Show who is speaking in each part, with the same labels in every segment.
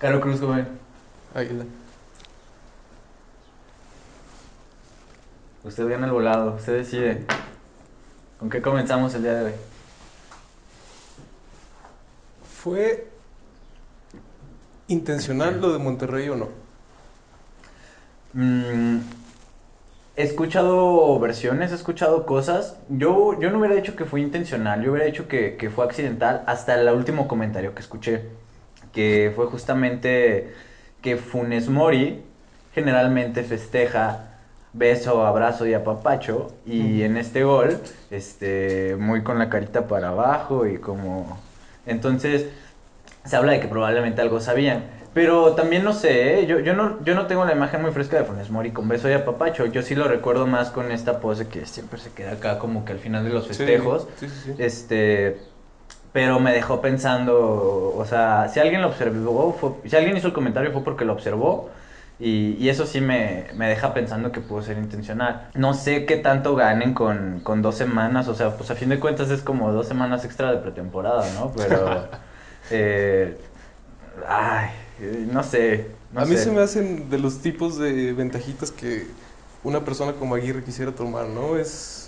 Speaker 1: Caro Cruz, joven.
Speaker 2: Águila.
Speaker 1: Usted viene el volado, usted decide. ¿Con qué comenzamos el día de hoy?
Speaker 2: ¿Fue intencional lo de Monterrey o no?
Speaker 1: Mm, he escuchado versiones, he escuchado cosas. Yo, yo no hubiera dicho que fue intencional, yo hubiera dicho que, que fue accidental hasta el último comentario que escuché, que fue justamente que Funes Mori generalmente festeja beso, abrazo y apapacho y en este gol, este, muy con la carita para abajo y como... Entonces, se habla de que probablemente algo sabían. Pero también no sé, ¿eh? yo, yo, no, yo no tengo la imagen muy fresca de Funes Mori con beso y apapacho. Yo sí lo recuerdo más con esta pose que siempre se queda acá como que al final de los festejos.
Speaker 2: Sí, sí, sí.
Speaker 1: Este, pero me dejó pensando, o sea, si alguien lo observó, fue- si alguien hizo el comentario fue porque lo observó. Y, y eso sí me, me deja pensando que pudo ser intencional. No sé qué tanto ganen con, con dos semanas, o sea, pues a fin de cuentas es como dos semanas extra de pretemporada, ¿no? Pero... eh, ay, eh, no sé. no
Speaker 2: a mí
Speaker 1: sé.
Speaker 2: se me hacen de los tipos de ventajitas que una persona como Aguirre quisiera tomar, ¿no? Es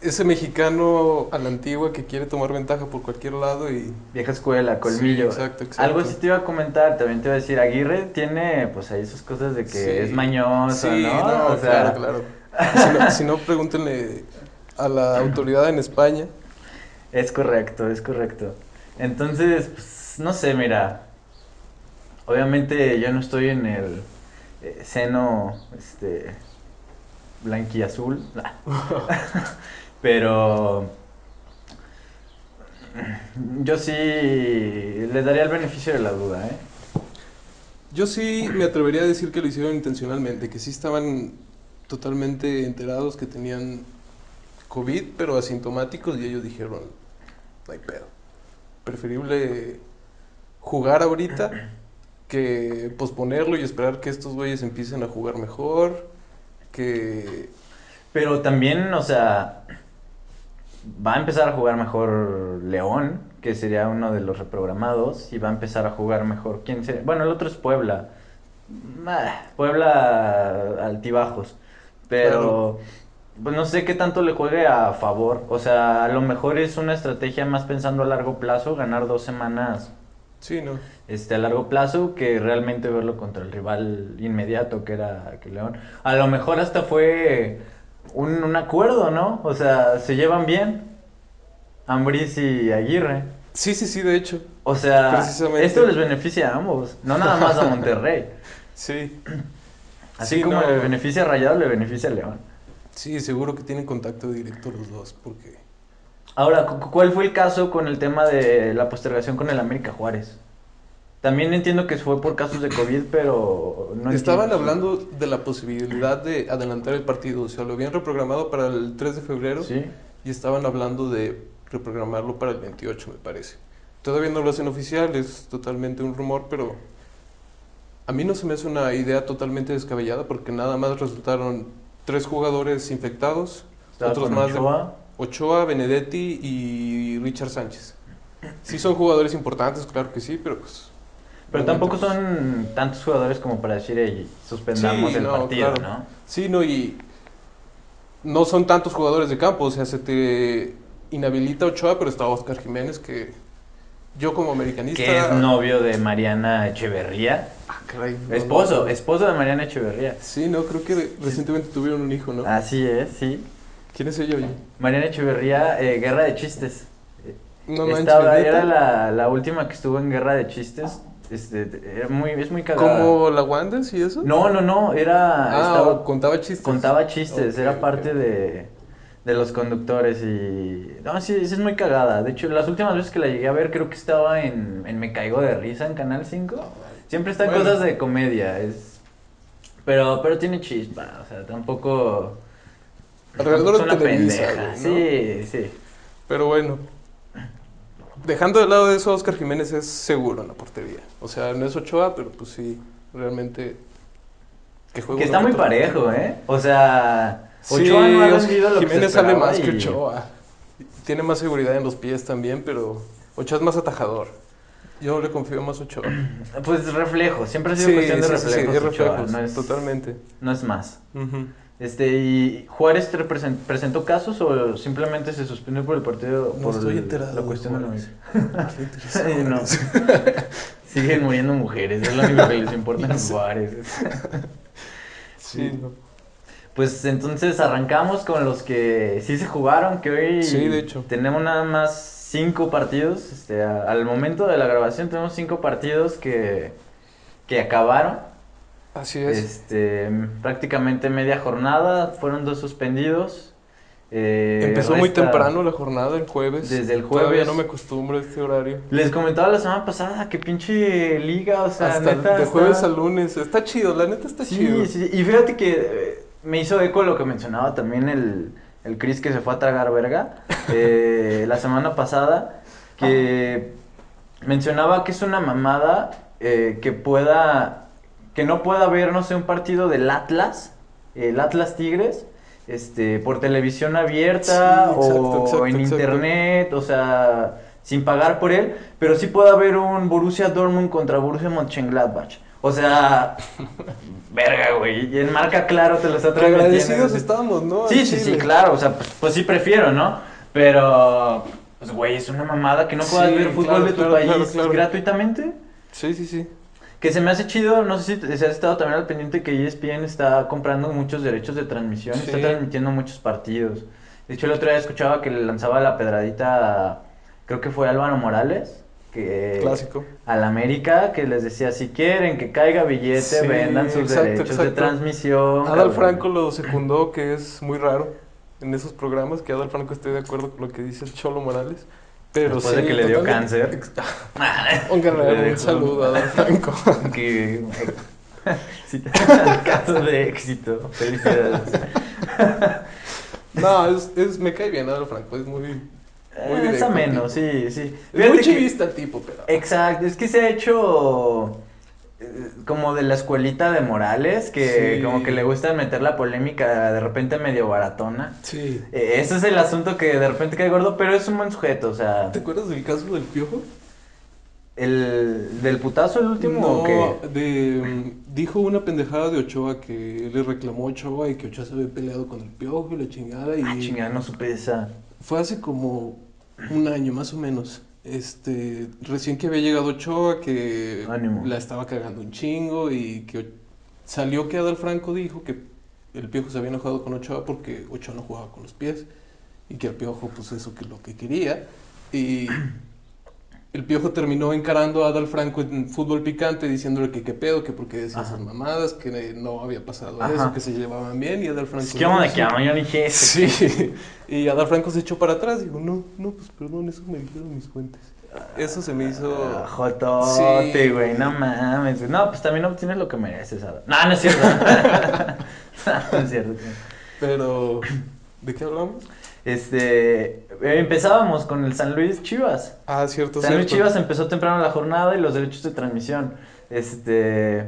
Speaker 2: ese mexicano a la antigua que quiere tomar ventaja por cualquier lado y...
Speaker 1: Vieja escuela, colmillo.
Speaker 2: Sí, exacto, exacto.
Speaker 1: Algo así te iba a comentar, también te iba a decir, Aguirre tiene pues ahí sus cosas de que
Speaker 2: Sí.
Speaker 1: es mañoso,
Speaker 2: Sí,
Speaker 1: ¿no? O sea,
Speaker 2: claro, claro. Si no, si no, pregúntenle a la autoridad en España.
Speaker 1: Es correcto, es correcto. Entonces, pues, no sé, mira. Obviamente yo no estoy en el eh, seno este blanquiazul, pero yo sí le daría el beneficio de la duda, ¿eh?
Speaker 2: Yo sí me atrevería a decir que lo hicieron intencionalmente, que sí estaban totalmente enterados que tenían COVID, pero asintomáticos, y ellos dijeron, no hay pedo. Preferible jugar ahorita que posponerlo y esperar que estos güeyes empiecen a jugar mejor, que...
Speaker 1: Pero también, o sea, va a empezar a jugar mejor León, que sería uno de los reprogramados, y va a empezar a jugar mejor. ¿Quién sería? Bueno, el otro es Puebla. Ah, Puebla altibajos. Pero, pues no sé qué tanto le juegue a favor. O sea, a lo mejor es una estrategia más pensando a largo plazo, ganar dos semanas
Speaker 2: Sí, no.
Speaker 1: este, a largo plazo que realmente verlo contra el rival inmediato que era que León. A lo mejor hasta fue un, un acuerdo, ¿no? O sea, se llevan bien Ambriz y Aguirre.
Speaker 2: Sí, sí, sí, de hecho.
Speaker 1: O sea,
Speaker 2: Precisamente.
Speaker 1: esto les beneficia a ambos, no nada más a Monterrey.
Speaker 2: Sí.
Speaker 1: Así
Speaker 2: Sí,
Speaker 1: como
Speaker 2: no.
Speaker 1: le beneficia a Rayado, le beneficia a León.
Speaker 2: Sí, seguro que tienen contacto directo los dos, porque...
Speaker 1: Ahora, cu- cu- ¿cuál fue el caso con el tema de la postergación con el América Juárez? También entiendo que fue por casos de COVID, pero no
Speaker 2: Estaban
Speaker 1: entiendo.
Speaker 2: hablando de la posibilidad de adelantar el partido, o sea, lo habían reprogramado para el 3 de febrero
Speaker 1: Sí.
Speaker 2: y estaban hablando de reprogramarlo para el 28, me parece. Todavía no lo hacen oficial, es totalmente un rumor, pero a mí no se me hace una idea totalmente descabellada porque nada más resultaron tres jugadores infectados,
Speaker 1: Estaba
Speaker 2: otros
Speaker 1: con
Speaker 2: más de
Speaker 1: Ochoa.
Speaker 2: Ochoa, Benedetti y Richard Sánchez. Sí son jugadores importantes, claro que sí, pero pues...
Speaker 1: Pero
Speaker 2: realmente,
Speaker 1: tampoco
Speaker 2: pues,
Speaker 1: son tantos jugadores como para decir, "Ey, suspendamos
Speaker 2: Sí,
Speaker 1: el
Speaker 2: no,
Speaker 1: partido,
Speaker 2: claro.
Speaker 1: ¿no?
Speaker 2: Sí, no, y no son tantos jugadores de campo, o sea, se te inhabilita Ochoa, pero está Oscar Jiménez, que yo como americanista...
Speaker 1: Que es novio de Mariana Echeverría.
Speaker 2: Ah, caray, no,
Speaker 1: esposo,
Speaker 2: no.
Speaker 1: esposo de Mariana Echeverría.
Speaker 2: Sí, no, creo que re- recientemente tuvieron un hijo, ¿no?
Speaker 1: Así es, sí.
Speaker 2: ¿Quién es ella? oye?
Speaker 1: Mariana Echeverría, eh, Guerra de Chistes.
Speaker 2: No
Speaker 1: Estaba-
Speaker 2: manches,
Speaker 1: era
Speaker 2: ¿neta?
Speaker 1: la, la última que estuvo en Guerra de Chistes. Este, era muy, es muy cagada.
Speaker 2: ¿Como la Wanders y eso?
Speaker 1: No, no, no, era...
Speaker 2: Ah,
Speaker 1: estaba-
Speaker 2: o contaba chistes.
Speaker 1: contaba chistes,
Speaker 2: Ok,
Speaker 1: era
Speaker 2: ok.
Speaker 1: parte de, de los conductores y... No, sí, sí es muy cagada. De hecho, las últimas veces que la llegué a ver creo que estaba en, en Me Caigo de Risa en Canal 5. Siempre están
Speaker 2: Bueno.
Speaker 1: cosas de comedia, es... Pero, pero tiene chispa, o sea, tampoco...
Speaker 2: Alrededor
Speaker 1: es
Speaker 2: de
Speaker 1: una
Speaker 2: Televisa,
Speaker 1: pendeja.
Speaker 2: güey, ¿no?
Speaker 1: Sí, sí.
Speaker 2: Pero bueno, dejando de lado eso, Oscar Jiménez es seguro en la portería. O sea, no es Ochoa, pero pues sí, realmente... Que, juega
Speaker 1: Que
Speaker 2: uno
Speaker 1: está muy
Speaker 2: otro.
Speaker 1: parejo, ¿eh? O sea,
Speaker 2: Sí,
Speaker 1: Ochoa no ha
Speaker 2: Oscar
Speaker 1: rendido lo que se
Speaker 2: Jiménez sale
Speaker 1: esperaba
Speaker 2: más que
Speaker 1: y-
Speaker 2: Ochoa. Tiene más seguridad en los pies también, pero Ochoa es más atajador. Yo le confío más a Ochoa.
Speaker 1: Pues reflejo, siempre ha sido cuestión de reflejos.
Speaker 2: es
Speaker 1: Ochoa,
Speaker 2: reflejos,
Speaker 1: no es-
Speaker 2: totalmente.
Speaker 1: No es más.
Speaker 2: Ujú.
Speaker 1: Este, ¿y Juárez te presen- presentó casos o simplemente se suspendió por el partido?
Speaker 2: No
Speaker 1: por
Speaker 2: estoy
Speaker 1: el-
Speaker 2: enterado
Speaker 1: La
Speaker 2: de
Speaker 1: cuestión de la
Speaker 2: Juárez. Qué
Speaker 1: Sí,
Speaker 2: interesante.
Speaker 1: no. Siguen muriendo mujeres, es lo único que les importa en Juárez.
Speaker 2: Sí, no.
Speaker 1: Pues entonces arrancamos con los que sí se jugaron, que hoy
Speaker 2: Sí, de hecho.
Speaker 1: tenemos nada más cinco partidos. Este, a- al momento de la grabación tenemos cinco partidos que, que acabaron.
Speaker 2: Así es.
Speaker 1: Este, prácticamente media jornada, fueron dos suspendidos. Eh,
Speaker 2: Empezó muy
Speaker 1: resta-
Speaker 2: temprano la jornada, el jueves.
Speaker 1: Desde el
Speaker 2: Todavía
Speaker 1: jueves.
Speaker 2: no me acostumbro a este horario.
Speaker 1: Les comentaba la semana pasada que pinche liga, o sea,
Speaker 2: Hasta
Speaker 1: neta,
Speaker 2: de
Speaker 1: está-
Speaker 2: jueves a lunes. Está chido, la neta está chido.
Speaker 1: Sí, sí, y fíjate que eh, me hizo eco lo que mencionaba también el, el Chris que se fue a tragar verga eh, la semana pasada, que mencionaba que es una mamada eh, que pueda, que no pueda ver, no sé, un partido del Atlas, el Atlas Tigres. Este, por televisión abierta
Speaker 2: Sí, exacto,
Speaker 1: o
Speaker 2: exacto,
Speaker 1: en
Speaker 2: exacto.
Speaker 1: internet, o sea, sin pagar por él, pero sí puede haber un Borussia Dortmund contra Borussia Mönchengladbach. O sea, Verga, güey. Y en marca claro te lo está
Speaker 2: Pero
Speaker 1: transmitiendo.
Speaker 2: agradecidos estábamos, ¿no?
Speaker 1: Sí,
Speaker 2: Al
Speaker 1: sí, sí,
Speaker 2: Chile.
Speaker 1: claro. O sea, pues, pues sí prefiero, ¿no? Pero, pues, güey, es una mamada que no puedas
Speaker 2: Sí,
Speaker 1: ver fútbol
Speaker 2: claro,
Speaker 1: de tu
Speaker 2: claro,
Speaker 1: país
Speaker 2: claro, claro.
Speaker 1: gratuitamente.
Speaker 2: Sí, sí, sí.
Speaker 1: Que se me hace chido, no sé si te- si has estado también al pendiente que E ESPN está comprando muchos derechos de transmisión, está
Speaker 2: Sí.
Speaker 1: transmitiendo muchos partidos. De hecho, el otro día escuchaba que le lanzaba la pedradita, creo que fue Álvaro Morales, que
Speaker 2: Clásico.
Speaker 1: al América que les decía si quieren que caiga billete
Speaker 2: Sí,
Speaker 1: vendan sus
Speaker 2: exacto,
Speaker 1: derechos de
Speaker 2: exacto.
Speaker 1: transmisión
Speaker 2: Adal
Speaker 1: cabrón.
Speaker 2: Franco lo secundó, que es muy raro en esos programas, que Adal Franco esté de acuerdo con lo que dice el Cholo Morales. Pero
Speaker 1: Después
Speaker 2: sí,
Speaker 1: de que le dio
Speaker 2: totalmente-
Speaker 1: cáncer.
Speaker 2: Ex-
Speaker 1: Ah, Le
Speaker 2: Un guerrero, un
Speaker 1: dejó-
Speaker 2: saludo a Adal Franco.
Speaker 1: que si te caso de éxito felicidades
Speaker 2: No, es, es- me cae bien Adal Franco, es muy... Muy
Speaker 1: Eh, es
Speaker 2: directo,
Speaker 1: ameno
Speaker 2: tipo.
Speaker 1: sí sí
Speaker 2: Es
Speaker 1: que-
Speaker 2: muy
Speaker 1: Eh,
Speaker 2: chivista el tipo, pero...
Speaker 1: exacto es que se ha hecho eh, como de la escuelita de Morales que
Speaker 2: Sí.
Speaker 1: como que le gusta meter la polémica de repente medio baratona
Speaker 2: Sí.
Speaker 1: Eh, ese es el asunto que de repente cae gordo pero es un buen sujeto o sea
Speaker 2: ¿Te acuerdas del caso del Piojo?
Speaker 1: ¿El del putazo el último o qué?
Speaker 2: No, de, mm, dijo una pendejada de Ochoa que le reclamó a Ochoa y que Ochoa se había peleado con el Piojo y la chingada y...
Speaker 1: Ah, chingada, no supe esa.
Speaker 2: Fue hace como un año más o menos. Este, recién que había llegado Ochoa, que
Speaker 1: Ánimo.
Speaker 2: la estaba cagando un chingo y que o- salió que Adal Franco dijo que el Piojo se había enojado con Ochoa porque Ochoa no jugaba con los pies y que el Piojo pues eso que lo que quería y el Piojo terminó encarando a Adal Franco en fútbol picante diciéndole que qué pedo, que porque decía
Speaker 1: Ajá.
Speaker 2: esas mamadas, que no había pasado
Speaker 1: Ajá.
Speaker 2: eso, que se llevaban bien y Adal Franco
Speaker 1: Es que
Speaker 2: "No,
Speaker 1: onda,
Speaker 2: sí".
Speaker 1: que amo, yo dije ese.
Speaker 2: Sí, y Adal Franco se echó para atrás. Digo, no, no, pues perdón, eso me dijeron mis fuentes. Eso se me hizo.
Speaker 1: Ah, Jotote,
Speaker 2: Sí.
Speaker 1: güey, no mames. No, pues también obtienes lo que mereces, Adam. No, no es cierto. no, no es cierto.
Speaker 2: Pero. ¿De qué hablamos?
Speaker 1: Este, eh, empezábamos con el San Luis Chivas.
Speaker 2: Ah, cierto,
Speaker 1: San Luis
Speaker 2: cierto.
Speaker 1: Chivas empezó temprano la jornada y los derechos de transmisión. Este,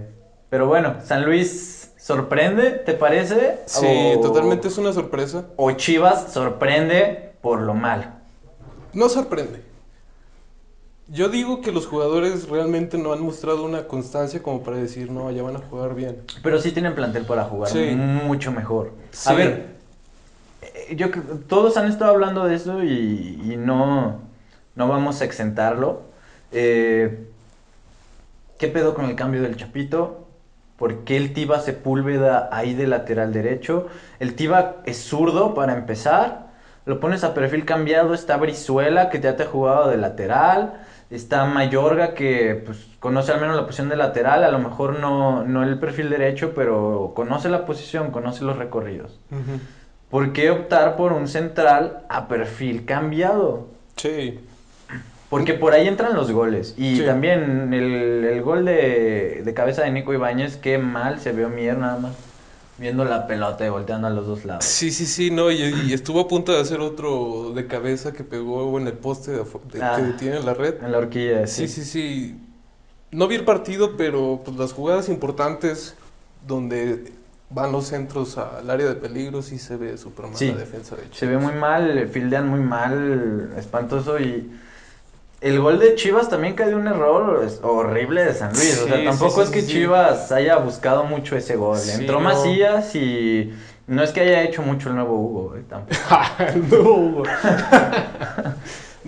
Speaker 1: pero bueno, San Luis sorprende, ¿te parece?
Speaker 2: Sí,
Speaker 1: O-
Speaker 2: totalmente es una sorpresa.
Speaker 1: O Chivas sorprende por lo mal.
Speaker 2: No sorprende. Yo digo que los jugadores realmente no han mostrado una constancia como para decir, no, ya van a jugar bien.
Speaker 1: Pero sí tienen plantel para jugar
Speaker 2: Sí.
Speaker 1: mucho mejor. A
Speaker 2: Sí.
Speaker 1: ver, eh, yo cre- todos han estado hablando de eso y, y no, no vamos a exentarlo. Eh, ¿Qué pedo con el cambio del Chapito? ¿Por qué el Tiba Sepúlveda ahí de lateral derecho? El Tiba es zurdo para empezar. Lo pones a perfil cambiado. Está Brizuela que ya te ha jugado de lateral. Está Mayorga que pues, conoce al menos la posición de lateral. A lo mejor no, no el perfil derecho, pero conoce la posición, conoce los recorridos.
Speaker 2: Ujú.
Speaker 1: ¿Por qué optar por un central a perfil cambiado?
Speaker 2: Sí.
Speaker 1: Porque por ahí entran los goles. Y
Speaker 2: Sí.
Speaker 1: también el, el gol de, de cabeza de Nico Ibáñez, qué mal se vio Mier nada más. Viendo la pelota y volteando a los dos lados.
Speaker 2: Sí, sí, sí, no, y, y estuvo a punto de hacer otro de cabeza que pegó en el poste de afu- de-
Speaker 1: Ah.
Speaker 2: que detiene la red.
Speaker 1: En la horquilla, sí.
Speaker 2: Sí, sí, sí. No vi el partido, pero pues, las jugadas importantes donde van los centros al área de peligro, sí se ve súper mal
Speaker 1: Sí.
Speaker 2: la defensa de
Speaker 1: Se
Speaker 2: Chivas.
Speaker 1: ve muy mal, fildean muy mal, espantoso. Y El gol de Chivas también cae de un error horrible de San Luis. o sea,
Speaker 2: Sí,
Speaker 1: tampoco
Speaker 2: sí,
Speaker 1: es que
Speaker 2: sí, sí.
Speaker 1: Chivas haya buscado mucho ese gol.
Speaker 2: Sí,
Speaker 1: Entró
Speaker 2: no.
Speaker 1: Macías y no es que haya hecho mucho el nuevo Hugo, eh, tampoco.
Speaker 2: no, Hugo.
Speaker 1: Es el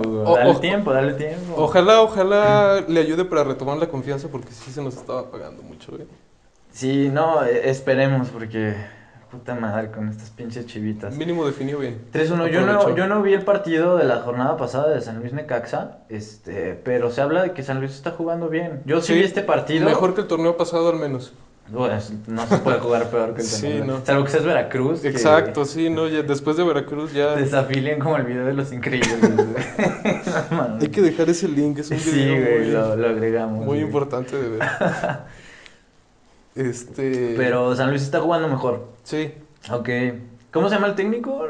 Speaker 1: nuevo Hugo.
Speaker 2: o-
Speaker 1: Dale
Speaker 2: o-
Speaker 1: tiempo, dale tiempo.
Speaker 2: Ojalá, ojalá le ayude para retomar la confianza porque sí se nos estaba apagando mucho, ¿eh? güey.
Speaker 1: Sí, no, eh, esperemos porque puta madre con estas pinches chivitas.
Speaker 2: Mínimo definió bien.
Speaker 1: 3-1. Yo no,
Speaker 2: Aprovechó.
Speaker 1: yo no vi el partido de la jornada pasada de San Luis Necaxa, este, pero se habla de que San Luis está jugando bien. Yo sí,
Speaker 2: Sí,
Speaker 1: vi este partido.
Speaker 2: Mejor que el torneo pasado al menos.
Speaker 1: Bueno, no se puede jugar peor que el
Speaker 2: Sí,
Speaker 1: Toluca.
Speaker 2: no.
Speaker 1: Salvo que seas Veracruz. que
Speaker 2: Exacto, sí, no, ya después de Veracruz ya...
Speaker 1: Desafilien como el video de los increíbles. güey. No mames.
Speaker 2: Hay que dejar ese link, es un
Speaker 1: Sí,
Speaker 2: video
Speaker 1: güey,
Speaker 2: muy,
Speaker 1: lo, lo agregamos.
Speaker 2: muy
Speaker 1: güey.
Speaker 2: importante de ver. Este...
Speaker 1: Pero San Luis está jugando mejor.
Speaker 2: Sí,
Speaker 1: Ok. ¿Cómo se llama el técnico?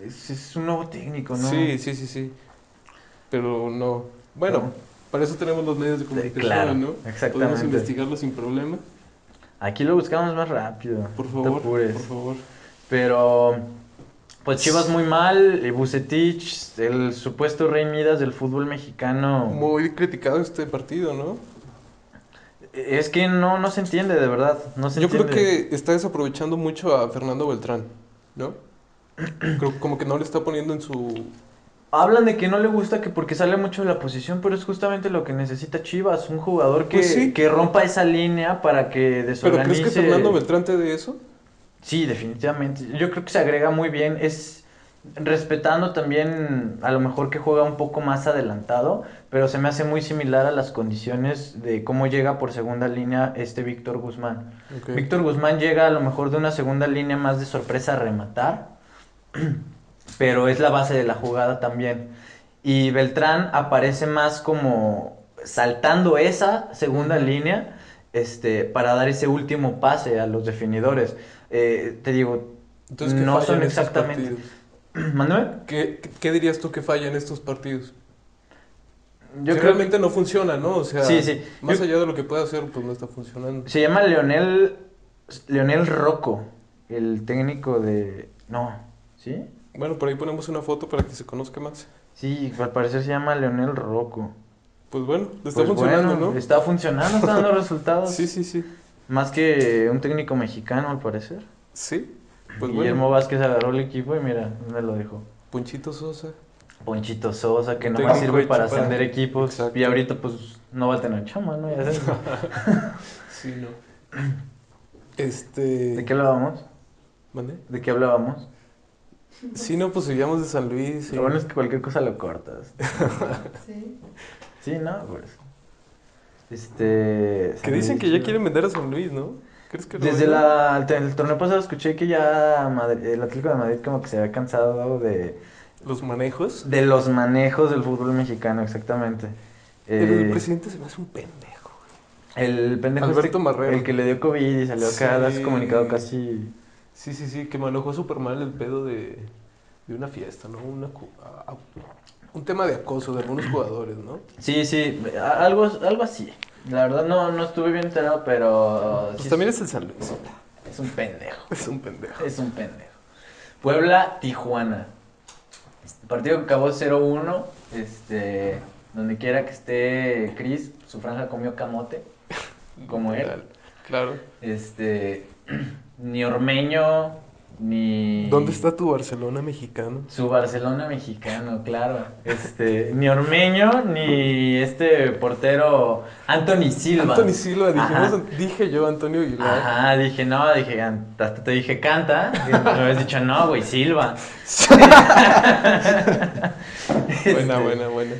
Speaker 1: Es, es un nuevo técnico, pues ¿no?
Speaker 2: sí, sí, sí, sí. Pero no. Bueno,
Speaker 1: No.
Speaker 2: para eso tenemos los medios de comunicación,
Speaker 1: claro,
Speaker 2: ¿no? Podemos
Speaker 1: exactamente.
Speaker 2: investigarlo sin problema.
Speaker 1: Aquí lo buscamos más rápido.
Speaker 2: Por
Speaker 1: no te
Speaker 2: favor, por
Speaker 1: apures.
Speaker 2: favor.
Speaker 1: Pero, pues Chivas muy mal, y Bucetich, el supuesto rey Midas del fútbol mexicano.
Speaker 2: Muy criticado este partido, ¿no?
Speaker 1: Es que no, no se entiende, de verdad. No se
Speaker 2: Yo creo
Speaker 1: entiende.
Speaker 2: que está desaprovechando mucho a Fernando Beltrán, ¿no? Creo- como que no le está poniendo en su...
Speaker 1: Pues Hablan de que no le gusta que porque sale mucho de la posición, pero es justamente lo que necesita Chivas, un jugador que,
Speaker 2: Pues sí.
Speaker 1: que rompa esa línea para que
Speaker 2: ¿Pero
Speaker 1: desorganice.
Speaker 2: crees que Fernando Beltrán te dé eso?
Speaker 1: Sí, definitivamente. Yo creo que se agrega muy bien. Es respetando también a lo mejor que juega un poco más adelantado, pero se me hace muy similar a las condiciones de cómo llega por segunda línea este Víctor Guzmán.
Speaker 2: Ok.
Speaker 1: Víctor Guzmán llega a lo mejor de una segunda línea más de sorpresa a rematar, pero es la base de la jugada también. Y Beltrán aparece más como saltando esa segunda línea este, para dar ese último pase a los definidores. Eh, te digo,
Speaker 2: Entonces, ¿qué
Speaker 1: no
Speaker 2: falla
Speaker 1: son
Speaker 2: en estos
Speaker 1: exactamente-
Speaker 2: partidos?
Speaker 1: Manuel,
Speaker 2: ¿Qué, qué dirías tú que falla en estos partidos?
Speaker 1: yo
Speaker 2: Que
Speaker 1: creo que
Speaker 2: realmente no funciona, ¿no? O sea,
Speaker 1: Sí, sí.
Speaker 2: más
Speaker 1: Yo-
Speaker 2: allá de lo que pueda hacer, pues no está funcionando.
Speaker 1: se llama Leonel, Leonel Rocco, el técnico de... No, ¿sí?
Speaker 2: Bueno, por ahí ponemos una foto para que se conozca más.
Speaker 1: Sí, al parecer se llama Leonel Rocco.
Speaker 2: Pues bueno, le está
Speaker 1: Pues
Speaker 2: funcionando,
Speaker 1: bueno,
Speaker 2: ¿no?
Speaker 1: Está funcionando, está dando resultados.
Speaker 2: Sí, sí, sí.
Speaker 1: Más que un técnico mexicano, al parecer.
Speaker 2: Sí. Pues
Speaker 1: Guillermo
Speaker 2: bueno,
Speaker 1: Vázquez agarró el equipo y mira, ¿dónde lo dejó?
Speaker 2: Ponchito Sosa.
Speaker 1: Ponchito Sosa, que
Speaker 2: Un
Speaker 1: nomás
Speaker 2: técnico
Speaker 1: sirve
Speaker 2: hecho
Speaker 1: para
Speaker 2: para-
Speaker 1: ascender equipos.
Speaker 2: Exacto.
Speaker 1: Y ahorita, pues, no va a tener chama, ¿no? Ya sabes.
Speaker 2: Sí, no. Este.
Speaker 1: ¿De qué hablábamos?
Speaker 2: ¿Mande?
Speaker 1: ¿De qué hablábamos?
Speaker 2: Sí, no, pues seguíamos de San Luis. y-
Speaker 1: Lo bueno es que cualquier cosa lo cortas.
Speaker 3: Sí.
Speaker 1: Sí, ¿no? Pues. Este.
Speaker 2: Que dicen que ya
Speaker 1: quieren
Speaker 2: quieren vender a San Luis, ¿no? ¿Crees que lo
Speaker 1: Desde
Speaker 2: vendan?
Speaker 1: la, el, el torneo pasado escuché que ya Madrid- el Atlético de Madrid como que se había cansado de,
Speaker 2: Los manejos.
Speaker 1: de los manejos del fútbol mexicano, exactamente.
Speaker 2: Pero el
Speaker 1: Eh,
Speaker 2: presidente se me hace un pendejo.
Speaker 1: el pendejo este,
Speaker 2: Alberto Marrero.
Speaker 1: el que le dio COVID y salió acá, das
Speaker 2: Sí.
Speaker 1: comunicado casi...
Speaker 2: Sí, sí, sí, que manejó súper mal el pedo de, de una fiesta, ¿no? Una, cu- a- a- un tema de acoso de algunos jugadores, ¿no?
Speaker 1: Sí, sí, a- algo, algo así. La verdad no, no estuve bien enterado, pero...
Speaker 2: Pues
Speaker 1: sí
Speaker 2: también
Speaker 1: es,
Speaker 2: es el San Luis.
Speaker 1: es un pendejo,
Speaker 2: Es un pendejo.
Speaker 1: es un pendejo. Puebla-Tijuana. Partido que acabó 0-1, este... Donde quiera que esté Chris, su franja comió camote. Como él.
Speaker 2: Literal, Claro.
Speaker 1: Este. Ni Ormeño, ni.
Speaker 2: ¿Dónde está tu Barcelona mexicano?
Speaker 1: Su Barcelona mexicano, claro. Este, ni Ormeño, ni este portero Anthony Silva.
Speaker 2: Anthony Silva, dijimos,
Speaker 1: Ajá.
Speaker 2: dije yo, Antonio Aguilar.
Speaker 1: Ajá, dije, no, dije, can- hasta te dije, canta. Y Me habías dicho, no, güey, Silva.
Speaker 2: Buena,
Speaker 1: Este,
Speaker 2: buena, buena.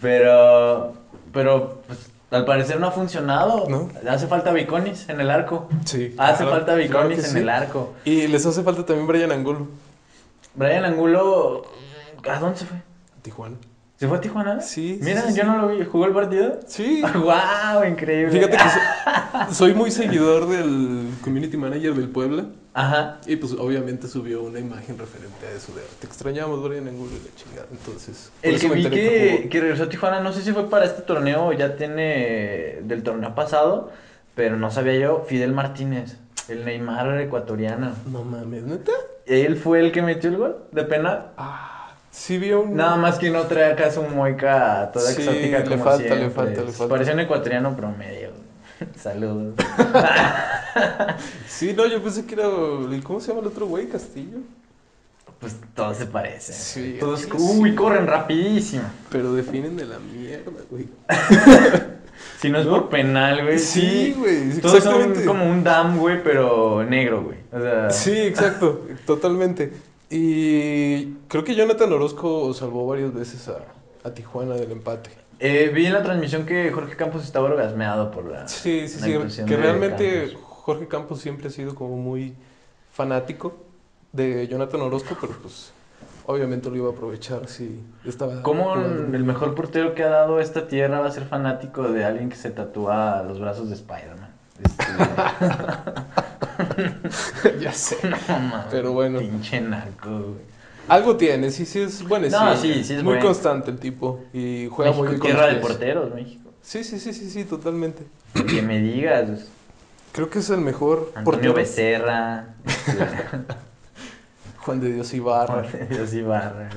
Speaker 1: Pero, pero, pues, al parecer no ha funcionado.
Speaker 2: No.
Speaker 1: Hace falta Viconis en el arco.
Speaker 2: Sí.
Speaker 1: Hace
Speaker 2: claro,
Speaker 1: falta Viconis
Speaker 2: claro que
Speaker 1: en
Speaker 2: sí.
Speaker 1: el arco.
Speaker 2: Y les hace falta también Brian Angulo.
Speaker 1: Brian Angulo, ¿a dónde se fue?
Speaker 2: Tijuana.
Speaker 1: ¿Se fue a Tijuana?
Speaker 2: Sí, sí,
Speaker 1: Mira,
Speaker 2: sí,
Speaker 1: yo
Speaker 2: sí.
Speaker 1: no lo vi. ¿Jugó el partido?
Speaker 2: Sí.
Speaker 1: ¡Wow! Increíble.
Speaker 2: Fíjate que so- soy muy seguidor del community manager del Puebla.
Speaker 1: Ajá.
Speaker 2: Y pues obviamente subió una imagen referente a eso de te extrañamos Brian Angulo y la chingada. Entonces, por
Speaker 1: El
Speaker 2: eso
Speaker 1: que
Speaker 2: me
Speaker 1: vi
Speaker 2: enteré
Speaker 1: que,
Speaker 2: jugó.
Speaker 1: que regresó a Tijuana, no sé si fue para este torneo o ya tiene del torneo pasado, pero no sabía yo, Fidel Martínez, el Neymar ecuatoriano.
Speaker 2: No mames, ¿neta?
Speaker 1: Él fue el que metió el gol de penal.
Speaker 2: Ah, Sí vi un...
Speaker 1: Nada más que no trae acá su moica toda
Speaker 2: Sí,
Speaker 1: exótica
Speaker 2: le
Speaker 1: como
Speaker 2: falta, le
Speaker 1: siempre.
Speaker 2: falta, le falta.
Speaker 1: Parecía un ecuatoriano promedio. Saludos.
Speaker 2: Sí, no, yo pensé que era... el- ¿Cómo se llama el otro güey? Castillo.
Speaker 1: Pues todos se parecen.
Speaker 2: Sí,
Speaker 1: todos,
Speaker 2: sí.
Speaker 1: uy, corren rapidísimo.
Speaker 2: Pero definen de la mierda, güey.
Speaker 1: Si no es
Speaker 2: ¿No?
Speaker 1: por penal, güey.
Speaker 2: Sí, güey,
Speaker 1: Todos son
Speaker 2: exactamente.
Speaker 1: como un dam, güey, pero negro, güey. O sea,
Speaker 2: Sí, exacto, totalmente. Y creo que Jonathan Orozco salvó varias veces a, a Tijuana del empate.
Speaker 1: eh, vi en la transmisión que Jorge Campos estaba orgasmeado por la.
Speaker 2: Sí, sí,
Speaker 1: la
Speaker 2: sí.
Speaker 1: actuación
Speaker 2: Que
Speaker 1: de
Speaker 2: realmente
Speaker 1: Campos.
Speaker 2: Jorge Campos siempre ha sido como muy fanático de Jonathan Orozco, pero pues obviamente lo iba a aprovechar si estaba...
Speaker 1: ¿Cómo
Speaker 2: jugando.
Speaker 1: el mejor portero que ha dado esta tierra va a ser fanático de alguien que se tatúa los brazos de Spider-Man? Este,
Speaker 2: ya sé.
Speaker 1: no mames,
Speaker 2: Pero bueno.
Speaker 1: Pinche narco, güey.
Speaker 2: Algo tiene, sí, sí es bueno.
Speaker 1: No, sí, sí es
Speaker 2: Muy
Speaker 1: bueno.
Speaker 2: constante el tipo y juega
Speaker 1: México,
Speaker 2: muy bien con
Speaker 1: tierra
Speaker 2: los
Speaker 1: de
Speaker 2: pies.
Speaker 1: porteros, México.
Speaker 2: Sí, sí, sí, sí, sí, totalmente.
Speaker 1: Que me digas.
Speaker 2: Creo que es el mejor
Speaker 1: Antonio
Speaker 2: portero.
Speaker 1: Becerra. este,
Speaker 2: Juan de Dios Ibarra.
Speaker 1: Dios Ibarra.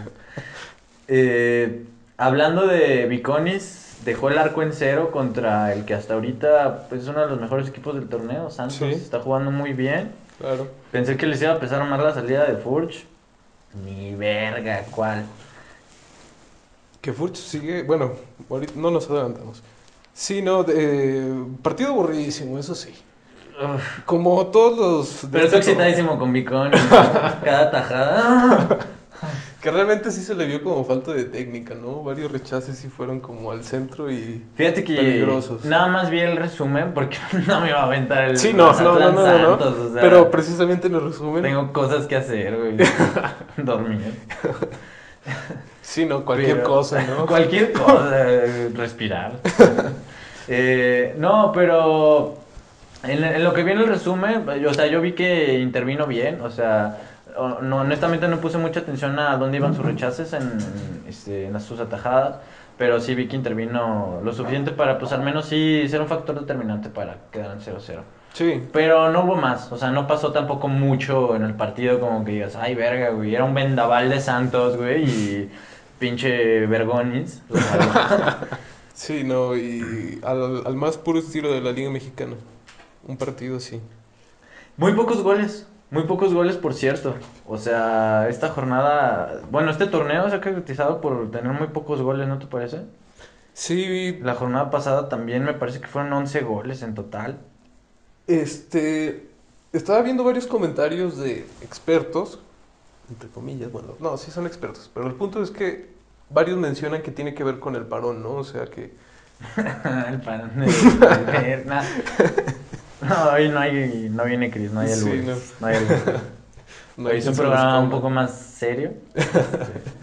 Speaker 1: Eh, hablando de Viconis, dejó el arco en cero contra el que hasta ahorita pues, es uno de los mejores equipos del torneo. Santos
Speaker 2: Sí.
Speaker 1: está jugando muy bien.
Speaker 2: Claro.
Speaker 1: Pensé que les iba a pesar más la salida de Furch. Ni verga, cuál.
Speaker 2: Que Furch sigue, bueno, ahorita no nos adelantamos. Sí, no, de- eh, partido aburridísimo, eso sí.
Speaker 1: Uf,
Speaker 2: Como todos los... de
Speaker 1: Pero
Speaker 2: este
Speaker 1: estoy excitadísimo con Viconis. Cada tajada.
Speaker 2: torneo, Que realmente sí se le vio como falta de técnica, ¿no? Varios rechaces sí fueron como al centro y...
Speaker 1: Fíjate que
Speaker 2: Peligrosos.
Speaker 1: nada más vi el resumen porque no me iba a aventar el
Speaker 2: Sí, no, no, no,
Speaker 1: Mazatlán
Speaker 2: no, no,
Speaker 1: Santos, o sea,
Speaker 2: Pero precisamente en el resumen...
Speaker 1: tengo cosas que hacer, güey. Dormir.
Speaker 2: Sí, no, cualquier
Speaker 1: Pero-
Speaker 2: cosa, ¿no?
Speaker 1: Cualquier cosa, eh, respirar. Eh, no, pero en, en lo que viene el resumen, yo- o sea, yo vi que intervino bien, o sea, o- no, honestamente no puse mucha atención a dónde iban sus rechaces en, este, en las- sus atajadas, pero sí vi que intervino lo suficiente para, pues al menos sí ser un factor determinante para quedar en 0-0.
Speaker 2: Sí,
Speaker 1: Pero no hubo más, o sea, no pasó tampoco mucho en el partido como que digas, ay verga, güey, era un vendaval de Santos, güey, y pinche Vergonis. o sea,
Speaker 2: sí, no, y al, al más puro estilo de la Liga Mexicana. Un partido así.
Speaker 1: muy pocos goles, muy pocos goles, por cierto. O sea, esta jornada, bueno, este torneo se ha caracterizado por tener muy pocos goles, ¿no te parece?
Speaker 2: Sí,
Speaker 1: La jornada pasada también me parece que fueron 11 goles en total.
Speaker 2: Este, estaba viendo varios comentarios de expertos, entre comillas, bueno, no, sí son expertos, pero el punto es que varios mencionan que tiene que ver con el parón, ¿no? O sea que,
Speaker 1: el pan de ver, na- No, hoy no, hay, no viene Cris, no hay el
Speaker 2: Sí,
Speaker 1: no hay albures.
Speaker 2: no
Speaker 1: Hoy
Speaker 2: hay
Speaker 1: es un
Speaker 2: quien se los
Speaker 1: programa un
Speaker 2: coma.
Speaker 1: poco más serio. Este,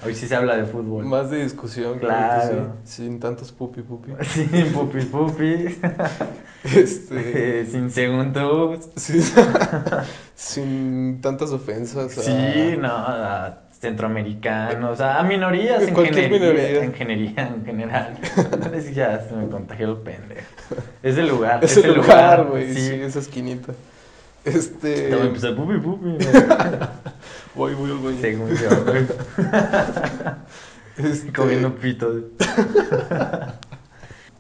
Speaker 1: Hoy sí se habla de fútbol.
Speaker 2: más de discusión, claro que
Speaker 1: Claro.
Speaker 2: sí, sin tantos pupi pupi.
Speaker 1: Sí, pupi pupi.
Speaker 2: Este,
Speaker 1: Eh, Sin segundos.
Speaker 2: sin, sin tantas ofensas a-
Speaker 1: Sí, no, a centroamericanos, a minorías en
Speaker 2: Cualquier
Speaker 1: general.
Speaker 2: minoría.
Speaker 1: En general, en general. Es que ya se me contagió el pendejo. Es el lugar.
Speaker 2: ese
Speaker 1: el
Speaker 2: lugar, güey, sí,
Speaker 1: Sí. pues,
Speaker 2: esa esquinita.
Speaker 1: Te
Speaker 2: Este,
Speaker 1: voy a empezar pupi pupi. güey.
Speaker 2: voy, voy, voy.
Speaker 1: Según yo, güey.
Speaker 2: Este,
Speaker 1: Comiendo pito. ¿De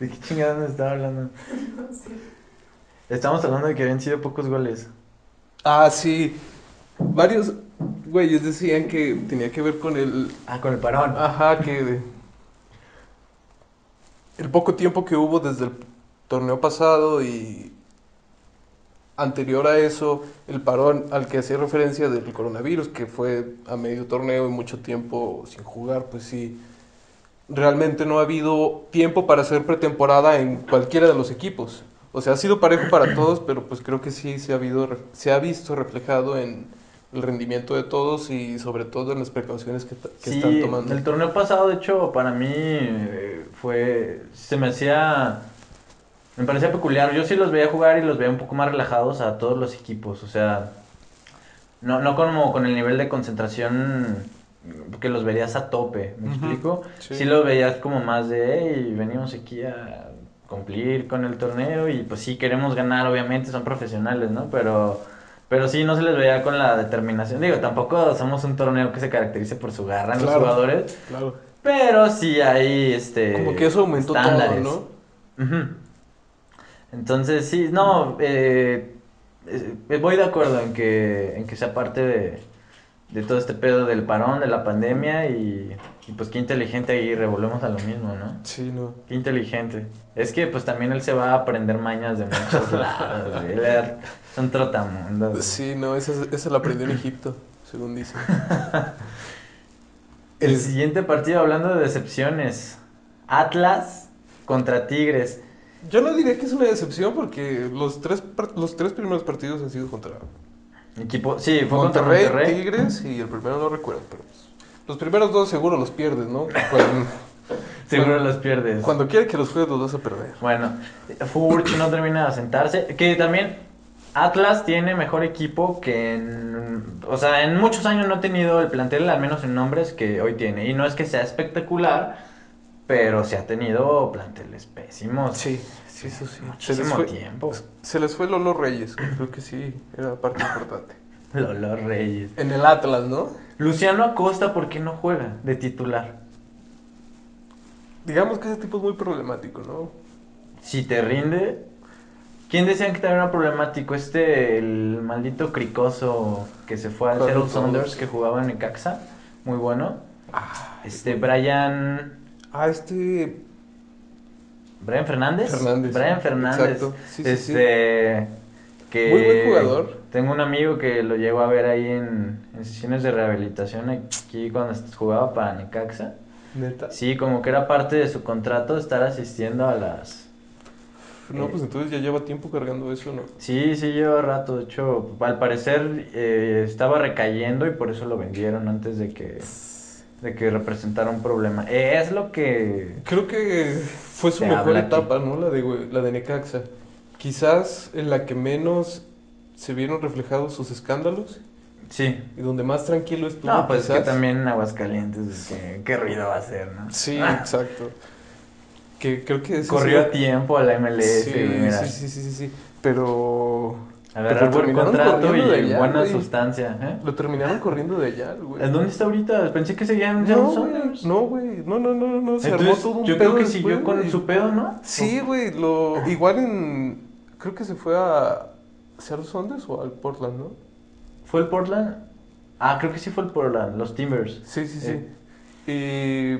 Speaker 1: qué chingados me estaba hablando? Estamos hablando de que habían sido pocos goles.
Speaker 2: Ah, sí. Varios güeyes decían que tenía que ver con el...
Speaker 1: Ah, con el parón.
Speaker 2: Ajá, que... El poco tiempo que hubo desde el torneo pasado y anterior a eso, el parón al que hacía referencia del coronavirus, que fue a medio torneo y mucho tiempo sin jugar, pues sí, realmente no ha habido tiempo para hacer pretemporada en cualquiera de los equipos. O sea, ha sido parejo para todos, pero pues creo que sí se ha, habido, se ha visto reflejado en el rendimiento de todos y sobre todo en las precauciones que, ta- que
Speaker 1: Sí,
Speaker 2: están tomando.
Speaker 1: el torneo pasado, de hecho, para mí eh, fue. Se me hacía. Me parecía peculiar. Yo sí los veía jugar y los veía un poco más relajados a todos los equipos. O sea, no, no como con el nivel de concentración que los verías a tope. ¿Me
Speaker 2: Ujú,
Speaker 1: explico? Sí.
Speaker 2: sí.
Speaker 1: los veías como más de. Hey, venimos aquí a cumplir con el torneo y pues sí queremos ganar, obviamente, son profesionales, ¿no? Pero. Pero sí, no se les veía con la determinación. Digo, tampoco somos un torneo que se caracterice por su garra en los
Speaker 2: Claro.
Speaker 1: jugadores.
Speaker 2: Claro.
Speaker 1: Pero sí hay este.
Speaker 2: Como que eso aumentó todo,
Speaker 1: estándares.
Speaker 2: ¿no?
Speaker 1: Ujú. Entonces, sí, no, eh, eh, voy de acuerdo en que, en que sea parte de, de todo este pedo del parón, de la pandemia y, y pues qué inteligente ahí, revolvemos a lo mismo, ¿no?
Speaker 2: Sí, no.
Speaker 1: Qué inteligente. Es que pues también él se va a aprender mañas de muchos lados, güey. Él era- son trotamundos. güey.
Speaker 2: Sí, no, esa, es- esa la aprendió en Egipto, según dicen.
Speaker 1: El
Speaker 2: Es-
Speaker 1: siguiente partido, hablando de decepciones, Atlas contra Tigres.
Speaker 2: Yo no diría que es una decepción porque los tres, par- los tres primeros partidos han sido contra
Speaker 1: Equipo, sí, fue contra
Speaker 2: Monterrey,
Speaker 1: Monterrey.
Speaker 2: Tigres y el primero no recuerdo, pero pues, los primeros dos seguro los pierdes, ¿no? Cuando,
Speaker 1: Seguro
Speaker 2: Bueno,
Speaker 1: los pierdes.
Speaker 2: cuando quiera que los juegues los vas a perder.
Speaker 1: Bueno, Furch no termina de asentarse. Que también Atlas tiene mejor equipo que en. O sea, en muchos años no ha tenido el plantel, al menos en nombres, que hoy tiene. Y no es que sea espectacular, pero se ha tenido planteles pésimos.
Speaker 2: Sí, sí, eso sí.
Speaker 1: Muchísimo tiempo.
Speaker 2: Se les fue Lolo Reyes, que creo que sí, era parte importante.
Speaker 1: Lolo Reyes.
Speaker 2: En el Atlas, ¿no?
Speaker 1: Luciano Acosta, ¿por qué no juega de titular?
Speaker 2: Digamos que ese tipo es muy problemático, ¿no?
Speaker 1: Si te rinde. ¿Quién decían que también era problemático? Este, el maldito cricoso que se fue al
Speaker 2: Claro,
Speaker 1: Seattle
Speaker 2: todos.
Speaker 1: Saunders que jugaba en Necaxa. Muy bueno.
Speaker 2: Ah,
Speaker 1: Este, Brian.
Speaker 2: ah, este...
Speaker 1: ¿Brian Fernández?
Speaker 2: Fernández.
Speaker 1: Brian Fernández.
Speaker 2: Exacto. Sí, sí,
Speaker 1: este. Que
Speaker 2: Muy buen jugador.
Speaker 1: Tengo un amigo que lo llegó a ver ahí en, en sesiones de rehabilitación aquí cuando est- jugaba para Necaxa.
Speaker 2: Neta.
Speaker 1: Sí, como que era parte de su contrato estar asistiendo a las. Eh,
Speaker 2: No, pues entonces ya lleva tiempo cargando eso, ¿no?
Speaker 1: Sí, sí, lleva rato. De hecho, al parecer eh, estaba recayendo y por eso lo vendieron antes de que, de que representara un problema. Eh, es lo que.
Speaker 2: Creo que fue su
Speaker 1: Se
Speaker 2: mejor
Speaker 1: habla aquí.
Speaker 2: etapa, ¿no? La de, Gü- la de Necaxa. Quizás en la que menos se vieron reflejados sus escándalos
Speaker 1: Sí.
Speaker 2: y donde más tranquilo estuvo.
Speaker 1: No, pues que
Speaker 2: Ah, quizás.
Speaker 1: también en Aguascalientes, que, qué ruido va a hacer, ¿no?
Speaker 2: Sí, exacto. Que creo que ese
Speaker 1: Corrió
Speaker 2: sí-
Speaker 1: a tiempo a la MLS,
Speaker 2: Sí,
Speaker 1: güey, mira.
Speaker 2: sí, sí, sí, sí, sí. Pero
Speaker 1: Agarrar
Speaker 2: Pero
Speaker 1: buen
Speaker 2: terminaron
Speaker 1: contrato y
Speaker 2: corriendo de allá,
Speaker 1: buena
Speaker 2: güey.
Speaker 1: sustancia, ¿eh?
Speaker 2: lo terminaron corriendo de allá, güey.
Speaker 1: ¿En dónde está ahorita? Pensé que seguían en
Speaker 2: No,
Speaker 1: Seattle
Speaker 2: güey,
Speaker 1: Sounders.
Speaker 2: no, güey, no, no, no, no, se armó
Speaker 1: Entonces,
Speaker 2: todo un
Speaker 1: yo creo
Speaker 2: pedo
Speaker 1: que
Speaker 2: después,
Speaker 1: siguió con
Speaker 2: güey.
Speaker 1: su pedo, ¿no?
Speaker 2: Sí, güey, lo igual en creo que se fue a Seattle Sounders o al Portland, ¿no?
Speaker 1: ¿Fue el Portland? Ah, creo que sí fue el Portland, los Timbers.
Speaker 2: Sí, sí, sí.
Speaker 1: Eh.
Speaker 2: Y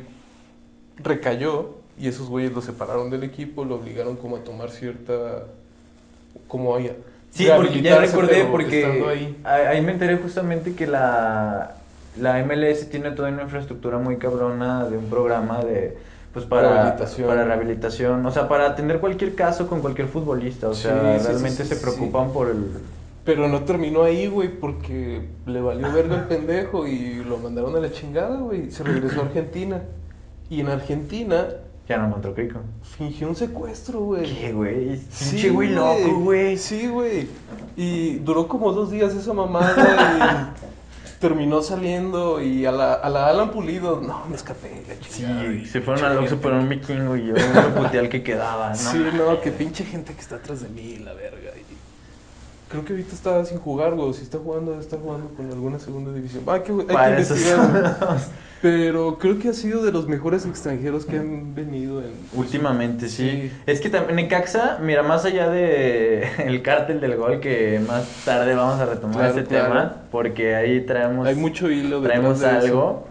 Speaker 2: recayó y esos güeyes lo separaron del equipo, lo obligaron como a tomar cierta como haya.
Speaker 1: Sí, porque ya
Speaker 2: rehabilitarse,
Speaker 1: recordé,
Speaker 2: pero
Speaker 1: porque
Speaker 2: estando ahí.
Speaker 1: ahí. ahí me enteré justamente que la, la MLS tiene toda una infraestructura muy cabrona de un programa de pues para
Speaker 2: Rehabilitación.
Speaker 1: para rehabilitación, o sea, para atender cualquier caso con cualquier futbolista, o
Speaker 2: Sí,
Speaker 1: sea,
Speaker 2: sí, sí,
Speaker 1: realmente
Speaker 2: sí,
Speaker 1: se
Speaker 2: sí.
Speaker 1: preocupan por el
Speaker 2: Pero no terminó ahí, güey, porque le valió verga el pendejo y lo mandaron a la chingada, güey. Se regresó a Argentina. Y en Argentina
Speaker 1: ya no encontró Crico.
Speaker 2: fingió un secuestro, güey.
Speaker 1: ¿Qué, güey?
Speaker 2: Sí,
Speaker 1: Pinche güey loco, güey.
Speaker 2: Sí, güey. Y duró como dos días esa mamada y terminó saliendo y a la, a la Alan Pulido, no, me escapé. la
Speaker 1: Sí,
Speaker 2: chingada.
Speaker 1: se fueron al Oxxo por un vikingo y yo me puteé al que quedaba, ¿no?
Speaker 2: Sí, no, que pinche gente que está atrás de mí, la verga. y- Creo que ahorita está sin jugar, güey. Si está jugando, está jugando con alguna segunda división. Ah, que, hay que
Speaker 1: Para esos
Speaker 2: investigar, güey. Pero creo que ha sido de los mejores extranjeros que han venido en...
Speaker 1: Últimamente, sí.
Speaker 2: Sí.
Speaker 1: Es que también Necaxa, mira, más allá de el cártel del gol, que más tarde vamos a retomar
Speaker 2: Claro,
Speaker 1: ese
Speaker 2: claro.
Speaker 1: tema, porque ahí traemos,
Speaker 2: Hay mucho hilo de
Speaker 1: traemos algo.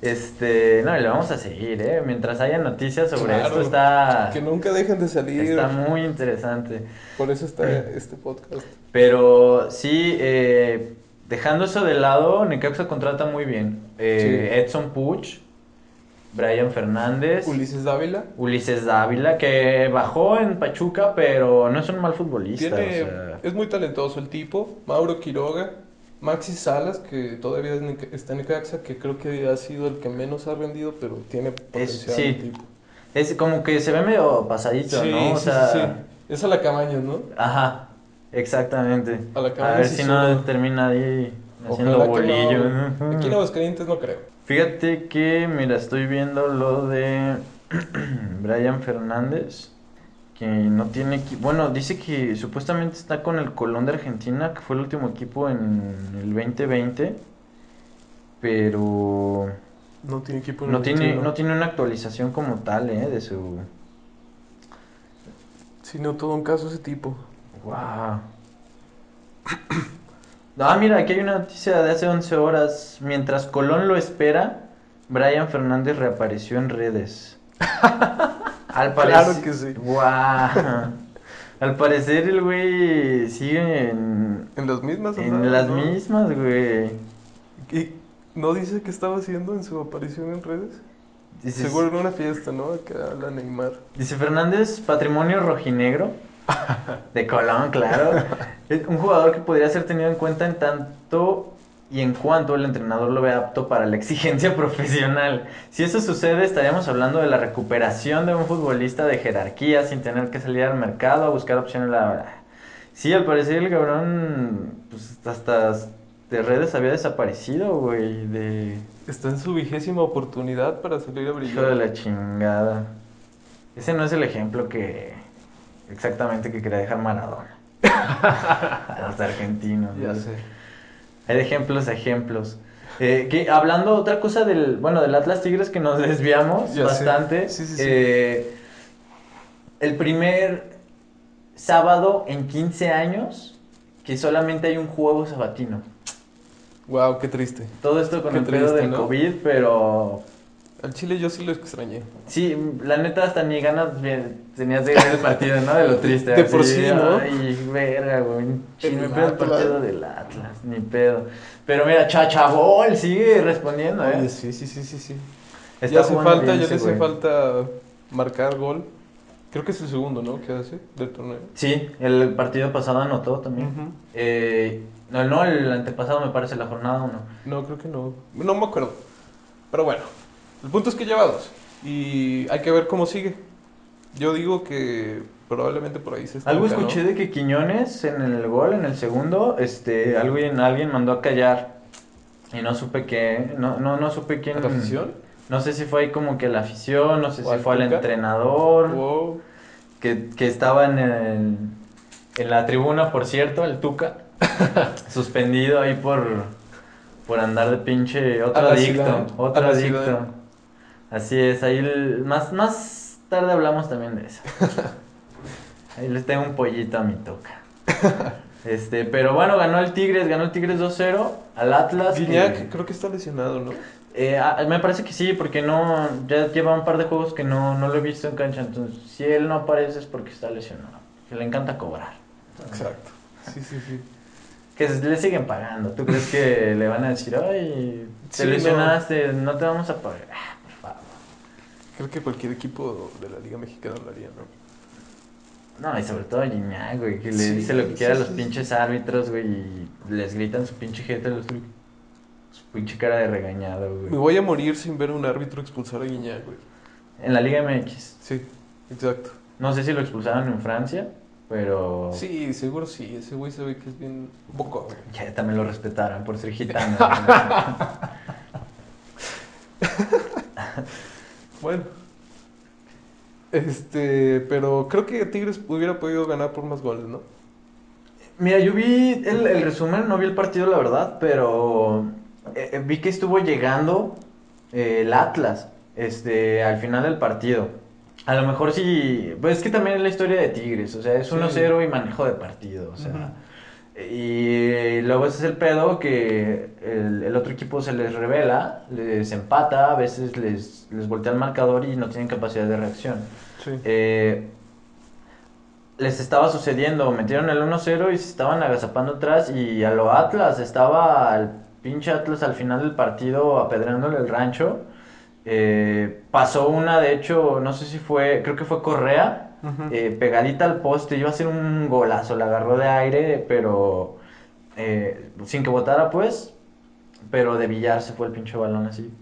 Speaker 1: Este, no, y le vamos a seguir, ¿eh? Mientras haya noticias sobre
Speaker 2: Claro.
Speaker 1: esto, está,
Speaker 2: Que nunca dejen de salir.
Speaker 1: está muy interesante.
Speaker 2: Por eso está
Speaker 1: Eh.
Speaker 2: este podcast.
Speaker 1: Pero sí, eh, dejando eso de lado, Necaxa contrata muy bien. Eh,
Speaker 2: Sí.
Speaker 1: Edson Puch, Brian Fernández.
Speaker 2: Ulises Dávila.
Speaker 1: Ulises Dávila, que bajó en Pachuca, pero no es un mal futbolista.
Speaker 2: Tiene,
Speaker 1: o sea,
Speaker 2: es muy talentoso el tipo. Mauro Quiroga. Maxi Salas, que todavía es Neca- está en Necaxa, que creo que ha sido el que menos ha rendido, pero tiene potencial
Speaker 1: sí,
Speaker 2: el tipo.
Speaker 1: es como que se ve medio pasadito,
Speaker 2: Sí,
Speaker 1: ¿no? O
Speaker 2: sí,
Speaker 1: sea,
Speaker 2: sí, sí. Es a la cabaña, ¿no?
Speaker 1: Ajá, exactamente.
Speaker 2: A la
Speaker 1: A
Speaker 2: cabeza
Speaker 1: ver
Speaker 2: sí
Speaker 1: si
Speaker 2: suena.
Speaker 1: no termina ahí haciendo
Speaker 2: Ojalá que
Speaker 1: bolillo.
Speaker 2: no. Aquí en Aguascalientes no creo.
Speaker 1: Fíjate que, mira, estoy viendo lo de Brian Fernández, que no tiene equipo. Bueno, dice que supuestamente está con el Colón de Argentina, que fue el último equipo en el 2020, pero
Speaker 2: No tiene equipo en
Speaker 1: no tiene,
Speaker 2: Argentina.
Speaker 1: no tiene una actualización como tal, ¿eh? De su...
Speaker 2: Sino todo un caso ese tipo.
Speaker 1: ¡Wow! Ah, mira, aquí hay una noticia de hace 11 horas. Mientras Colón lo espera, Brian Fernández reapareció en redes. Al parecer...
Speaker 2: Claro que sí.
Speaker 1: ¡Guau! Al parecer el güey sigue en,
Speaker 2: En las mismas
Speaker 1: en
Speaker 2: andadas,
Speaker 1: las
Speaker 2: ¿no?
Speaker 1: mismas, güey.
Speaker 2: ¿Y no dice qué estaba haciendo en su aparición en redes?
Speaker 1: Dices-
Speaker 2: Seguro en una fiesta, ¿no? Acá la Neymar.
Speaker 1: Dice Fernández, patrimonio rojinegro. De Colón, claro. Es Un jugador que podría ser tenido en cuenta en tanto y en cuanto el entrenador lo vea apto para la exigencia profesional. Si eso sucede, estaríamos hablando de la recuperación de un futbolista de jerarquía sin tener que salir al mercado a buscar opciones laborales. Sí, al parecer el cabrón, pues hasta de redes había desaparecido, güey. De,
Speaker 2: Está en su vigésima oportunidad para salir a
Speaker 1: Hijo de
Speaker 2: brillar.
Speaker 1: la chingada. Ese no es el ejemplo que. Exactamente que quería dejar Maradona. A los argentinos.
Speaker 2: Ya
Speaker 1: ¿no?
Speaker 2: sé.
Speaker 1: Hay de ejemplos a ejemplos. Eh, que, hablando otra cosa del. Bueno, del Atlas Tigres que nos desviamos
Speaker 2: Ya sé.
Speaker 1: bastante.
Speaker 2: Sí, sí, sí.
Speaker 1: eh, el primer sábado en 15 años que solamente hay un juego sabatino.
Speaker 2: Wow, qué triste.
Speaker 1: Todo esto con
Speaker 2: Qué
Speaker 1: el pedo
Speaker 2: triste,
Speaker 1: del
Speaker 2: ¿no?
Speaker 1: COVID, pero
Speaker 2: Al Chile yo sí lo extrañé.
Speaker 1: Sí, la neta, hasta ni ganas le- tenías de ver el partido, ¿no? De lo triste.
Speaker 2: De por sí, ¿no?
Speaker 1: Ay, verga, güey. Ni
Speaker 2: El
Speaker 1: pedo el
Speaker 2: Atlas.
Speaker 1: partido del Atlas, ni pedo. Pero mira, Chachabol sigue respondiendo, ¿eh?
Speaker 2: Oye, sí, sí, sí, sí, sí.
Speaker 1: Está
Speaker 2: ya hace
Speaker 1: jugando
Speaker 2: falta,
Speaker 1: bien
Speaker 2: ya
Speaker 1: ese
Speaker 2: le hace
Speaker 1: güey.
Speaker 2: falta marcar gol. Creo que es el segundo, ¿no? Que hace del torneo.
Speaker 1: Sí, el partido pasado anotó también.
Speaker 2: Ujú.
Speaker 1: Eh, no, no, el antepasado me parece la jornada uno.
Speaker 2: No, creo que no. No me acuerdo. Pero bueno, el punto es que lleva dos. Y hay que ver cómo sigue. Yo digo que probablemente por ahí se estanca,
Speaker 1: Algo
Speaker 2: ¿no?
Speaker 1: escuché de que Quiñones en el gol, en el segundo, este, alguien, alguien mandó a callar. Y no supe qué, no, no, no supe quién.
Speaker 2: ¿La afición?
Speaker 1: No sé si fue ahí como que la afición, no sé
Speaker 2: ¿O
Speaker 1: si
Speaker 2: al
Speaker 1: fue al
Speaker 2: Tuca?
Speaker 1: entrenador,
Speaker 2: Wow.
Speaker 1: que, que estaba en, el- en la tribuna, por cierto, el Tuca, suspendido ahí por, por andar de pinche
Speaker 2: A
Speaker 1: otro
Speaker 2: la
Speaker 1: adicto,
Speaker 2: ciudad,
Speaker 1: otro
Speaker 2: a la
Speaker 1: adicto.
Speaker 2: ciudad.
Speaker 1: Así es, ahí el- más, más tarde hablamos también de eso. Ahí les tengo un pollito a mi Tuca. Este, pero bueno, ganó el Tigres, ganó el Tigres 2-0 al Atlas. que-
Speaker 2: Guiñac creo que está lesionado, ¿no?
Speaker 1: eh, ah, me parece que sí, porque no ya lleva un par de juegos que no, no lo he visto en cancha. Entonces, si él no aparece es porque está lesionado. Que le encanta cobrar. Entonces,
Speaker 2: Exacto. Sí, sí, sí.
Speaker 1: Que s- le siguen pagando. ¿Tú crees que le van a decir, ay, te
Speaker 2: Sí, no.
Speaker 1: lesionaste, no. te vamos a pagar? Ah, por favor.
Speaker 2: Creo que cualquier equipo de la Liga Mexicana lo haría, ¿no?
Speaker 1: No, y sobre todo a Gignac, güey, que le
Speaker 2: Sí,
Speaker 1: dice lo que
Speaker 2: sí,
Speaker 1: quiera a
Speaker 2: sí,
Speaker 1: los
Speaker 2: sí.
Speaker 1: pinches árbitros, güey, y les gritan su pinche jeta, los- su pinche cara de regañado,
Speaker 2: Me
Speaker 1: güey.
Speaker 2: voy a morir sin ver a un árbitro expulsar a Guiñac, güey.
Speaker 1: En la Liga MX.
Speaker 2: Sí, exacto.
Speaker 1: No sé si lo expulsaron en Francia, pero...
Speaker 2: Sí, seguro sí. Ese güey se ve que es bien bocón, güey.
Speaker 1: Ya también lo respetaron por ser gitano.
Speaker 2: Bueno. Este, pero creo que Tigres hubiera podido ganar por más goles, ¿no?
Speaker 1: Mira, yo vi el, el resumen, no vi el partido, la verdad, pero eh, eh, vi que estuvo llegando eh, el Atlas este, al final del partido. A lo mejor sí, pues es que también es la historia de Tigres, o sea, es
Speaker 2: Sí.
Speaker 1: 1-0 y manejo de partido, o sea. Y luego ese es el pedo que el, el otro equipo se les revela, les empata, a veces les, les voltea el marcador y no tienen capacidad de reacción.
Speaker 2: Sí.
Speaker 1: eh, les estaba sucediendo. Metieron el 1-0 y se estaban agazapando atrás. Y a lo Atlas, estaba el pinche Atlas al final del partido apedreándole el rancho. Eh, pasó una, de hecho, no sé si fue, creo que fue Correa, eh, pegadita al poste. Iba a ser un golazo, la agarró de aire, pero eh, sin que botara, pues. Pero de Villar se fue el pinche balón así,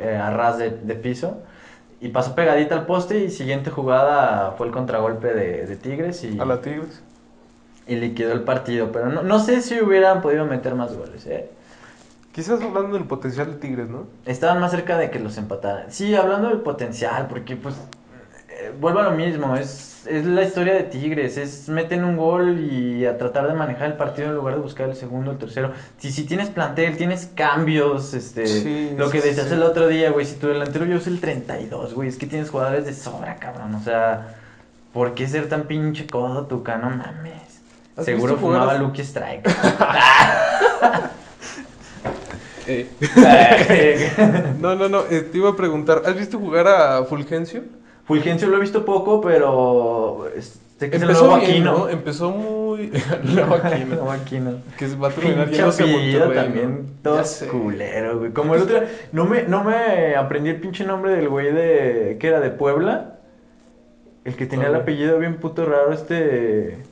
Speaker 1: eh, a ras de, de piso. Y pasó pegadita al poste y siguiente jugada fue el contragolpe de, de Tigres y,
Speaker 2: A la Tigres.
Speaker 1: y liquidó el partido. Pero no, no sé si hubieran podido meter más goles. ¿eh?
Speaker 2: Quizás hablando del potencial de Tigres, ¿no?
Speaker 1: Estaban más cerca de que los empataran. Sí, hablando del potencial, porque pues eh, vuelvo a lo mismo, es, es la historia de Tigres, es meten un gol y a tratar de manejar el partido en lugar de buscar el segundo, el tercero. Si, si tienes plantel, tienes cambios, este,
Speaker 2: Sí,
Speaker 1: lo que
Speaker 2: sí,
Speaker 1: decías
Speaker 2: sí.
Speaker 1: el otro día, güey, si tu delantero ya usa el 32, güey, es que tienes jugadores de sobra, cabrón, o sea, ¿por qué ser tan pinche codo, Tuca? No mames.
Speaker 2: ¿Has
Speaker 1: Seguro
Speaker 2: visto jugar
Speaker 1: fumaba
Speaker 2: a-
Speaker 1: Lucky Strike.
Speaker 2: Eh,
Speaker 1: Ah.
Speaker 2: No, no, no, eh, te iba a preguntar, ¿has visto jugar a Fulgencio?
Speaker 1: Fulgencio lo he visto poco, pero es- sé que es el
Speaker 2: Empezó
Speaker 1: nuevo
Speaker 2: bien,
Speaker 1: Aquino.
Speaker 2: ¿no? Empezó muy... Nuevo Aquino.
Speaker 1: Nuevo Aquino.
Speaker 2: Que va a terminar
Speaker 1: Pinche
Speaker 2: yéndose a
Speaker 1: apellido
Speaker 2: Monterrey,
Speaker 1: también,
Speaker 2: ¿no?
Speaker 1: todo
Speaker 2: Ya sé.
Speaker 1: culero, güey. Como el otro, no me, no me aprendí el pinche nombre del güey de, que era de Puebla, el que tenía el
Speaker 2: Ajá.
Speaker 1: apellido bien puto raro, este,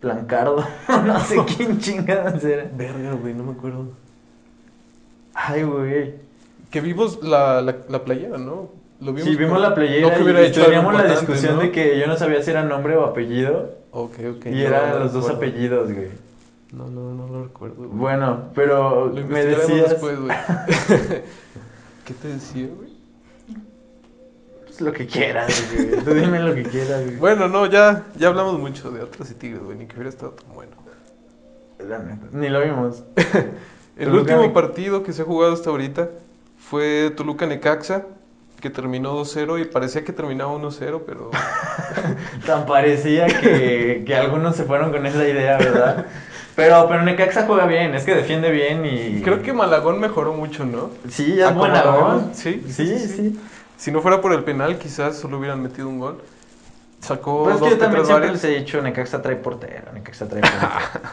Speaker 1: Plancardo, no sé quién chingadas era.
Speaker 2: Verga, güey, no me acuerdo.
Speaker 1: Ay, güey.
Speaker 2: Que vimos la, la, la playera, ¿no? Lo
Speaker 1: Si vimos la playera
Speaker 2: no que
Speaker 1: y-
Speaker 2: hubiera
Speaker 1: y
Speaker 2: hecho algo
Speaker 1: teníamos la
Speaker 2: importante,
Speaker 1: discusión
Speaker 2: ¿no?
Speaker 1: de que yo no sabía si era nombre o apellido,
Speaker 2: Ok, ok.
Speaker 1: y
Speaker 2: no,
Speaker 1: eran
Speaker 2: no
Speaker 1: los dos
Speaker 2: recuerdo.
Speaker 1: apellidos, güey.
Speaker 2: No, no, no lo recuerdo. güey.
Speaker 1: Bueno, pero
Speaker 2: Lo
Speaker 1: me
Speaker 2: investigaremos
Speaker 1: decías...
Speaker 2: después, güey. ¿Qué te decía, güey?
Speaker 1: Pues lo que quieras, güey. Tú dime lo que quieras, güey.
Speaker 2: Bueno, no, ya, ya hablamos mucho de Atlas y Tigres, güey, ni que hubiera estado tan bueno.
Speaker 1: La neta, Ni lo vimos.
Speaker 2: El
Speaker 1: Toluca
Speaker 2: último
Speaker 1: ne-
Speaker 2: partido que se ha jugado hasta ahorita fue Toluca Necaxa, que terminó 2-0 y parecía que terminaba 1-0, pero
Speaker 1: Tan parecía que, que algunos se fueron con esa idea, ¿verdad? Pero, pero Necaxa juega bien, es que defiende bien y.
Speaker 2: creo que Malagón mejoró mucho, ¿no?
Speaker 1: Sí, ya
Speaker 2: Ah,
Speaker 1: es
Speaker 2: como
Speaker 1: buena,
Speaker 2: Malagón,
Speaker 1: ¿no?
Speaker 2: sí,
Speaker 1: sí, sí.
Speaker 2: sí, sí. Si no fuera por el penal, quizás solo hubieran metido un gol. Sacó
Speaker 1: Pero es que
Speaker 2: dos
Speaker 1: yo
Speaker 2: que
Speaker 1: también
Speaker 2: tres
Speaker 1: siempre
Speaker 2: varios.
Speaker 1: les he dicho: Necaxa trae portero, Necaxa trae portero.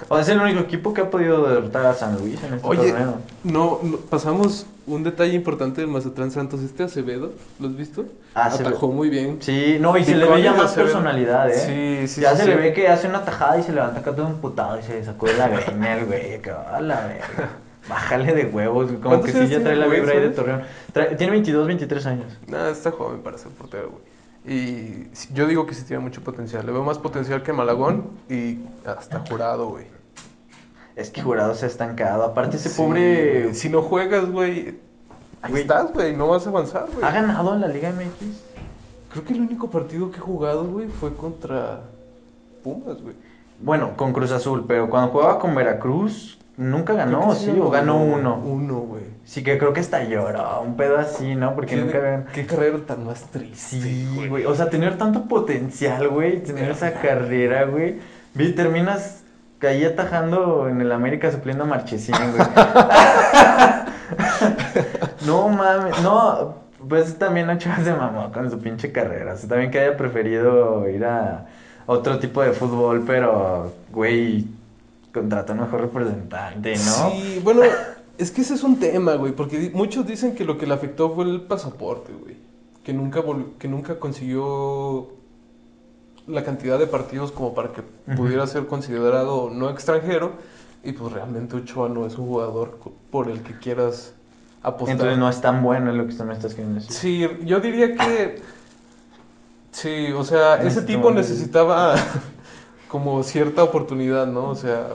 Speaker 1: o sea, es el único equipo que ha podido derrotar a San Luis en este
Speaker 2: Oye,
Speaker 1: torneo.
Speaker 2: no, no, pasamos un detalle importante del Mazatlán Santos, este Acevedo, ¿lo has visto?
Speaker 1: Ah, Acevedo.
Speaker 2: Atajó muy bien.
Speaker 1: Sí, no, y se le
Speaker 2: Picón
Speaker 1: ve ya
Speaker 2: y
Speaker 1: más
Speaker 2: Acevedo.
Speaker 1: personalidad, ¿eh?
Speaker 2: Sí, sí,
Speaker 1: Ya
Speaker 2: sí,
Speaker 1: se
Speaker 2: sí.
Speaker 1: le ve que hace una tajada y se levanta acá todo emputado y se le sacó de la greña el güey. que, A la verga. Bájale de huevos, güey, como
Speaker 2: ¿Cuántos
Speaker 1: que sí
Speaker 2: años
Speaker 1: ya trae
Speaker 2: tiene
Speaker 1: la
Speaker 2: el güey,
Speaker 1: vibra ahí de
Speaker 2: sabes?
Speaker 1: Torreón. Trae- tiene 22, 23 años.
Speaker 2: Nada, está joven para ser portero, güey. Y sí, yo digo que sí tiene mucho potencial. Le veo más potencial que Malagón y hasta jurado, güey.
Speaker 1: Es que Jurado se ha estancado. Aparte ese
Speaker 2: Sí,
Speaker 1: pobre
Speaker 2: güey. Si no juegas, güey, ahí
Speaker 1: Güey.
Speaker 2: estás, güey. No vas a avanzar, güey.
Speaker 1: ha ganado en la Liga MX.
Speaker 2: Creo que el único partido que he jugado, güey, fue contra Pumas, güey.
Speaker 1: Bueno, con Cruz Azul, pero cuando jugaba con Veracruz nunca
Speaker 2: Creo
Speaker 1: ganó,
Speaker 2: que
Speaker 1: Ah, sí, o ganó uno.
Speaker 2: Uno, güey.
Speaker 1: Sí que creo que hasta lloró, un pedo así, ¿no? Porque
Speaker 2: ¿Qué-
Speaker 1: nunca ganó.
Speaker 2: ¿Qué carrera tan más triste?
Speaker 1: Sí, güey. O sea, tener tanto potencial, güey. Tener esa carrera, güey. Vi, terminas ahí atajando en el América supliendo a Marchesín, güey. no mames. No, pues también Ochoa se mamó con su pinche carrera. O sea, también que haya preferido ir a otro tipo de fútbol, pero, güey, contrata un mejor representante, ¿no?
Speaker 2: Sí, bueno, es que ese es un tema, güey, porque di- muchos dicen que lo que le afectó fue el pasaporte, güey. Que nunca, vol- que nunca consiguió la cantidad de partidos como para que pudiera ser considerado no extranjero. Y pues realmente Ochoa no es un jugador co- por el que quieras apostar.
Speaker 1: Entonces no es tan bueno es lo que tú me estás queriendo decir.
Speaker 2: Sí, yo diría que. Sí, o sea, ese
Speaker 1: Necesitaba
Speaker 2: tipo
Speaker 1: un-
Speaker 2: necesitaba como cierta oportunidad, ¿no? O sea,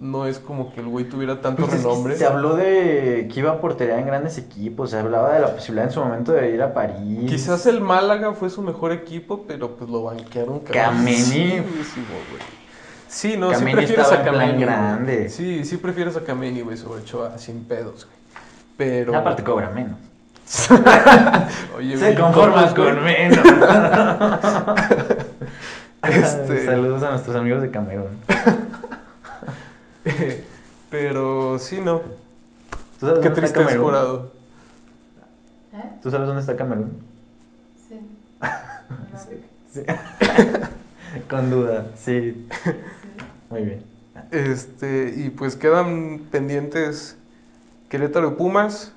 Speaker 2: no es como que el güey tuviera tanto
Speaker 1: Pues es que
Speaker 2: renombre.
Speaker 1: se habló de que iba a portería en grandes equipos, se hablaba de la posibilidad en su momento de ir a París.
Speaker 2: Quizás el Málaga fue su mejor equipo, pero pues lo banquearon. cabrón.
Speaker 1: Kameni.
Speaker 2: Sí, sí, güey. Sí, no,
Speaker 1: Kameni
Speaker 2: sí prefieres
Speaker 1: estaba
Speaker 2: a
Speaker 1: en plan
Speaker 2: Kameni. güey.
Speaker 1: grande.
Speaker 2: Sí, sí prefieres a Kameni, güey, sobre Ochoa, sin pedos, güey. Pero.
Speaker 1: Aparte cobra menos.
Speaker 2: Oye,
Speaker 1: se
Speaker 2: güey,
Speaker 1: conforman
Speaker 2: ¿cómo, güey?
Speaker 1: con menos.
Speaker 2: Este-
Speaker 1: Saludos a nuestros amigos de Camerún.
Speaker 2: Pero sí, no.
Speaker 1: ¿Tú sabes dónde
Speaker 2: Qué
Speaker 1: está
Speaker 2: triste es
Speaker 1: Camerún?
Speaker 2: jurado.
Speaker 3: ¿Eh?
Speaker 1: ¿Tú sabes dónde está Camerún?
Speaker 3: Sí.
Speaker 1: Sí. con duda, sí. Muy bien.
Speaker 2: Este, y pues quedan pendientes Querétaro y Pumas.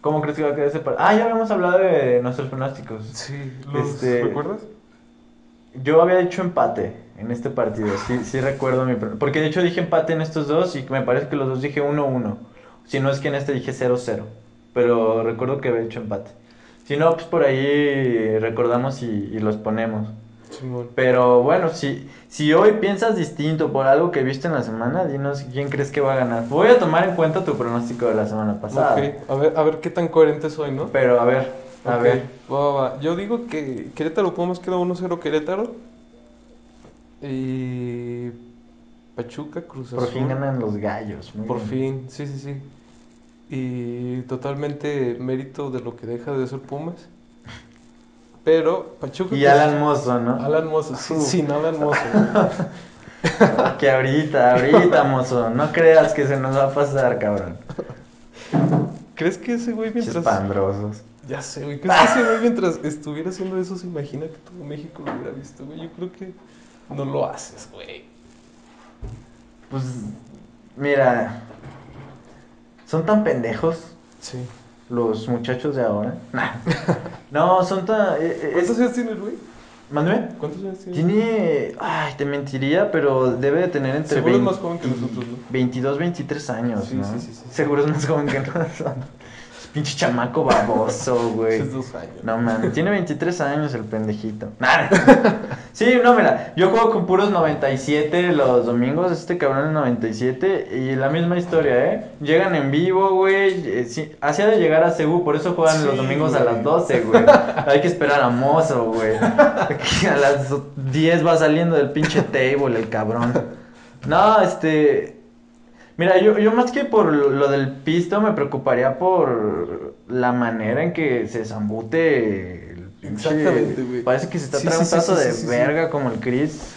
Speaker 1: ¿Cómo crees que va a quedar ese partido? Ah, ya habíamos hablado de nuestros pronósticos.
Speaker 2: Sí, ¿los
Speaker 1: Este-
Speaker 2: recuerdas?
Speaker 1: Yo había dicho empate en este partido, sí, sí recuerdo mi... pro- Porque de hecho dije empate en estos dos y me parece que los dos dije 1-1. Si no es que en este dije 0-0, pero recuerdo que había dicho empate. Si no, pues por ahí recordamos y, y los ponemos.
Speaker 2: Simón.
Speaker 1: Pero bueno, si, si hoy piensas distinto por algo que viste en la semana, dinos quién crees que va a ganar. Voy a tomar en cuenta tu pronóstico de la semana pasada.
Speaker 2: Ok, a ver, a ver qué tan coherente soy, ¿no?
Speaker 1: Pero a ver, A
Speaker 2: Ok,
Speaker 1: ver.
Speaker 2: va, va, va. Yo digo que Querétaro Pumas queda 1-0 Querétaro. Y Pachuca Cruz
Speaker 1: Por fin
Speaker 2: Azul.
Speaker 1: ganan los gallos. muy
Speaker 2: Por
Speaker 1: bien.
Speaker 2: fin, sí, sí, sí. Y totalmente mérito de lo que deja de ser Pumas. Pero Pachuca
Speaker 1: Y
Speaker 2: Cruz-
Speaker 1: Alan Mozo, ¿no?
Speaker 2: Alan Mozo, sí,
Speaker 1: Uf.
Speaker 2: sin Alan Mozo. güey.
Speaker 1: que ahorita, ahorita, Mozo. No creas que se nos va a pasar, cabrón.
Speaker 2: ¿Crees que ese güey
Speaker 1: Pinches
Speaker 2: mientras
Speaker 1: pandrosos.
Speaker 2: Ya sé, güey. ¿Crees que ese güey mientras estuviera haciendo eso se imagina que todo México lo hubiera visto, güey? Yo creo que no lo haces, güey.
Speaker 1: Pues, mira. Son tan pendejos
Speaker 2: Sí.
Speaker 1: los muchachos de ahora. Nah. No, son tan. eh, eh,
Speaker 2: ¿Cuántos
Speaker 1: es-
Speaker 2: años tiene el güey?
Speaker 1: ¿Manuel?
Speaker 2: ¿Cuántos años tiene?
Speaker 1: Tiene. Ay, te mentiría, pero debe de tener entre
Speaker 2: Seguro es
Speaker 1: 20
Speaker 2: más joven que nosotros, ¿no?
Speaker 1: 22, 23 años,
Speaker 2: Sí,
Speaker 1: ¿no?
Speaker 2: sí, sí, sí.
Speaker 1: Seguro es más joven que nosotros. Pinche chamaco baboso, güey.
Speaker 2: Es dos años.
Speaker 1: No mames, tiene 23 años el pendejito. Nah. Sí, no, mira, yo juego con puros 97 los domingos, este cabrón es 97 y la misma historia, ¿eh? Llegan en vivo, güey, eh, sí, así ha de llegar a CU, por eso juegan los
Speaker 2: Sí,
Speaker 1: domingos a
Speaker 2: güey.
Speaker 1: las 12, güey. Hay que esperar a Mozo, güey. Que A las 10 va saliendo del pinche table el cabrón. No, este... Mira, yo, yo más que por lo del pisto me preocuparía por la manera en que se zambute el pinche-
Speaker 2: Exactamente, güey.
Speaker 1: Parece que se está
Speaker 2: Sí,
Speaker 1: tragando
Speaker 2: sí,
Speaker 1: un
Speaker 2: sí,
Speaker 1: tazo
Speaker 2: sí,
Speaker 1: de
Speaker 2: sí, sí.
Speaker 1: verga como el Chris,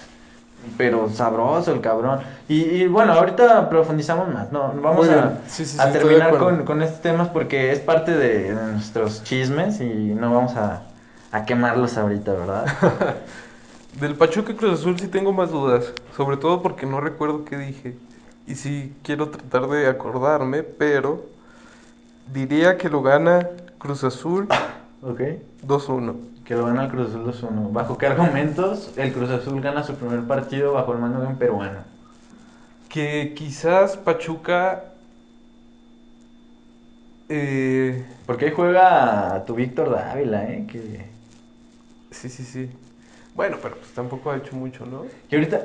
Speaker 1: pero sabroso el cabrón. Y, y bueno, ahorita profundizamos más, ¿no? Vamos
Speaker 2: Muy
Speaker 1: a,
Speaker 2: bien. Sí, sí, sí,
Speaker 1: a
Speaker 2: estoy de
Speaker 1: terminar
Speaker 2: acuerdo.
Speaker 1: con, con estos temas porque es parte de nuestros chismes y no vamos a, a quemarlos ahorita, ¿verdad?
Speaker 2: Del Pachuca Cruz Azul sí tengo más dudas, sobre todo porque no recuerdo qué dije. Y sí quiero tratar de acordarme, pero diría que lo gana Cruz Azul
Speaker 1: ok.
Speaker 2: 2-1.
Speaker 1: Que lo gana el Cruz Azul 2-1. ¿Bajo qué argumentos el Cruz Azul gana su primer partido bajo el mando de un peruano?
Speaker 2: Que quizás Pachuca. eh,
Speaker 1: Porque ahí juega tu Víctor Dávila, ¿eh? Que,
Speaker 2: sí, sí, sí. Bueno, pero pues tampoco ha hecho mucho, ¿no?
Speaker 1: que ahorita...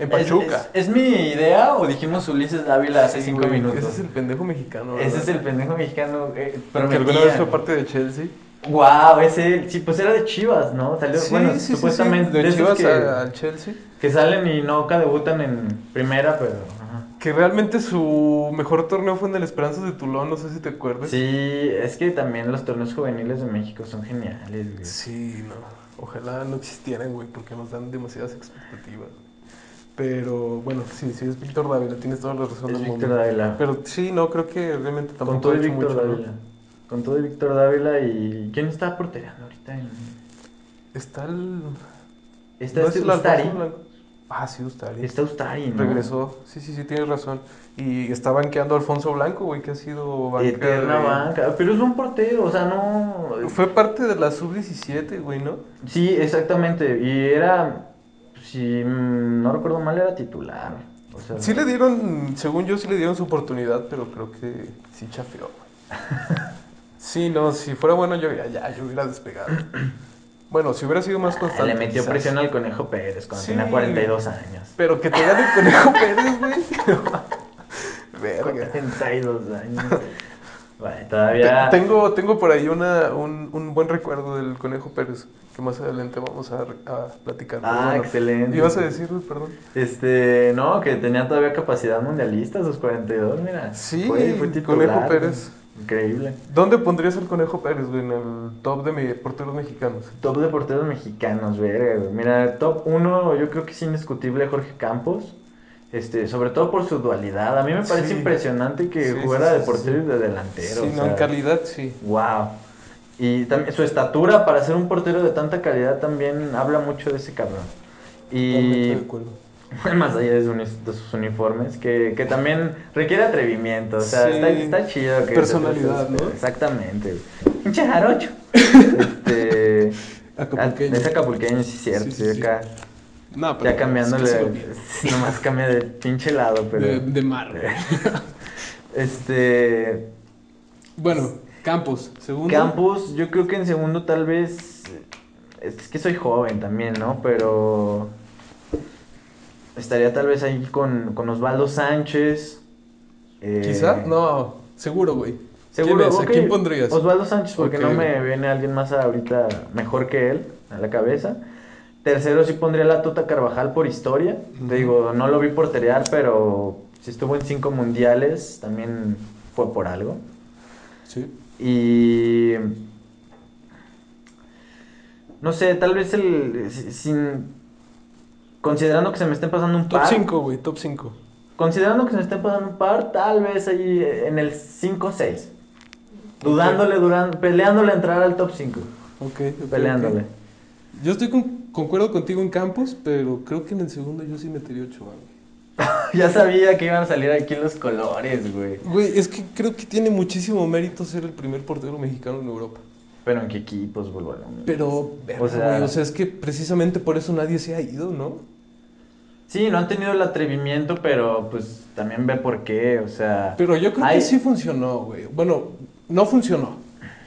Speaker 2: En
Speaker 1: ¿Es-
Speaker 2: Pachuca.
Speaker 1: ¿Es, es mi idea o dijimos Ulises Dávila hace
Speaker 2: Sí,
Speaker 1: cinco
Speaker 2: güey,
Speaker 1: minutos?
Speaker 2: Ese es el pendejo mexicano. ¿verdad?
Speaker 1: pendejo mexicano. Eh,
Speaker 2: Que alguna vez fue parte de Chelsea.
Speaker 1: Wow, ese, sí, pues era de Chivas, ¿no? Salió, bueno, supuestamente
Speaker 2: de
Speaker 1: esos
Speaker 2: Chivas
Speaker 1: que,
Speaker 2: a- al Chelsea.
Speaker 1: que salen y nunca debutan en primera, pero... ajá.
Speaker 2: Que realmente su mejor torneo fue en el Esperanzas de Tulón, no sé si te acuerdas.
Speaker 1: Sí, es que también los torneos juveniles de México son geniales, güey.
Speaker 2: Sí, no. Ojalá no existieran, güey, porque nos dan demasiadas expectativas. Pero bueno, sí, sí, es Víctor Dávila, tienes toda la razón
Speaker 1: Es
Speaker 2: del
Speaker 1: Víctor
Speaker 2: mundo.
Speaker 1: Dávila.
Speaker 2: Pero sí, no, creo que realmente
Speaker 1: Con
Speaker 2: tampoco
Speaker 1: todo
Speaker 2: ha
Speaker 1: y
Speaker 2: hecho
Speaker 1: Víctor
Speaker 2: mucho. ¿no?
Speaker 1: Dávila. Con todo y Víctor Dávila y... ¿Quién está porterando ahorita? En...
Speaker 2: Está el.
Speaker 1: Está este
Speaker 2: ¿no es el Alfonso
Speaker 1: Ustari.
Speaker 2: Blanco? Ah, sí, Ustari.
Speaker 1: Está Ustari, ¿no?
Speaker 2: Regresó. Sí, sí, sí, tienes razón. Y está banqueando a Alfonso Blanco, güey, que ha sido banca.
Speaker 1: Eterna
Speaker 2: de-
Speaker 1: banca. Pero es un portero, o sea, no.
Speaker 2: Fue parte de la sub-17, güey, ¿no?
Speaker 1: Sí, exactamente. Y era. Si mm, no recuerdo mal, era titular. O sea,
Speaker 2: Sí le dieron, según yo, sí le dieron su oportunidad, pero creo que sí chafeó, güey. Sí, no, si fuera bueno yo ya, ya, yo hubiera despegado. Bueno, si hubiera sido más
Speaker 1: ah,
Speaker 2: constante.
Speaker 1: Le metió
Speaker 2: quizás.
Speaker 1: presión al Conejo Pérez cuando
Speaker 2: Sí.
Speaker 1: tenía 42 años.
Speaker 2: Pero que te gane el Conejo Pérez, güey. Verga.
Speaker 1: 42 años. Bueno,
Speaker 2: Te-
Speaker 1: todavía.
Speaker 2: Tengo, tengo por ahí una, un, un buen recuerdo del Conejo Pérez, que más adelante vamos a, a platicar. pero
Speaker 1: Ah,
Speaker 2: bueno.
Speaker 1: excelente.
Speaker 2: Ibas a decir, güey, perdón.
Speaker 1: Este, no, que tenía todavía capacidad mundialista a sus 42, mira.
Speaker 2: Sí,
Speaker 1: Fue- fue
Speaker 2: el
Speaker 1: titular,
Speaker 2: Conejo Pérez.
Speaker 1: Increíble.
Speaker 2: ¿Dónde pondrías al Conejo Pérez, güey, en el top de mi- porteros mexicanos?
Speaker 1: Top de porteros mexicanos, verga, güey. Mira, top 1 yo creo que es indiscutible Jorge Campos. Este, sobre todo por su dualidad. A mí me parece
Speaker 2: Sí.
Speaker 1: impresionante que
Speaker 2: Sí, sí,
Speaker 1: jugara
Speaker 2: sí,
Speaker 1: de
Speaker 2: sí,
Speaker 1: portero
Speaker 2: sí.
Speaker 1: y de delantero.
Speaker 2: sí,
Speaker 1: o
Speaker 2: no, en
Speaker 1: sea,
Speaker 2: calidad, sí.
Speaker 1: Wow. Y también su estatura para ser un portero de tanta calidad también habla mucho de ese cabrón.
Speaker 2: Totalmente
Speaker 1: Y
Speaker 2: de acuerdo.
Speaker 1: más allá de, su uni- de sus uniformes, que, que también requiere atrevimiento. O sea,
Speaker 2: Sí.
Speaker 1: está, está chido. Que
Speaker 2: Personalidad, ¿no?
Speaker 1: Exactamente. güey. Pinche jarocho. este.
Speaker 2: Acapulqueño.
Speaker 1: Es acapulqueño, sí, cierto.
Speaker 2: Sí, sí,
Speaker 1: sí,
Speaker 2: sí.
Speaker 1: acá,
Speaker 2: No,
Speaker 1: ya
Speaker 2: es que
Speaker 1: cambiándole.
Speaker 2: sí lo pienso.
Speaker 1: nomás cambia de pinche lado, pero.
Speaker 4: De, de mar. güey.
Speaker 1: Este.
Speaker 4: Bueno, Campos, segundo.
Speaker 1: Campus, yo creo que en segundo tal vez. Es que soy joven también, ¿no? Pero. Estaría tal vez ahí con, con Osvaldo Sánchez. eh,
Speaker 2: Quizá, no.
Speaker 4: Seguro, güey.
Speaker 1: Seguro,
Speaker 2: es? ¿A
Speaker 1: ok,
Speaker 2: quién pondrías?
Speaker 1: Osvaldo Sánchez, porque
Speaker 2: Ok.
Speaker 1: no me viene alguien más ahorita mejor que él a la cabeza. Tercero sí pondría la Tuta Carvajal por historia. Te digo, no lo vi porterear, pero si estuvo en cinco mundiales, también fue por algo.
Speaker 2: Sí.
Speaker 1: Y. No sé, tal vez el. si- Sin. Considerando que se me estén pasando un
Speaker 2: Top
Speaker 1: par.
Speaker 2: 5, güey, top 5.
Speaker 1: Considerando que se me estén pasando un par, tal vez ahí eh, en el 5-6. Dudándole, duran- peleándole a entrar al top 5.
Speaker 2: Ok, ok,
Speaker 1: Peleándole.
Speaker 2: ok. Yo estoy con- concuerdo contigo en Campos, pero creo que en el segundo yo sí metería Ochoa, güey.
Speaker 1: ya sabía que iban a salir aquí los colores, güey.
Speaker 2: Güey, es que creo que tiene muchísimo mérito ser el primer portero mexicano en Europa.
Speaker 1: Pero en qué equipos vuelvo a lo mismo.
Speaker 2: Pero, verga,
Speaker 1: O
Speaker 2: güey,
Speaker 1: sea-
Speaker 2: o, sea, es que precisamente por eso nadie se ha ido, ¿no?
Speaker 1: Sí, no han tenido el atrevimiento, pero pues también ve por qué, o sea.
Speaker 2: Pero yo creo
Speaker 1: hay-
Speaker 2: que sí funcionó, güey. Bueno, no funcionó.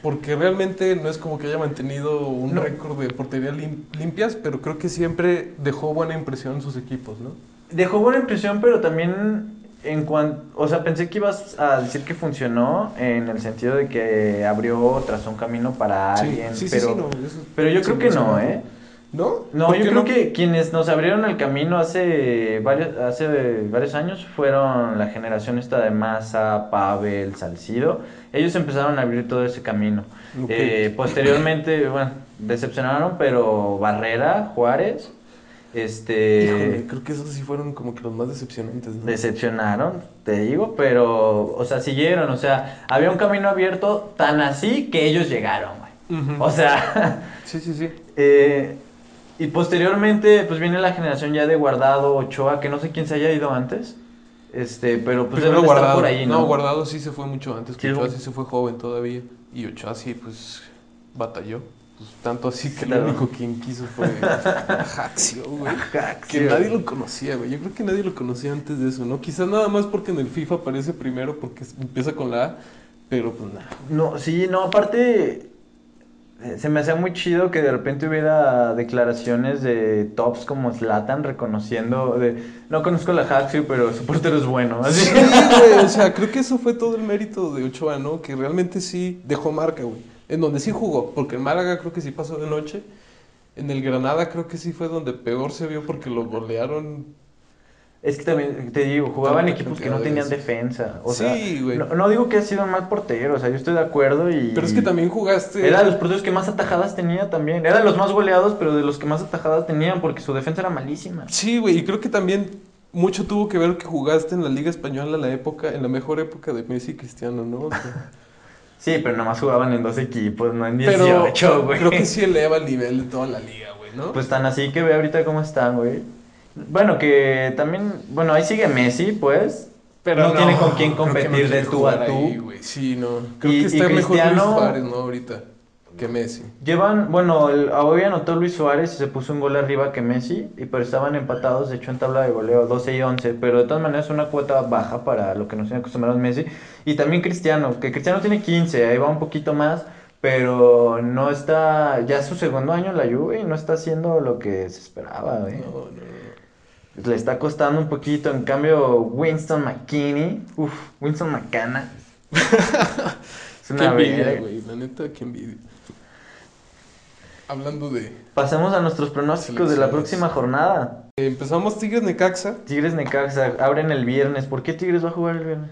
Speaker 2: Porque realmente no es como que haya mantenido un
Speaker 1: No.
Speaker 2: récord de portería lim- limpias, pero creo que siempre dejó buena impresión en sus equipos, ¿no?
Speaker 1: Dejó buena impresión, pero también en cuanto, o sea, pensé que ibas a decir que funcionó en el sentido de que abrió trazó un camino para
Speaker 2: Sí,
Speaker 1: alguien,
Speaker 2: sí,
Speaker 1: Ah,
Speaker 2: sí,
Speaker 1: pero
Speaker 2: sí, no, eso-
Speaker 1: pero yo creo
Speaker 2: sí,
Speaker 1: que
Speaker 2: eso
Speaker 1: no, ¿eh?
Speaker 2: ¿No?
Speaker 1: No,
Speaker 2: ¿Por
Speaker 1: Pues yo
Speaker 2: qué
Speaker 1: creo que quienes nos abrieron el camino hace varios, hace varios años fueron la generación esta de Massa, Pavel, Salcido. Ellos empezaron a abrir todo ese camino.
Speaker 2: Ok.
Speaker 1: Eh, posteriormente, bueno, decepcionaron, pero Barrera, Juárez, este...
Speaker 2: Híjole, creo que esos sí fueron como que los más decepcionantes, ¿no?
Speaker 1: decepcionaron, te digo, pero, o sea, siguieron, o sea, había un camino abierto tan así que ellos llegaron, güey.
Speaker 2: Ujú.
Speaker 1: O sea,
Speaker 2: Sí, sí, sí.
Speaker 1: eh, y posteriormente, pues viene la generación ya de Guardado, Ochoa, que no sé quién se haya ido antes, este, pero pues deben
Speaker 2: Primero
Speaker 1: de estar
Speaker 2: guardado.
Speaker 1: por ahí, ¿no?
Speaker 2: no, guardado sí se fue mucho antes.
Speaker 1: Sí,
Speaker 2: Que Ochoa
Speaker 1: güey.
Speaker 2: sí se fue joven todavía. Y Ochoa sí, pues, batalló. Pues, tanto así que
Speaker 1: Claro.
Speaker 2: el único quien quiso fue Jaxio, güey. Que
Speaker 1: sí,
Speaker 2: nadie
Speaker 1: güey.
Speaker 2: lo conocía, güey. Yo creo que nadie lo conocía antes de eso, ¿no? Quizás nada más porque en el FIFA aparece primero porque empieza con la A. Pero pues nada.
Speaker 1: No, sí, no, aparte eh, se me hacía muy chido que de repente hubiera declaraciones de tops como Zlatan reconociendo de no conozco la Haxi, pero su portero es bueno. Así.
Speaker 2: Sí, güey, o sea, creo que eso fue todo el mérito de Ochoa, ¿no? Que realmente sí dejó marca, güey. En donde sí jugó, porque en Málaga creo que sí pasó de noche. En el Granada creo que sí fue donde peor se vio porque lo goleaban.
Speaker 1: Es que también, te digo, jugaban
Speaker 2: Tanta
Speaker 1: equipos que
Speaker 2: cantidad
Speaker 1: no
Speaker 2: de
Speaker 1: tenían
Speaker 2: veces.
Speaker 1: defensa. O
Speaker 2: Sí,
Speaker 1: sea,
Speaker 2: güey.
Speaker 1: No, no digo que ha sido un mal portero, o sea, yo estoy de acuerdo y...
Speaker 2: Pero es que también jugaste.
Speaker 1: Era de los porteros que más atajadas tenía también. Era de los más goleados, pero de los que más atajadas tenían porque su defensa era malísima.
Speaker 2: Sí, güey, y creo que también mucho tuvo que ver que jugaste en la Liga Española la época, en la mejor época de Messi y Cristiano, ¿no? O sea,
Speaker 1: Sí, pero nomás jugaban en dos equipos, no en
Speaker 2: pero
Speaker 1: 18, güey.
Speaker 2: creo que sí eleva el nivel de toda la liga, güey, ¿no?
Speaker 1: Pues tan así que ve ahorita cómo están, güey. Bueno, que también, bueno, ahí sigue Messi, pues. Pero no, tiene con quién
Speaker 2: creo que no
Speaker 1: competir de
Speaker 2: quiere
Speaker 1: tú a
Speaker 2: jugar
Speaker 1: tú.
Speaker 2: ahí, güey. sí, no. Creo
Speaker 1: Y- y
Speaker 2: que está mejor Luis
Speaker 1: Cristiano-
Speaker 2: Suárez, ¿no? Ahorita que Messi.
Speaker 1: Llevan, bueno, el- hoy anotó Luis Suárez y se puso un gol arriba que Messi, y pero estaban empatados, de hecho, en tabla de goleo 12 y 11, pero de todas maneras una cuota baja para lo que nos tiene acostumbrados Messi, y también Cristiano, que Cristiano tiene 15, ahí va un poquito más, pero no está, ya es su segundo año en la Juve y no está haciendo lo que se esperaba, ¿eh?
Speaker 2: No, no, no.
Speaker 1: le está costando un poquito, en cambio Winston McKinney, uff, Winston McCana, es
Speaker 2: Qué
Speaker 1: una verga.
Speaker 2: envidia, güey. La neta, qué envidia. Hablando de. eh,
Speaker 1: Pasemos a nuestros pronósticos de la
Speaker 2: Selecciones.
Speaker 1: próxima jornada.
Speaker 2: Empezamos Tigres Necaxa.
Speaker 1: Tigres Necaxa, abren el viernes. ¿Por qué Tigres va a jugar el viernes?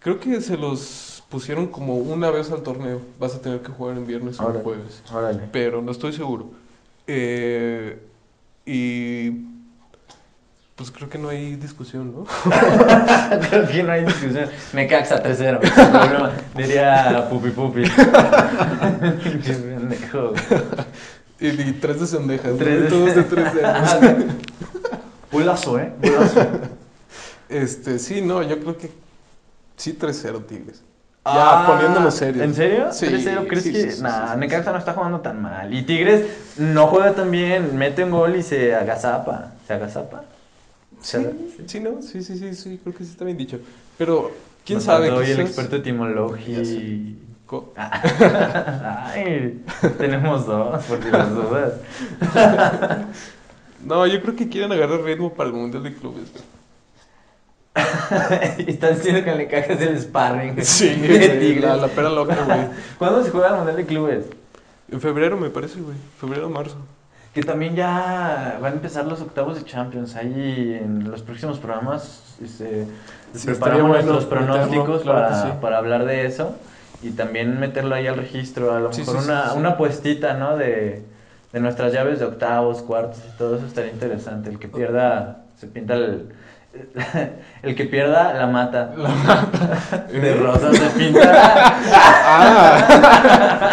Speaker 2: Creo que se los pusieron como una vez al torneo. Vas a tener que jugar en viernes o en
Speaker 1: Ahora.
Speaker 2: jueves.
Speaker 1: Órale.
Speaker 2: Pero no estoy seguro. Eh, y. Pues creo que no hay discusión, ¿no?
Speaker 1: Creo que no hay discusión. Necaxa 3-0. sin problema. Diría Pupi Pupi. Qué pendejo.
Speaker 2: Y, y tres de cendejas. ¿no?
Speaker 1: Tres de-
Speaker 2: Todos de tres de
Speaker 1: Bulazo, ¿eh? Bulazo.
Speaker 2: Este, sí, no, yo creo que sí 3-0 Tigres. Ya
Speaker 1: Ah,
Speaker 2: poniéndonos serios.
Speaker 1: ¿En serio?
Speaker 2: Sí,
Speaker 1: 3-0, ¿crees
Speaker 2: sí,
Speaker 1: que.?
Speaker 2: sí, sí,
Speaker 1: nah,
Speaker 2: sí, sí,
Speaker 1: Necaxa no está jugando tan mal. Y Tigres no juega tan bien. Mete un gol y se agazapa. ¿Se agazapa?
Speaker 2: Sí, sí, no, sí, sí, sí, sí, creo que sí está bien dicho. Pero, ¿quién
Speaker 1: Nos
Speaker 2: sabe?
Speaker 1: faltó hoy el
Speaker 2: quizás-
Speaker 1: experto etimológico.
Speaker 2: Ya sé. Co-
Speaker 1: Ay, tenemos dos, por si las dudas.
Speaker 2: No, yo creo que quieren agarrar ritmo para el Mundial de Clubes. güey.
Speaker 1: y están diciendo que le cagas el sparring. güey. De
Speaker 2: güey,
Speaker 1: Tigres.
Speaker 2: la, la pera loca, güey.
Speaker 1: ¿Cuándo se juega el Mundial de Clubes?
Speaker 2: En febrero me parece, güey. Febrero, marzo.
Speaker 1: Que también ya van a empezar los octavos de Champions. Ahí en los próximos programas este,
Speaker 2: Sí, estaría
Speaker 1: preparamos
Speaker 2: bueno
Speaker 1: nuestros
Speaker 2: meterlo,
Speaker 1: pronósticos
Speaker 2: claro
Speaker 1: para,
Speaker 2: que sí.
Speaker 1: para hablar de eso y también meterlo ahí al registro. A lo
Speaker 2: Sí,
Speaker 1: mejor
Speaker 2: sí, sí,
Speaker 1: una,
Speaker 2: sí.
Speaker 1: una puestita, ¿no? De, de nuestras llaves de octavos, cuartos y todo eso estaría interesante. El que pierda se pinta el. El que pierda la mata. De rosa se pinta. Ah.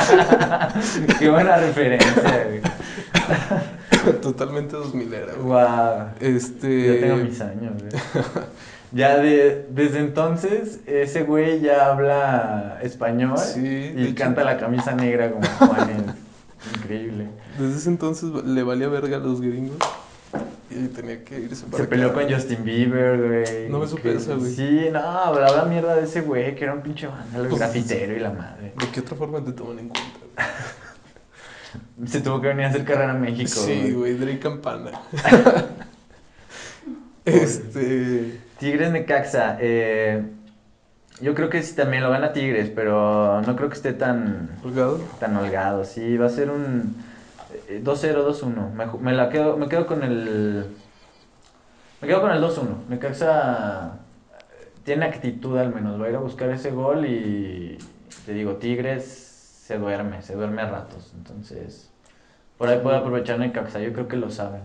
Speaker 1: Qué buena referencia, güey.
Speaker 2: Totalmente 2000 era, güey.
Speaker 1: Guau.
Speaker 2: Este.
Speaker 1: Yo tengo mis años, güey. Ya de, desde entonces, ese güey ya habla español
Speaker 2: Sí, de
Speaker 1: y
Speaker 2: hecho.
Speaker 1: canta la camisa negra como Juanes. Increíble.
Speaker 2: Desde ese entonces le valía verga a los gringos. Y tenía que irse para
Speaker 1: Se peleó
Speaker 2: acá.
Speaker 1: con Justin Bieber, güey.
Speaker 2: No me supe
Speaker 1: Que-
Speaker 2: eso, güey.
Speaker 1: Sí, no, hablaba mierda de ese güey, que era un pinche vándalo,
Speaker 2: Pues,
Speaker 1: el grafitero y la madre.
Speaker 2: ¿De qué otra forma te toman en cuenta? güey?
Speaker 1: Se tuvo que venir a hacer carrera a México.
Speaker 2: Sí, güey, Drake Campana. este.
Speaker 1: Tigres Necaxa. Eh, yo creo que sí también lo gana Tigres, pero no creo que esté tan.
Speaker 2: Holgado.
Speaker 1: Tan holgado, sí, va a ser un eh, 2-0, 2-1. Me, ju- me la quedo, me quedo con el. Me quedo con el 2-1. Necaxa eh, tiene actitud al menos. Va a ir a buscar ese gol y te digo, Tigres se duerme, se duerme a ratos. Entonces, por ahí puede aprovechar Necaxa, yo creo que lo saben.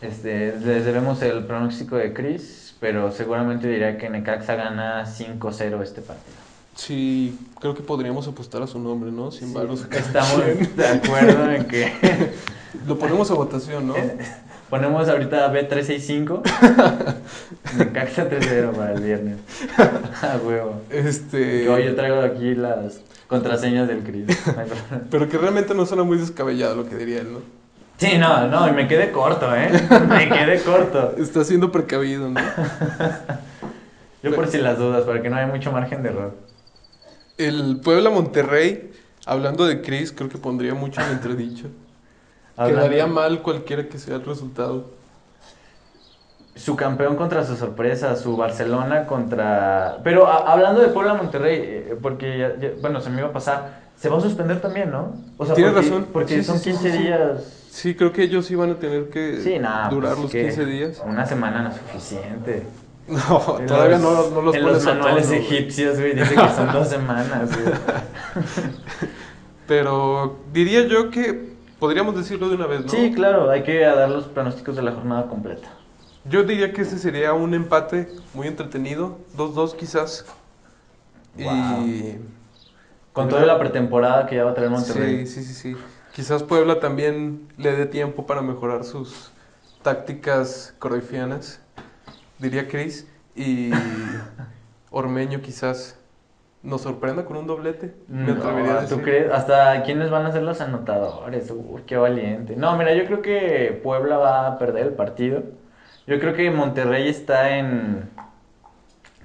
Speaker 1: Este, les debemos el pronóstico de Chris, pero seguramente dirá que Necaxa gana 5-0 este partido.
Speaker 2: Sí, creo que podríamos apostar a su nombre, ¿no? Sin
Speaker 1: Sí,
Speaker 2: embargo,
Speaker 1: Estamos de acuerdo en que
Speaker 2: Lo ponemos a votación, ¿no?
Speaker 1: ponemos ahorita B365. Necaxa 3-0 para el viernes. A huevo.
Speaker 2: Este.
Speaker 1: Que Hoy yo traigo aquí las contraseñas del Cris.
Speaker 2: Pero que realmente no suena muy descabellado lo que diría él, ¿no?
Speaker 1: Sí, no, no, y me quedé corto, ¿eh? Me quedé corto.
Speaker 2: Está siendo precavido, ¿no?
Speaker 1: Yo por si las dudas, para que no haya mucho margen de error.
Speaker 2: El Puebla Monterrey, hablando de Chris, creo que pondría mucho en entredicho.
Speaker 1: Hablando-
Speaker 2: Quedaría mal cualquiera que sea el resultado.
Speaker 1: Su campeón contra su sorpresa, su Barcelona contra... Pero a- hablando de Puebla Monterrey, eh, porque, ya- ya- bueno, se me iba a pasar, se va a suspender también, ¿no? O sea,
Speaker 2: Tienes
Speaker 1: porque,
Speaker 2: razón.
Speaker 1: Porque
Speaker 2: Sí, sí,
Speaker 1: son
Speaker 2: sí,
Speaker 1: 15
Speaker 2: sí, sí.
Speaker 1: días...
Speaker 2: Sí, creo que ellos iban a tener que
Speaker 1: Sí, nada.
Speaker 2: durar
Speaker 1: pues,
Speaker 2: los
Speaker 1: ¿qué?
Speaker 2: 15 días.
Speaker 1: Una semana no es suficiente.
Speaker 2: No,
Speaker 1: En
Speaker 2: todavía
Speaker 1: los-
Speaker 2: no, los- no los
Speaker 1: En
Speaker 2: pones
Speaker 1: los
Speaker 2: a tono,
Speaker 1: manuales
Speaker 2: güey.
Speaker 1: egipcios, güey, dice que son dos semanas, güey.
Speaker 2: Pero diría yo que podríamos decirlo de una vez, ¿no?
Speaker 1: Sí, claro, hay que dar los pronósticos de la jornada completa.
Speaker 2: Yo diría que ese sería un empate muy entretenido, 2-2 quizás. Y
Speaker 1: Con toda la pretemporada que ya va a traer Monterrey.
Speaker 2: sí, sí, sí, sí. Quizás Puebla también le dé tiempo para mejorar sus tácticas cruyffianas, diría Cris, y Ormeño quizás nos sorprenda con un doblete. Me
Speaker 1: No,
Speaker 2: atrevería a decir.
Speaker 1: ¿Tú crees? ¿Hasta quiénes van a ser los anotadores? Uy, qué valiente. No, mira, yo creo que Puebla va a perder el partido. Yo creo que Monterrey está en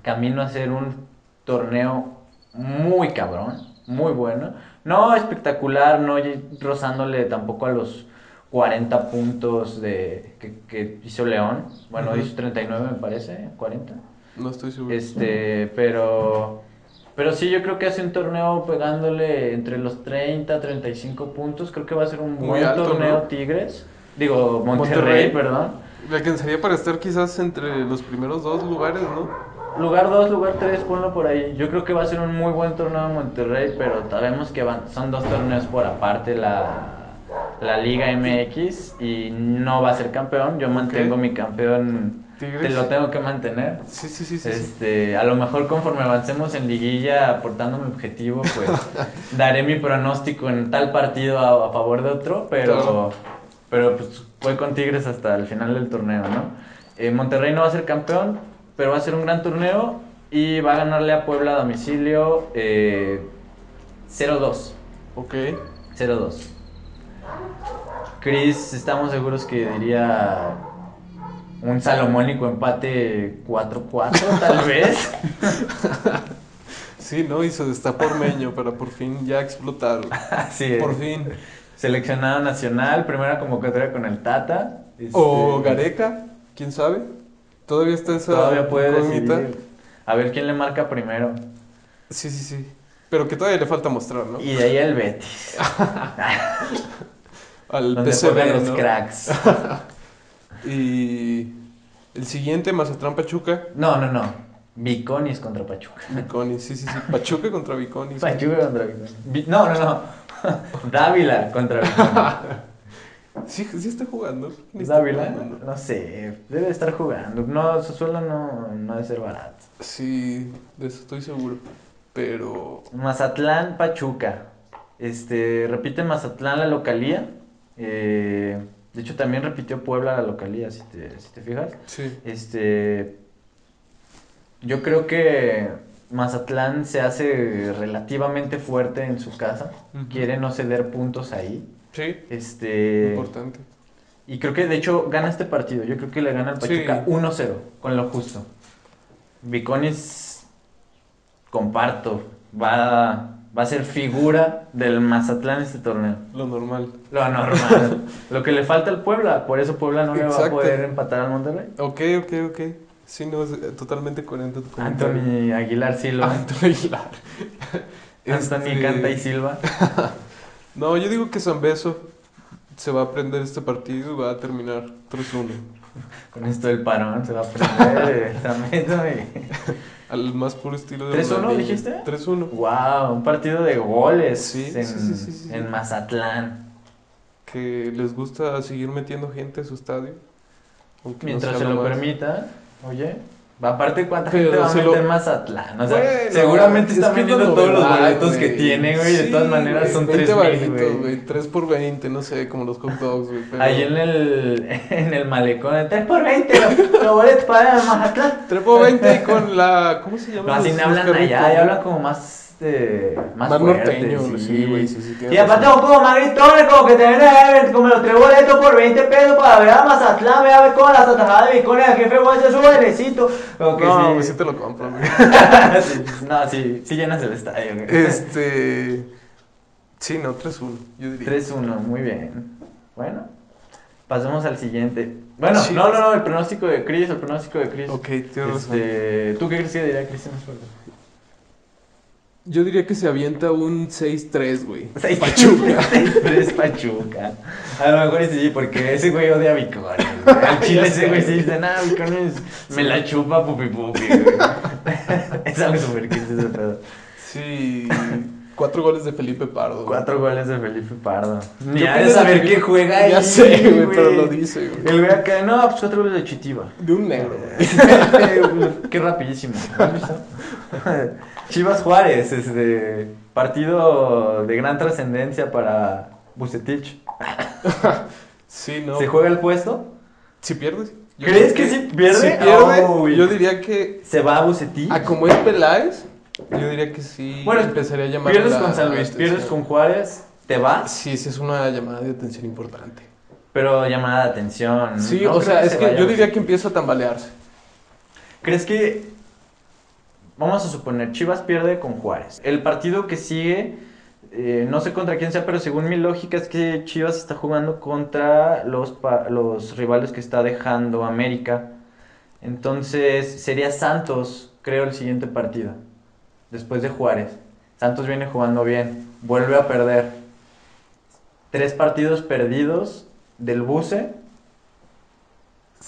Speaker 1: camino a hacer un torneo muy cabrón, muy bueno. No espectacular, no ll- rozándole tampoco a los 40 puntos de, que, que hizo León. Bueno,
Speaker 2: Ujú.
Speaker 1: hizo 39 me parece, 40.
Speaker 2: No estoy seguro.
Speaker 1: Este, pero. Pero sí, yo creo que hace un torneo pegándole entre los 30, 35 puntos. Creo que va a ser un
Speaker 2: Muy
Speaker 1: buen
Speaker 2: alto,
Speaker 1: torneo
Speaker 2: ¿no?
Speaker 1: Tigres. Digo, Monterrey,
Speaker 2: Monterrey.
Speaker 1: perdón.
Speaker 2: Le alcanzaría para estar quizás entre los primeros dos lugares, ¿no?
Speaker 1: Lugar 2, lugar 3, ponlo por ahí. Yo creo que va a ser un muy buen torneo de Monterrey, pero sabemos que van, son dos torneos por aparte la, la Liga MX y no va a ser campeón. Yo mantengo mi campeón,
Speaker 2: Tigres.
Speaker 1: te lo tengo que mantener.
Speaker 2: Sí, sí, sí, sí. sí.
Speaker 1: Este, a lo mejor conforme avancemos en liguilla aportando mi objetivo, pues daré mi pronóstico en tal partido a, a favor de otro, pero,
Speaker 2: Claro.
Speaker 1: pero pues voy con Tigres hasta el final del torneo, ¿no? Eh, Monterrey no va a ser campeón, pero va a ser un gran torneo y va a ganarle a Puebla a domicilio eh, 0-2.
Speaker 2: Ok.
Speaker 1: 0-2. Chris, estamos seguros que diría un salomónico empate 4-4, tal vez.
Speaker 2: Sí, ¿no? Y se destapó Ormeño para por fin ya explotar.
Speaker 1: Así es.
Speaker 2: Por fin.
Speaker 1: Seleccionado nacional, primera convocatoria con el Tata. Este,
Speaker 2: O Gareca, quién sabe. Todavía está esa
Speaker 1: Todavía puede
Speaker 2: incógnita.
Speaker 1: decidir. A ver quién le marca primero.
Speaker 2: Sí, sí, sí. Pero que todavía le falta mostrar, ¿no?
Speaker 1: Y de ahí el Betis.
Speaker 2: Al
Speaker 1: donde
Speaker 2: PCB,
Speaker 1: juegan los
Speaker 2: ¿no?
Speaker 1: cracks.
Speaker 2: Y el siguiente, Mazatlán Pachuca.
Speaker 1: No, no, no. Biconis contra Pachuca.
Speaker 2: Viconi, sí, sí, sí. Pachuca contra Viconi. sí.
Speaker 1: Pachuca contra Biconis. Bi- No, no, no. Dávila contra Biconis.
Speaker 2: Sí, sí está jugando. Ni está
Speaker 1: Dávila,
Speaker 2: jugando, ¿no?
Speaker 1: no sé. Debe estar jugando. No, su sueldo no, no debe ser barato.
Speaker 2: Sí, de eso estoy seguro. Pero.
Speaker 1: Mazatlán, Pachuca. Este, repite Mazatlán la localía. Eh, de hecho, también repitió Puebla la localía, si te, si te fijas.
Speaker 2: Sí.
Speaker 1: Este, yo creo que Mazatlán se hace relativamente fuerte en su casa.
Speaker 2: Ujú.
Speaker 1: Quiere no ceder puntos ahí.
Speaker 2: Sí.
Speaker 1: Este,
Speaker 2: Importante.
Speaker 1: y creo que de hecho gana este partido. Yo creo que le gana al
Speaker 2: Sí.
Speaker 1: Pachuca 1-0, con lo justo. Viconis, comparto, va, va a ser figura del Mazatlán este torneo.
Speaker 2: Lo normal.
Speaker 1: Lo normal. lo que le falta al Puebla, por eso Puebla no le va a
Speaker 2: Exacto.
Speaker 1: poder empatar al Monterrey.
Speaker 2: Ok, ok, ok. Sí, no, es eh, totalmente coherente tu comentario.
Speaker 1: Anthony Aguilar Silva.
Speaker 2: Anthony Aguilar.
Speaker 1: Anthony
Speaker 2: Ah, Este,
Speaker 1: Canta y Silva.
Speaker 2: No, yo digo que Beso se va a aprender este partido y va a terminar 3-1.
Speaker 1: Con esto del parón se va a prender el tramito y-
Speaker 2: Al más puro estilo de
Speaker 1: 3-1
Speaker 2: Ronaldinho.
Speaker 1: dijiste?
Speaker 2: 3-1.
Speaker 1: Wow, un partido de goles
Speaker 2: Sí,
Speaker 1: en,
Speaker 2: sí, sí, sí, sí.
Speaker 1: en Mazatlán.
Speaker 2: Que les gusta seguir metiendo gente a su estadio. aunque no
Speaker 1: Mientras
Speaker 2: sea
Speaker 1: se lo
Speaker 2: más.
Speaker 1: permita, oye. Aparte, ¿cuánta
Speaker 2: Pero
Speaker 1: gente va a
Speaker 2: se
Speaker 1: meter
Speaker 2: lo-
Speaker 1: Mazatlán? O sea,
Speaker 2: Bueno,
Speaker 1: seguramente
Speaker 2: es
Speaker 1: están
Speaker 2: que es la
Speaker 1: vendiendo todos los
Speaker 2: novedad,
Speaker 1: boletos que tiene, güey. De
Speaker 2: Sí,
Speaker 1: todas maneras, son
Speaker 2: güey,
Speaker 1: 3
Speaker 2: varitos,
Speaker 1: mil, güey.
Speaker 2: güey. 3 por 20, no sé, como los hot dogs, güey. pero-
Speaker 1: Ahí en el, en el malecón, de 3 por 20, los los boletos para Mazatlán.
Speaker 2: 3 por 20 y con la... ¿Cómo se llama?
Speaker 1: No, así no
Speaker 2: Los- los
Speaker 1: hablan allá,
Speaker 2: carritos,
Speaker 1: ahí hablan como más, eh, más,
Speaker 2: Más
Speaker 1: fuerte,
Speaker 2: norteño, sí, güey, sí, sí, tienes
Speaker 1: Y aparte
Speaker 2: razón.
Speaker 1: un poco más gritones, como que te vienen a ver, como los tres boletos por 20 pesos para ver a Mazatlán, ve a ver cómo las atajadas de bicones, el jefe güey se sube necesito. Como que
Speaker 2: No,
Speaker 1: sí.
Speaker 2: pues sí te lo compro, güey.
Speaker 1: Sí, no, sí, sí llenas el estadio. güey.
Speaker 2: Este... Sí, no, 3-1, yo diría.
Speaker 1: 3-1, muy bien. Bueno, pasemos al siguiente. Bueno,
Speaker 2: Sí.
Speaker 1: no, no, no, el pronóstico de Chris, el pronóstico de Chris.
Speaker 2: Ok, tienes razón.
Speaker 1: Este, ¿Tú qué crees que diría Chris en el juego?
Speaker 4: Yo diría que se avienta un 6-3, güey.
Speaker 1: Pachuca. es Pachuca. A lo mejor sí, porque ese güey odia bicones. güey. Al chile ese güey sí dice, nada, bicones me la chupa pupi pupi, güey. es algo súper 15 ese pedo.
Speaker 2: Sí, cuatro goles de Felipe Pardo. güey.
Speaker 1: Cuatro goles de Felipe Pardo. Ni
Speaker 2: ¿Qué
Speaker 1: ha de
Speaker 2: opinas de
Speaker 1: saber
Speaker 2: Felipe?
Speaker 1: qué juega
Speaker 2: Ya
Speaker 1: ahí,
Speaker 2: sé, güey, pero lo dice, güey.
Speaker 1: El güey acá, no, pues cuatro goles de Chitiba.
Speaker 2: De un negro, güey.
Speaker 1: qué rapidísimo. Chivas Juárez, este partido de gran trascendencia para Bucetich.
Speaker 2: Sí, no.
Speaker 1: ¿Se juega el puesto?
Speaker 2: Si pierdes. yo
Speaker 1: ¿Crees
Speaker 2: creo
Speaker 1: que sí pierde? Oh,
Speaker 2: Si pierde,
Speaker 1: Uy.
Speaker 2: yo diría que.
Speaker 1: ¿Se va a Bucetich?
Speaker 2: A como es Peláez, yo diría que sí.
Speaker 1: Bueno,
Speaker 2: empezaría a llamar.
Speaker 1: Pierdes
Speaker 2: la este,
Speaker 1: con San Luis,
Speaker 2: atención.
Speaker 1: pierdes con Juárez, te vas,
Speaker 2: Sí, sí, es una llamada de atención importante.
Speaker 1: pero llamada de atención.
Speaker 2: Sí,
Speaker 1: Mm, No
Speaker 2: o
Speaker 1: creo
Speaker 2: sea, es
Speaker 1: se
Speaker 2: que
Speaker 1: vaya
Speaker 2: yo diría
Speaker 1: Bucetich.
Speaker 2: que empieza a tambalearse.
Speaker 1: ¿Crees que.? Vamos a suponer, Chivas pierde con Juárez. El partido que sigue, eh, no sé contra quién sea, pero según mi lógica es que Chivas está jugando contra los, pa- los rivales que está dejando América. Entonces sería Santos, creo, el siguiente partido. Después de Juárez. Santos viene jugando bien, vuelve a perder. Tres partidos perdidos del Buce.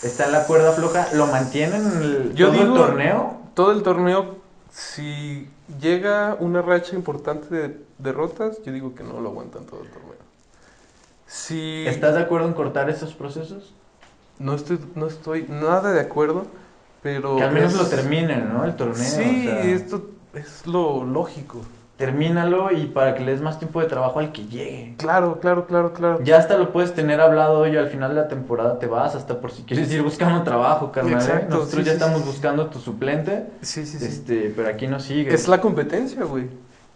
Speaker 1: Está en la cuerda floja, lo mantienen el,
Speaker 2: Yo
Speaker 1: todo el
Speaker 2: digo-
Speaker 1: torneo.
Speaker 2: Todo el torneo, si llega una racha importante de derrotas, yo digo que no lo aguantan todo el torneo. Si.
Speaker 1: ¿Estás de acuerdo en cortar esos procesos?
Speaker 2: No estoy, no estoy nada de acuerdo, pero.
Speaker 1: Que al menos
Speaker 2: es-
Speaker 1: lo terminen, ¿no? El torneo.
Speaker 2: Sí,
Speaker 1: o sea,
Speaker 2: esto es lo lógico.
Speaker 1: Termínalo y para que le des más tiempo de trabajo al que llegue.
Speaker 2: Claro, claro, claro, claro.
Speaker 1: Ya hasta lo puedes tener hablado y al final de la temporada te vas, hasta por si quieres ir buscando trabajo, carnal. ¿eh?
Speaker 2: Exacto,
Speaker 1: Nosotros
Speaker 2: sí,
Speaker 1: ya
Speaker 2: sí,
Speaker 1: estamos
Speaker 2: sí.
Speaker 1: buscando tu suplente,
Speaker 2: Sí, sí, sí.
Speaker 1: este, pero aquí no sigue.
Speaker 2: Es la competencia, güey.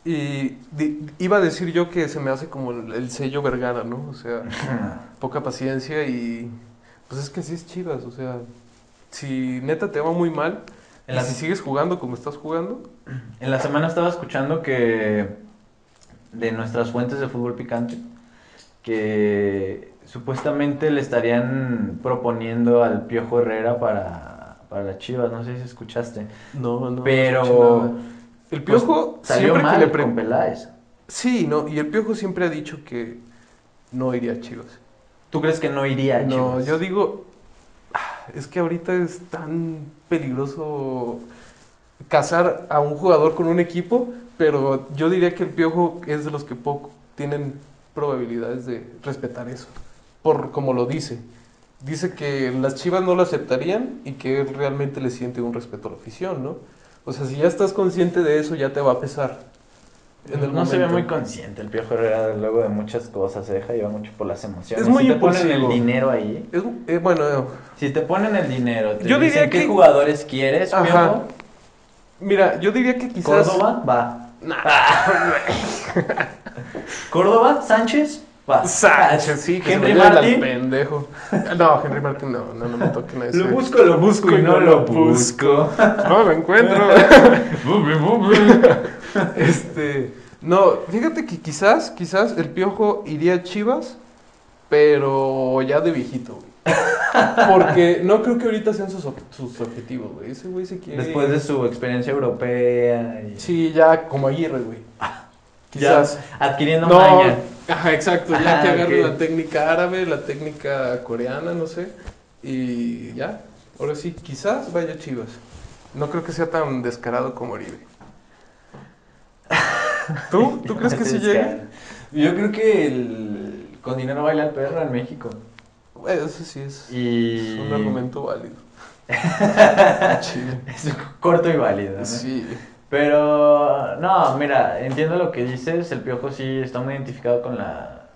Speaker 2: Y di- iba a decir yo que se me hace como el, el sello Vergara, ¿no? O sea, poca paciencia y. Pues es que así es chivas, o sea. Si neta te va muy mal,
Speaker 1: En
Speaker 2: y
Speaker 1: la-
Speaker 2: si sigues jugando como estás jugando,
Speaker 1: En la semana estaba escuchando que de nuestras fuentes de fútbol picante que supuestamente le estarían proponiendo al Piojo Herrera para para las chivas, no sé si escuchaste.
Speaker 2: No, no.
Speaker 1: Pero-
Speaker 2: no escuché nada. El piojo
Speaker 1: Pues, salió
Speaker 2: siempre
Speaker 1: mal
Speaker 2: que le pre-
Speaker 1: con Peláez.
Speaker 2: Sí, no, y el piojo siempre ha dicho que no iría a Chivas.
Speaker 1: ¿Tú crees que no iría a
Speaker 2: No,
Speaker 1: Chivas?
Speaker 2: yo digo, ah, es que ahorita es tan peligroso cazar a un jugador con un equipo, pero yo diría que el Piojo es de los que poco tienen probabilidades de respetar eso, por como lo dice. Dice que las Chivas no lo aceptarían y que él realmente le siente un respeto a la afición, ¿no? O sea, si ya estás consciente de eso, ya te va a pesar. en el
Speaker 1: no se ve
Speaker 2: momento.
Speaker 1: muy consciente el Piojo Herrera luego de muchas cosas, se deja llevar mucho por las emociones.
Speaker 2: Es muy
Speaker 1: si te ponen el
Speaker 2: impulsivo.
Speaker 1: dinero ahí,
Speaker 2: Es, eh, bueno,
Speaker 1: si te ponen el dinero, te
Speaker 2: Yo
Speaker 1: dicen
Speaker 2: diría
Speaker 1: qué
Speaker 2: que-
Speaker 1: jugadores quieres,
Speaker 2: Ajá.
Speaker 1: Piojo,
Speaker 2: mira, yo diría que quizás...
Speaker 1: Córdoba, va.
Speaker 2: Nah.
Speaker 1: Córdoba, Sánchez, va.
Speaker 2: Sánchez, sí, que
Speaker 1: Henry
Speaker 2: se vaya al
Speaker 1: Martin.
Speaker 2: pendejo. No, Henry Martin no, no, no me toquen a ese.
Speaker 1: Lo busco, lo busco y no lo busco.
Speaker 2: No, lo encuentro. este, no, fíjate que quizás, quizás el Piojo iría a Chivas, pero ya de viejito, güey. Porque no creo que ahorita sean sus, ob- sus objetivos, güey. Ese güey se quiere...
Speaker 1: Después de su experiencia europea y
Speaker 2: Sí, ya como Aguirre, güey.
Speaker 1: ya
Speaker 2: Quizás...
Speaker 1: adquiriendo
Speaker 2: No,
Speaker 1: maña.
Speaker 2: ajá, exacto, ya
Speaker 1: Ajá,
Speaker 2: que agarre
Speaker 1: ok.
Speaker 2: la técnica árabe, la técnica coreana, no sé, y ya, ahora sí, quizás vaya a Chivas. No creo que sea tan descarado como Oribe. ¿Tú? ¿Tú crees que sí llegue?
Speaker 1: Yo creo que el- con dinero baila el perro en México.
Speaker 2: Bueno, eso sí es, es
Speaker 1: Y
Speaker 2: un argumento válido. Chile.
Speaker 1: es corto y válido. ¿no?
Speaker 2: Sí.
Speaker 1: Pero no, mira, entiendo lo que dices. El piojo sí está muy identificado con la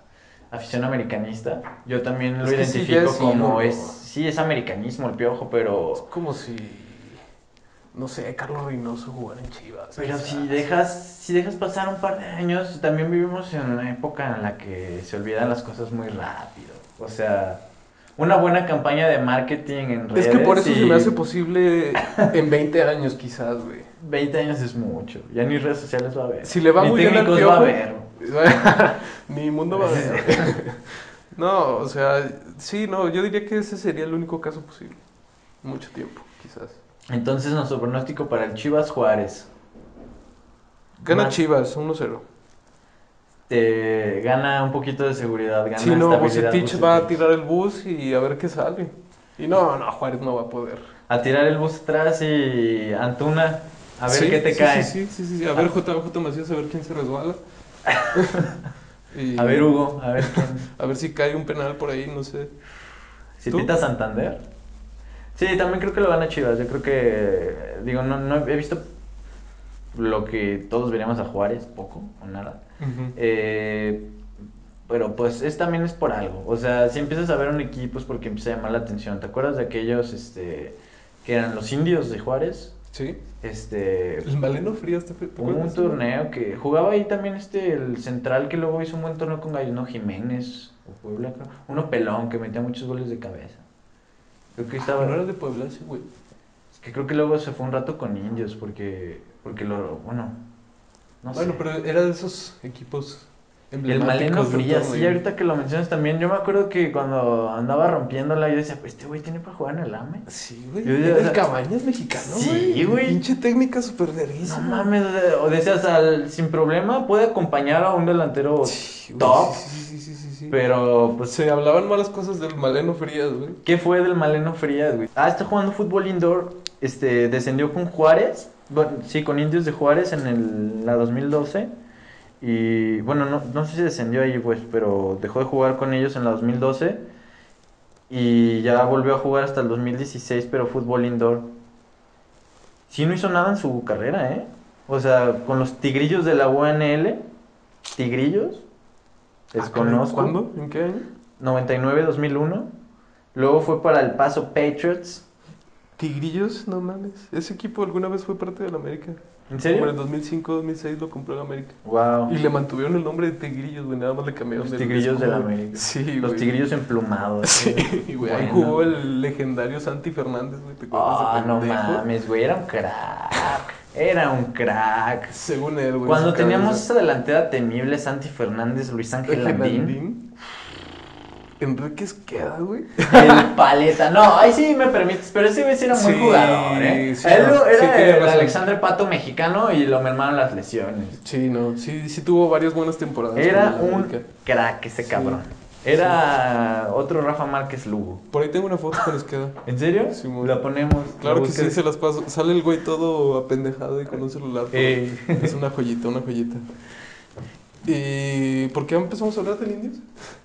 Speaker 1: afición americanista. Yo también lo
Speaker 2: Es que sí, ya
Speaker 1: identifico
Speaker 2: es
Speaker 1: como
Speaker 2: ídolo.
Speaker 1: es. Sí, es americanismo el piojo, pero.
Speaker 2: Es como si, no sé, Carlos Reynoso jugara en Chivas.
Speaker 1: Pero
Speaker 2: quizás.
Speaker 1: si dejas, si dejas pasar un par de años, también vivimos en una época en la que se olvidan las cosas muy rápido. O sea, una buena campaña de marketing en redes.
Speaker 2: Es que por eso
Speaker 1: y
Speaker 2: se me hace posible en 20 años quizás, güey.
Speaker 1: 20 años es mucho. Ya ni redes sociales va a haber.
Speaker 2: Si le va
Speaker 1: ni
Speaker 2: muy bien al
Speaker 1: técnicos
Speaker 2: Piojo.
Speaker 1: va a haber.
Speaker 2: Ni mundo va a ver. No, o sea, sí, no, yo diría que ese sería el único caso posible. Mucho tiempo, quizás.
Speaker 1: Entonces nuestro pronóstico para el Chivas Juárez.
Speaker 2: Gana
Speaker 1: Más-
Speaker 2: Chivas 1-0.
Speaker 1: eh, gana un poquito de seguridad, gana
Speaker 2: Si no,
Speaker 1: estabilidad.
Speaker 2: Bucetich va a
Speaker 1: Bucetich.
Speaker 2: tirar el bus y a ver qué sale. Y no, no, Juárez no va a poder.
Speaker 1: A tirar el bus atrás y Antuna, a ver
Speaker 2: Sí,
Speaker 1: qué te
Speaker 2: sí,
Speaker 1: cae.
Speaker 2: Sí, sí, sí, sí, A ver, JJ Macías, a ver quién se resbala. Y
Speaker 1: A ver Hugo, a ver quién.
Speaker 2: A ver si cae un penal por ahí, no sé.
Speaker 1: Si
Speaker 2: ¿Tú?
Speaker 1: pita Santander. Sí, también creo que lo van a Chivas. Yo creo que. Digo, no, no he visto lo que todos veríamos a Juárez, poco o nada. Eh, pero pues es, también es por algo. O sea, si empiezas a ver un equipo es porque empieza a llamar la atención. ¿Te acuerdas de aquellos este, que eran los indios de Juárez?
Speaker 2: Sí.
Speaker 1: Este.
Speaker 2: El Maleno Frías, ¿te, te
Speaker 1: Hubo un
Speaker 2: acuerdas?
Speaker 1: torneo que jugaba ahí también este el central que luego hizo un buen torneo con Gallino Jiménez o Puebla, creo. Uno pelón que metía muchos goles de cabeza. Creo que
Speaker 2: Ah,
Speaker 1: estaba
Speaker 2: No era de Puebla ese güey.
Speaker 1: que creo que luego se fue un rato con Indios porque porque lo bueno, no
Speaker 2: bueno,
Speaker 1: sé.
Speaker 2: pero era de esos equipos
Speaker 1: el Maleno
Speaker 2: de un
Speaker 1: Frías, sí,
Speaker 2: torneo.
Speaker 1: ahorita que lo mencionas también, yo me acuerdo que cuando andaba rompiéndola yo decía, pues este güey tiene para jugar en el AME.
Speaker 2: Sí, güey.
Speaker 1: Yo- yo-
Speaker 2: era
Speaker 1: o
Speaker 2: el
Speaker 1: sea,
Speaker 2: Cabañas mexicano,
Speaker 1: sí,
Speaker 2: güey.
Speaker 1: güey.
Speaker 2: Pinche técnica súper
Speaker 1: No
Speaker 2: verguísima.
Speaker 1: mames, o sea, o decías, al- sin problema puede acompañar a un delantero
Speaker 2: Sí, güey,
Speaker 1: top,
Speaker 2: Sí, sí, sí, sí, sí.
Speaker 1: pero pues
Speaker 2: Se hablaban malas cosas del Maleno Frías, güey.
Speaker 1: ¿Qué fue del Maleno Frías, güey? Ah, está jugando fútbol indoor. Este, descendió con Juárez. Bueno, sí, con Indios de Juárez en el, la 2012. Y bueno, no, no sé si descendió ahí, pues, pero dejó de jugar con ellos en la 2012. Y ya volvió a jugar hasta el 2016, pero fútbol indoor. Sí, no hizo nada en su carrera, ¿eh? O sea, con los tigrillos de la UNL. Tigrillos. Desconozco.
Speaker 2: Ah, ¿Cuándo? ¿En qué año?
Speaker 1: 99-2001. Luego fue para el Paso Patriots.
Speaker 2: Tigrillos, no mames. Ese equipo alguna vez fue parte del América.
Speaker 1: ¿En
Speaker 2: Como en
Speaker 1: serio?
Speaker 2: el 2005, 2006 lo compró el América.
Speaker 1: Wow.
Speaker 2: Y le mantuvieron el nombre de Tigrillos, güey. Nada más le cambiaron
Speaker 1: Los
Speaker 2: el-
Speaker 1: Tigrillos
Speaker 2: es
Speaker 1: del
Speaker 2: como-
Speaker 1: América.
Speaker 2: Sí, güey.
Speaker 1: Los tigrillos emplumados.
Speaker 2: Sí, güey. Ahí
Speaker 1: Bueno.
Speaker 2: jugó el legendario Santi Fernández, güey. ¿Te acuerdas
Speaker 1: Ah,
Speaker 2: de
Speaker 1: no mames, güey. Era un crack. Era un crack.
Speaker 2: Según él, güey.
Speaker 1: Cuando
Speaker 2: su
Speaker 1: teníamos
Speaker 2: cabeza.
Speaker 1: esa delantera temible, Santi Fernández, Luis Ángel Landín.
Speaker 2: Landín.
Speaker 4: Enriquez queda, güey.
Speaker 1: El paleta. No, ahí sí me permites, pero ese güey sí era muy
Speaker 2: Sí,
Speaker 1: jugador, ¿eh?
Speaker 2: sí,
Speaker 1: Él
Speaker 2: no,
Speaker 1: lo-
Speaker 2: sí,
Speaker 1: era
Speaker 2: tiene
Speaker 1: el
Speaker 2: razón.
Speaker 1: Alexandre Pato mexicano y lo mermaron las lesiones.
Speaker 4: Sí, no.
Speaker 2: Sí, sí tuvo varias buenas temporadas.
Speaker 1: Era
Speaker 2: con el
Speaker 1: un
Speaker 2: América.
Speaker 1: crack ese cabrón. Era otro Rafa Márquez Lugo.
Speaker 2: Por ahí tengo una foto con Esqueda.
Speaker 1: ¿En serio?
Speaker 2: Sí, muy-
Speaker 1: La ponemos.
Speaker 2: Claro
Speaker 1: la
Speaker 2: que sí,
Speaker 1: buscas.
Speaker 2: se las paso. Sale el güey todo apendejado y con un celular. pero
Speaker 1: Ey.
Speaker 2: Es una joyita, una joyita. ¿Y por qué empezamos a hablar del Indios?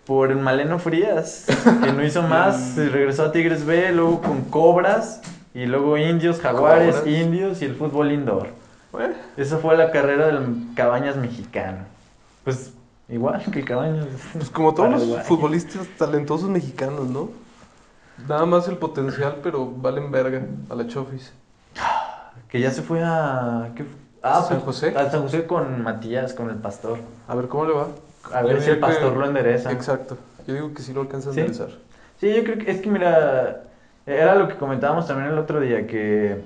Speaker 1: Por el Maleno Frías, que no hizo más. y Regresó a Tigres B, luego con Cobras, y luego Indios, Jaguares,
Speaker 2: Cobras.
Speaker 1: Indios y el fútbol indoor.
Speaker 2: Bueno,
Speaker 1: Esa fue la carrera del Cabañas mexicano. Pues igual que el Cabañas.
Speaker 2: pues como todos los
Speaker 1: Paraguay.
Speaker 2: futbolistas talentosos mexicanos, ¿no? Nada más el potencial, pero valen verga a la Chofis.
Speaker 1: Que ya se fue a. ¿qué fu- Ah,
Speaker 2: ¿San
Speaker 1: pues,
Speaker 2: José?
Speaker 1: A San José con Matías, con el pastor.
Speaker 2: A ver cómo le va.
Speaker 1: A
Speaker 2: Yo
Speaker 1: ver si el
Speaker 2: diría que-
Speaker 1: pastor lo endereza.
Speaker 2: Exacto. Yo digo que sí lo alcanza a
Speaker 1: ¿Sí?
Speaker 2: enderezar.
Speaker 1: Sí, yo creo que es que mira, era lo que comentábamos también el otro día, que,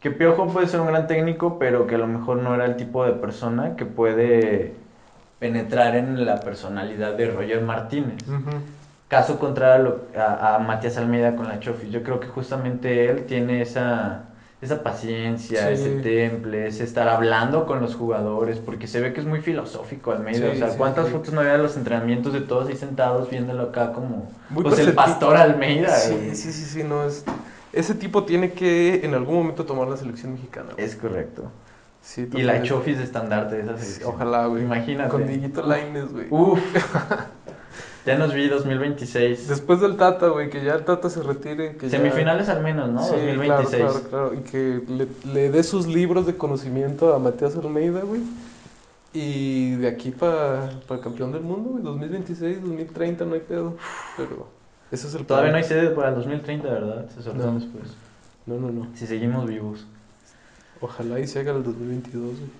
Speaker 1: que Piojo puede ser un gran técnico, pero que a lo mejor no era el tipo de persona que puede penetrar en la personalidad de Roger Martínez. Caso contrario a, lo- a- a Matías Almeida con la Chofi, yo creo que justamente él tiene esa, esa paciencia,
Speaker 2: Sí.
Speaker 1: ese temple, ese estar hablando con los jugadores, porque se ve que es muy filosófico Almeida.
Speaker 2: Sí,
Speaker 1: o sea,
Speaker 2: sí,
Speaker 1: ¿cuántas
Speaker 2: sí.
Speaker 1: fotos no había de los entrenamientos de todos ahí sentados viéndolo acá como
Speaker 2: Muy
Speaker 1: pues, el
Speaker 2: perceptivo.
Speaker 1: pastor Almeida?
Speaker 2: Sí,
Speaker 1: güey?
Speaker 2: sí, sí, sí, no es. Ese tipo tiene que en algún momento tomar la selección mexicana. güey.
Speaker 1: Es correcto.
Speaker 2: Sí,
Speaker 1: Y la
Speaker 2: totalmente.
Speaker 1: Chofi es de estandarte de esas.
Speaker 2: Sí, Ojalá, güey.
Speaker 1: Imagínate.
Speaker 2: Con Dieguito Lainez, güey.
Speaker 1: Uf. ya nos vi 2026.
Speaker 2: Después del Tata, güey, que ya el Tata se retire. Que ya-
Speaker 1: Semifinales al menos, ¿no?
Speaker 2: Sí,
Speaker 1: 2026.
Speaker 2: Claro, claro, claro. Y que le, le dé sus libros de conocimiento a Matías Almeida, güey. Y de aquí para campeón del mundo, güey. 2026, 2030, no hay pedo. Pero ese es el
Speaker 1: Todavía no hay
Speaker 2: plan.
Speaker 1: sede para el 2030, ¿verdad? Se sortean
Speaker 2: No.
Speaker 1: después.
Speaker 2: No, no, no.
Speaker 1: Si seguimos vivos.
Speaker 2: Ojalá y se haga el 2022, güey.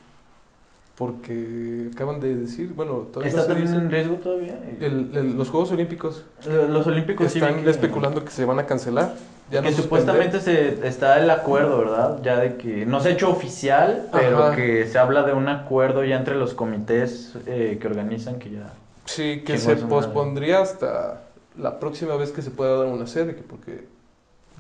Speaker 2: Porque acaban de decir, bueno, todavía no
Speaker 1: ¿Está
Speaker 2: se
Speaker 1: también
Speaker 2: dice.
Speaker 1: en riesgo todavía?
Speaker 2: El- el- los Juegos Olímpicos
Speaker 1: Lo- Los olímpicos sí vi
Speaker 2: están
Speaker 1: que-
Speaker 2: especulando que se van a cancelar. Ya
Speaker 1: que
Speaker 2: no suspender.
Speaker 1: supuestamente se está el acuerdo, ¿verdad? Ya de que no se ha hecho oficial, pero
Speaker 2: Ajá.
Speaker 1: que se habla de un acuerdo ya entre los comités eh, que organizan que ya.
Speaker 2: Sí,
Speaker 1: Chingó
Speaker 2: que se
Speaker 1: su madre.
Speaker 2: pospondría hasta la próxima vez que se pueda dar una sede, que porque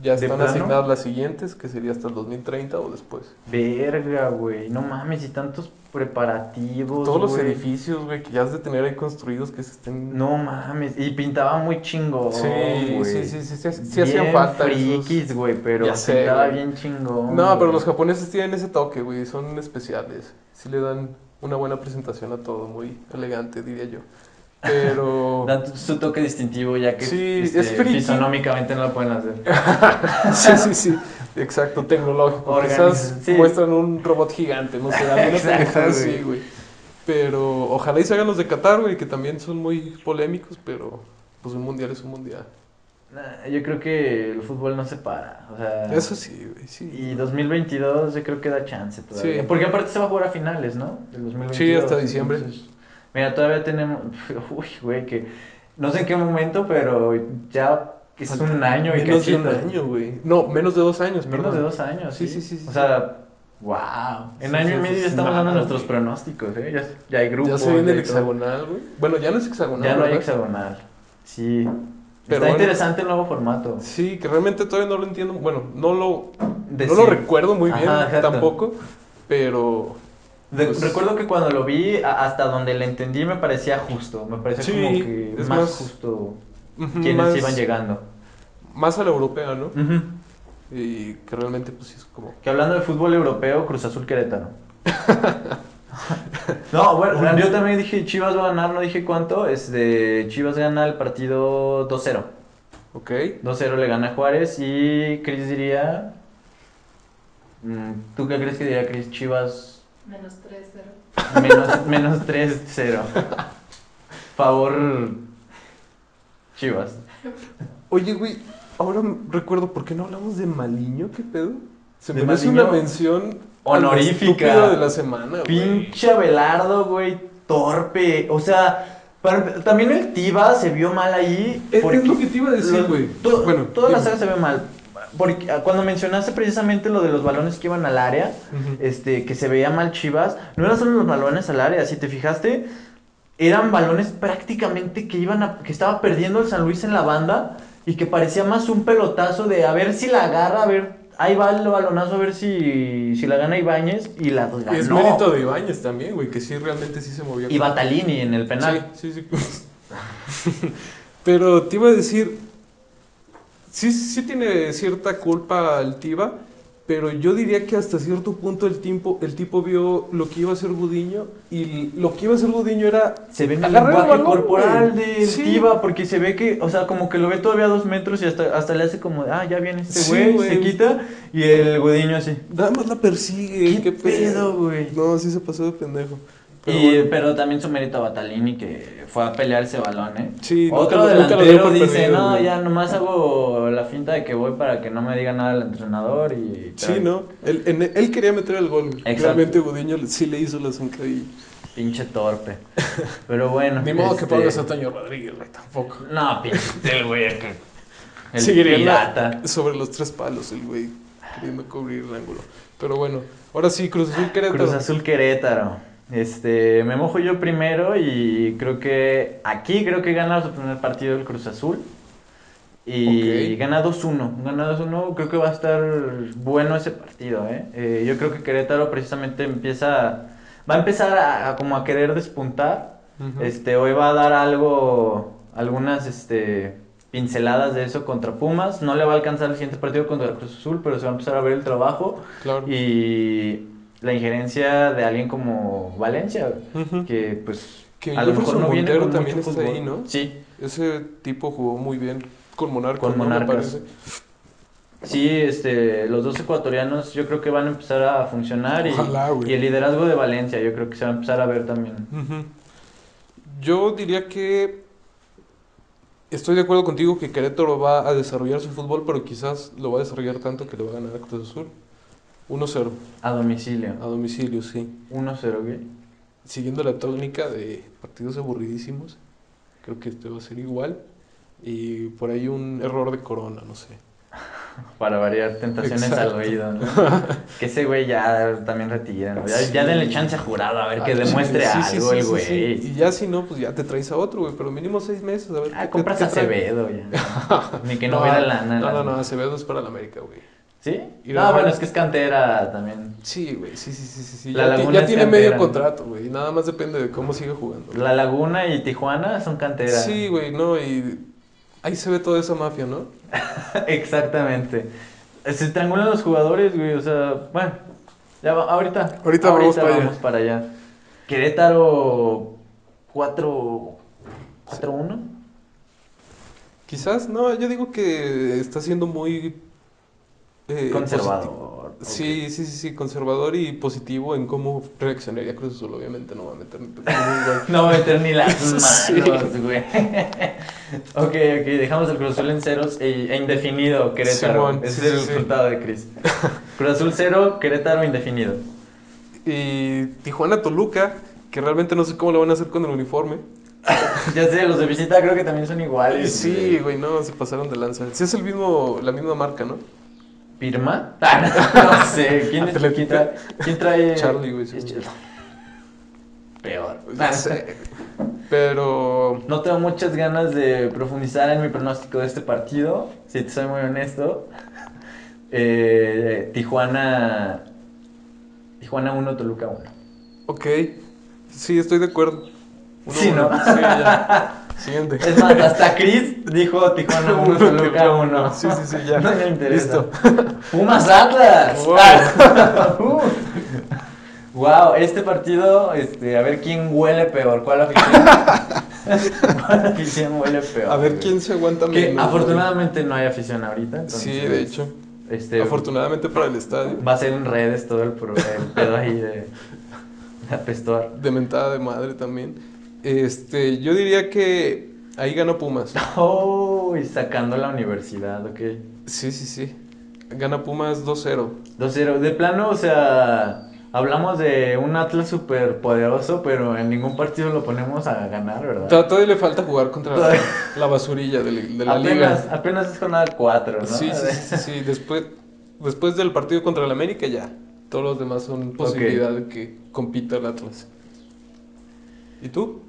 Speaker 2: ya
Speaker 1: ¿De
Speaker 2: están
Speaker 1: plano?
Speaker 2: asignadas las siguientes, que sería hasta el 2030 o después.
Speaker 1: Verga, güey, no mames, y tantos preparativos.
Speaker 2: Todos los
Speaker 1: güey.
Speaker 2: edificios, Pues, güey, que ya has de tener ahí construidos que se estén...
Speaker 1: No
Speaker 2: Oh,
Speaker 1: mames, y pintaba muy chingón.
Speaker 2: sí,
Speaker 1: güey.
Speaker 2: sí, sí, sí, sí, sí,
Speaker 1: Bien
Speaker 2: hacían falta esos.
Speaker 1: Frikis, güey, pero
Speaker 2: Ya sé,
Speaker 1: pintaba
Speaker 2: güey.
Speaker 1: bien chingón.
Speaker 2: No, pero
Speaker 1: güey.
Speaker 2: los japoneses tienen ese toque, güey, son especiales. Sí le dan una buena presentación a todo, muy elegante, diría yo. Pero...
Speaker 1: Dan su toque distintivo ya que
Speaker 2: Sí,
Speaker 1: este,
Speaker 2: es friki.
Speaker 1: fisonómicamente no lo pueden hacer.
Speaker 2: Sí, sí, sí. Exacto, tecnológico.
Speaker 1: Organiz-
Speaker 2: Quizás
Speaker 1: sí.
Speaker 2: muestran un robot gigante, no sé, alguna
Speaker 1: Exacto,
Speaker 2: pendejada
Speaker 1: güey.
Speaker 2: así, güey. Pero ojalá y se hagan los de Qatar, güey, que también son muy polémicos, pero pues un mundial es un mundial.
Speaker 1: Nah, Yo creo que el fútbol no se para. O sea,
Speaker 2: Eso sí, güey, sí.
Speaker 1: Y 2022 yo creo que da chance todavía.
Speaker 2: Sí.
Speaker 1: Porque aparte se va a jugar a finales, ¿no? Del 2022,
Speaker 2: Sí, hasta diciembre.
Speaker 1: entonces, mira, todavía tenemos... Uy, güey, que... No sé en qué momento, pero ya es
Speaker 2: Falta
Speaker 1: un año y
Speaker 2: menos de un
Speaker 1: cachito.
Speaker 2: año, güey. No, menos de dos años,
Speaker 1: Menos
Speaker 2: perdón.
Speaker 1: de dos años,
Speaker 2: Sí,
Speaker 1: sí.
Speaker 2: sí, sí, sí,
Speaker 1: O sea, wow. En
Speaker 2: Sí,
Speaker 1: año
Speaker 2: sí,
Speaker 1: y medio ya
Speaker 2: sí, sí,
Speaker 1: estamos dando
Speaker 2: nada,
Speaker 1: nuestros
Speaker 2: güey.
Speaker 1: pronósticos, ¿eh? Ya, ya hay
Speaker 2: Ya
Speaker 1: grupos.
Speaker 2: se viene el
Speaker 1: hay todo.
Speaker 2: hexagonal, güey. Bueno, ya no es hexagonal.
Speaker 1: Ya no hay
Speaker 2: ¿verdad?
Speaker 1: hexagonal. Sí. Está
Speaker 2: Pero bueno.
Speaker 1: interesante el nuevo formato.
Speaker 2: Sí, que realmente todavía no lo entiendo. Bueno, no lo, no lo
Speaker 1: Decir-
Speaker 2: recuerdo muy bien
Speaker 1: Ajá, exacto.
Speaker 2: tampoco, pero
Speaker 1: De-
Speaker 2: Pues-
Speaker 1: recuerdo que cuando lo vi, a- hasta donde le entendí, me parecía justo. Me parecía
Speaker 2: Sí,
Speaker 1: como que
Speaker 2: es
Speaker 1: más,
Speaker 2: más-
Speaker 1: justo
Speaker 2: ujú,
Speaker 1: quienes
Speaker 2: más-
Speaker 1: iban llegando.
Speaker 2: Más a la europea, ¿no?
Speaker 1: Ujú.
Speaker 2: Y que realmente, pues sí, es como.
Speaker 1: Que hablando de fútbol europeo, Cruz Azul Querétaro. no, bueno, yo también dije Chivas va a ganar, no dije cuánto. Este, Chivas gana el partido 2-0.
Speaker 2: Ok.
Speaker 1: 2-0 le gana Juárez y Cris diría... mm, ¿Tú qué crees que diría Cris Chivas
Speaker 3: Menos 3-0.
Speaker 1: Menos, menos 3-0. Favor. Chivas.
Speaker 2: Oye, güey, ahora m- recuerdo, ¿por qué no hablamos de Maliño? ¿Qué pedo? Se
Speaker 1: De
Speaker 2: me hace
Speaker 1: Maliño.
Speaker 2: una mención. a lo
Speaker 1: Honorífica.
Speaker 2: estúpido de la semana, güey.
Speaker 1: Pinche Abelardo, güey. Torpe. O sea, para- también el Tiva se vio mal ahí.
Speaker 2: Es-
Speaker 1: porque
Speaker 2: es lo que te iba a decir,
Speaker 1: los-
Speaker 2: güey.
Speaker 1: to-
Speaker 2: Bueno,
Speaker 1: toda la
Speaker 2: dime.
Speaker 1: saga se ve mal. Porque ah, cuando mencionaste precisamente lo de los balones que iban al área,
Speaker 2: Ujú.
Speaker 1: este, que se veía mal Chivas, no eran solo los balones al área, si te fijaste, eran balones prácticamente que iban a, que estaba perdiendo el San Luis en la banda y que parecía más un pelotazo de a ver si la agarra, a ver, ahí va el balonazo, a ver si, si la gana Ibáñez y la
Speaker 4: Y es
Speaker 1: ganó.
Speaker 4: mérito de Ibáñez también, güey, que
Speaker 2: Que sí, realmente sí se movió.
Speaker 1: Y Batalini en el penal.
Speaker 4: Sí, sí,
Speaker 2: Sí.
Speaker 4: Pero te iba a decir, sí, sí tiene cierta culpa el Tiva, pero yo diría que hasta cierto punto el tipo, el tipo vio lo que iba a hacer Gudiño y lo que iba a hacer Gudiño era...
Speaker 1: Se ve en el
Speaker 4: Agarra el
Speaker 1: lenguaje
Speaker 4: balón,
Speaker 1: corporal
Speaker 4: güey.
Speaker 1: de
Speaker 4: Sí.
Speaker 1: Tiva, porque se ve que, o sea, como que lo ve todavía a dos metros y hasta, hasta le hace como, ah, ya viene este
Speaker 4: Sí,
Speaker 1: güey, se
Speaker 4: güey.
Speaker 1: quita, y el Gudiño así.
Speaker 2: Nada más la persigue.
Speaker 1: ¿Qué pedo, güey?
Speaker 2: No, sí se pasó de pendejo. Pero
Speaker 1: y,
Speaker 2: bueno.
Speaker 1: pero también su mérito a Batalini que fue a pelear ese balón, ¿eh?
Speaker 4: Sí, nunca
Speaker 1: Otro
Speaker 4: lo- nunca lo dio
Speaker 1: delantero
Speaker 4: por
Speaker 1: dice,
Speaker 4: perdido,
Speaker 1: no,
Speaker 4: güey".
Speaker 1: ya nomás hago la finta de que voy para que no me diga nada el entrenador y...
Speaker 2: Sí, ¿no? Él, en- e, él quería meter el gol. güey.
Speaker 1: Exacto.
Speaker 2: Realmente Gudiño le- sí le hizo la zancadilla.
Speaker 1: Pinche torpe. Pero bueno.
Speaker 2: Ni modo
Speaker 1: este-
Speaker 2: que pongas a Toño Rodríguez, güey, tampoco.
Speaker 1: No, pinche el güey. que- El
Speaker 2: Seguiría en la-
Speaker 1: pirata.
Speaker 2: sobre los tres palos el güey, queriendo cubrir el ángulo. Pero bueno, ahora sí, Cruz Azul Querétaro.
Speaker 1: Cruz Azul Querétaro. Este, me mojo yo primero y creo que aquí creo que gana su primer partido el Cruz Azul. Y
Speaker 2: Ok.
Speaker 1: gana 2-1. Gana 2-1, creo que va a estar bueno ese partido, ¿eh? Eh, Yo creo que Querétaro precisamente empieza va a empezar a, a como a querer despuntar.
Speaker 2: Ujú.
Speaker 1: Este, hoy va a dar algo algunas este pinceladas de eso contra Pumas. No le va a alcanzar el siguiente partido contra el Cruz Azul, pero se va a empezar a ver el trabajo.
Speaker 2: Claro.
Speaker 1: Y la injerencia de alguien como Valencia,
Speaker 2: Ujú.
Speaker 1: que pues
Speaker 2: Que
Speaker 1: a lo mejor
Speaker 2: Jefferson
Speaker 1: no viene
Speaker 2: Montero
Speaker 1: con mucho
Speaker 2: también está
Speaker 1: fútbol.
Speaker 2: ahí, ¿no?
Speaker 1: Sí,
Speaker 2: Ese tipo jugó muy bien con Monarcas.
Speaker 1: Con
Speaker 2: ¿no? Me
Speaker 1: Monarcas.
Speaker 2: parece.
Speaker 1: sí, este, los dos ecuatorianos yo creo que van a empezar a funcionar y,
Speaker 2: Ojalá, güey.
Speaker 1: y el liderazgo de Valencia yo creo que se va a empezar a ver también.
Speaker 2: Ujú. Yo diría que estoy de acuerdo contigo que Querétaro va a desarrollar su fútbol, pero quizás lo va a desarrollar tanto que le va a ganar a Cruz Azul. 1-0
Speaker 1: A domicilio.
Speaker 2: a domicilio, sí.
Speaker 1: 1-0, güey.
Speaker 2: siguiendo la tónica de partidos aburridísimos, creo que este va a ser igual. Y por ahí un error de corona, no sé.
Speaker 1: Para variar tentaciones
Speaker 2: Exacto.
Speaker 1: al oído, ¿no? Que ese güey ya también retiren. Ya, ya
Speaker 2: Sí.
Speaker 1: denle chance a jurado, a ver que
Speaker 2: Ah,
Speaker 1: demuestre
Speaker 2: sí, sí,
Speaker 1: algo
Speaker 2: sí,
Speaker 1: el
Speaker 2: sí,
Speaker 1: güey.
Speaker 2: sí. Y ya si no, pues ya te traes a otro, güey, pero mínimo seis meses. A ver,
Speaker 1: Ah,
Speaker 2: qué-
Speaker 1: compras
Speaker 2: qué
Speaker 1: a
Speaker 2: trae.
Speaker 1: Acevedo ya. Ni que no, hubiera lana.
Speaker 2: No,
Speaker 1: la
Speaker 2: no, no,
Speaker 1: neta.
Speaker 2: Acevedo es para la América, güey.
Speaker 1: ¿Sí?
Speaker 2: Y
Speaker 1: No,
Speaker 2: la-
Speaker 1: bueno, es que es cantera también.
Speaker 2: Sí, güey, sí, sí, sí, sí. sí.
Speaker 1: La
Speaker 2: ya ti-
Speaker 1: Laguna
Speaker 2: ya
Speaker 1: es
Speaker 2: tiene
Speaker 1: cantera,
Speaker 2: medio
Speaker 1: ¿no?
Speaker 2: contrato, güey. Nada más depende de cómo siga jugando.
Speaker 1: La Laguna y Tijuana son cantera.
Speaker 2: Sí, güey, no, y ahí se ve toda esa mafia, ¿no?
Speaker 1: Exactamente. Se triangulan los jugadores, güey. O sea, bueno, ya va- ahorita.
Speaker 2: Ahorita vamos para allá.
Speaker 1: para allá. Querétaro 4 4-1.
Speaker 2: Quizás, no, yo digo que está siendo muy... eh, posit-
Speaker 1: Conservador. ok.
Speaker 2: Sí, sí, sí, sí, conservador y positivo en cómo reaccionaría Cruz Azul. Obviamente no va a meter ningún gol.
Speaker 1: No va a meter ni las manos,
Speaker 2: Sí.
Speaker 1: güey. ok, ok, dejamos el Cruz Azul en ceros e, e indefinido, Querétaro.
Speaker 2: Simón,
Speaker 1: Ese
Speaker 2: sí,
Speaker 1: es el
Speaker 2: sí, sí.
Speaker 1: resultado de Cris. Cruz Azul cero, Querétaro indefinido.
Speaker 2: Y Tijuana-Toluca, que realmente no sé cómo lo van a hacer con el uniforme.
Speaker 1: Ya sé, los de visita creo que también son iguales.
Speaker 2: Sí, güey, no, se pasaron de lanza. Sí es el mismo, la misma marca, ¿no?
Speaker 1: ¿Pirma? Ah, no sé. ¿Quién, es,
Speaker 2: Atlética.
Speaker 1: quién trae? quién trae-
Speaker 2: Charlie, güey, sí.
Speaker 1: es Ch- Peor.
Speaker 2: No sé. Pero...
Speaker 1: No tengo muchas ganas de profundizar en mi pronóstico de este partido, si te soy muy honesto. Eh, Tijuana. Tijuana 1, Toluca 1.
Speaker 2: Ok, sí, estoy de acuerdo.
Speaker 1: Sí, ¿no?
Speaker 2: Sí, ya. Siguiente.
Speaker 1: Es más, hasta Chris dijo Tijuana 1, Toluca 1.
Speaker 2: Sí, sí, sí, ya.
Speaker 1: No me interesa.
Speaker 2: Listo.
Speaker 1: Pumas Atlas.
Speaker 2: Wow.
Speaker 1: wow, este partido, este, a ver quién huele peor, cuál afición. ¿Cuál afición huele peor?
Speaker 2: A ver
Speaker 1: güey?
Speaker 2: quién se aguanta
Speaker 1: Que
Speaker 2: menos,
Speaker 1: afortunadamente no hay afición ahorita.
Speaker 2: güey.
Speaker 1: entonces,
Speaker 2: Sí, de hecho.
Speaker 1: Este,
Speaker 2: Afortunadamente para el estadio.
Speaker 1: va a ser en redes todo el, pro- el pedo ahí de, de apestor.
Speaker 2: De mentada de madre también. Este, yo diría que ahí gana Pumas.
Speaker 1: Oh, y sacando la universidad, ok.
Speaker 2: Sí, sí, sí. Gana Pumas 2-0.
Speaker 1: 2-0. De plano, o sea, hablamos de un Atlas súper poderoso, pero en ningún partido lo ponemos a ganar, ¿verdad?
Speaker 2: Ta- Todavía le falta jugar contra
Speaker 1: Todavía.
Speaker 2: la, la basurilla de, la- de la
Speaker 1: apenas,
Speaker 2: liga.
Speaker 1: apenas es jornada 4, ¿no?
Speaker 2: Sí, sí, sí, sí, sí. Después, después del partido contra el América ya. Todos los demás son posibilidad de que compita el Atlas. ¿Y tú?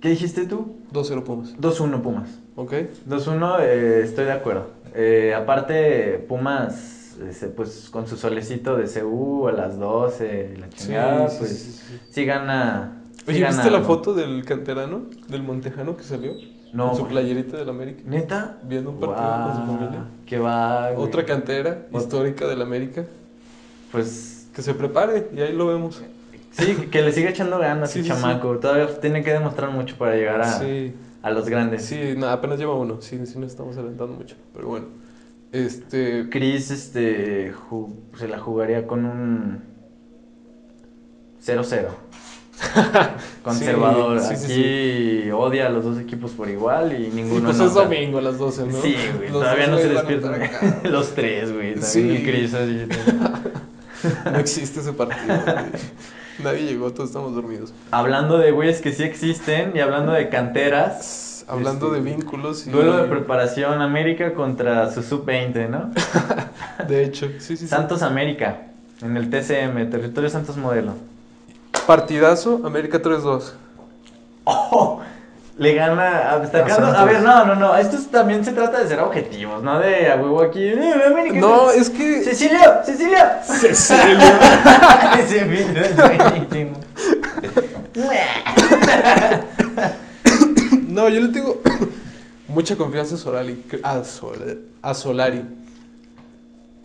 Speaker 1: ¿Qué dijiste tú?
Speaker 2: 2-0 Pumas.
Speaker 1: 2-1 Pumas.
Speaker 2: ¿Ok?
Speaker 1: 2-1, eh, estoy de acuerdo. Eh, aparte, Pumas, eh, se- pues con su solecito de CU a las 12, y la chingada,
Speaker 2: sí,
Speaker 1: pues
Speaker 2: sí, sí,
Speaker 1: sí gana. sí
Speaker 2: Oye,
Speaker 1: gana
Speaker 2: ¿viste la
Speaker 1: algo.
Speaker 2: foto del canterano, del montejano que salió?
Speaker 1: No,
Speaker 2: Con su
Speaker 1: güey.
Speaker 2: playerita del América.
Speaker 1: ¿Neta?
Speaker 2: Viendo un partido
Speaker 1: Guau,
Speaker 2: con su familia.
Speaker 1: Qué va, güey.
Speaker 2: Otra cantera
Speaker 1: Ot-
Speaker 2: histórica del América.
Speaker 1: Pues
Speaker 2: Que se prepare y ahí lo vemos.
Speaker 1: sí, que le siga echando ganas
Speaker 2: Sí,
Speaker 1: el
Speaker 2: sí,
Speaker 1: chamaco. Todavía tiene que demostrar mucho para llegar a,
Speaker 2: Sí,
Speaker 1: a los grandes.
Speaker 2: sí, nada, apenas lleva uno. Sí, sí, nos estamos alentando mucho. Pero bueno, este.
Speaker 1: Chris este, ju- se la jugaría con un 0-0. Conservador.
Speaker 2: Sí, sí, sí,
Speaker 1: Aquí odia a los dos equipos por igual y
Speaker 2: Sí,
Speaker 1: ninguno.
Speaker 2: pues es
Speaker 1: nota.
Speaker 2: domingo a las 12, ¿no?
Speaker 1: Sí, güey.
Speaker 2: Los
Speaker 1: todavía no
Speaker 2: dos
Speaker 1: se
Speaker 2: güeyes van a estar
Speaker 1: despiertan.
Speaker 2: acá.
Speaker 1: los tres, güey. También
Speaker 2: Sí.
Speaker 1: el Chris así.
Speaker 2: No existe ese partido. güey. Nadie llegó, todos estamos dormidos.
Speaker 1: hablando de güeyes que sí existen y hablando de canteras.
Speaker 2: Hablando
Speaker 1: Este,
Speaker 2: de vínculos y.
Speaker 1: Duelo de preparación América contra su sub-20, ¿no?
Speaker 2: De hecho, sí, sí, sí.
Speaker 1: Santos América, en el TCM, Territorio Santos Modelo.
Speaker 2: Partidazo, América 3-2.
Speaker 1: ¡Oh! Le gana a destacando.
Speaker 2: Santos.
Speaker 1: A ver, no, no, no. Esto es- también se trata de ser objetivos, ¿no? De a huevo aquí. "Eh, América,
Speaker 2: No,
Speaker 1: Santos".
Speaker 2: es que.
Speaker 1: Cecilio, Cecilio. Ese video es buenísimo.
Speaker 2: No, yo le tengo mucha confianza a Solari. A, Sol- a Solari.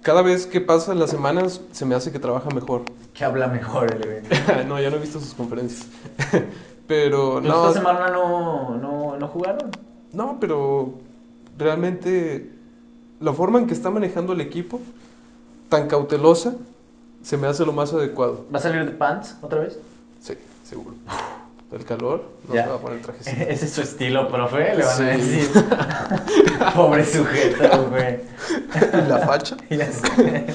Speaker 2: Cada vez que pasan las semanas, se me hace que trabaja mejor.
Speaker 1: que habla mejor el evento.
Speaker 2: no, ya no he visto sus conferencias. pero
Speaker 1: Pues Esta
Speaker 2: no,
Speaker 1: semana no, no, no jugaron.
Speaker 2: no, pero realmente la forma en que está manejando el equipo, tan cautelosa, se me hace lo más adecuado.
Speaker 1: ¿Va a salir de pants otra vez?
Speaker 2: Sí, seguro. El calor, no
Speaker 1: Ya.
Speaker 2: se va a poner trajecito.
Speaker 1: Ese es su estilo, profe, le van a
Speaker 2: Sí.
Speaker 1: decir. Pobre sujeto, güey.
Speaker 2: y la facha.
Speaker 1: Ya sé.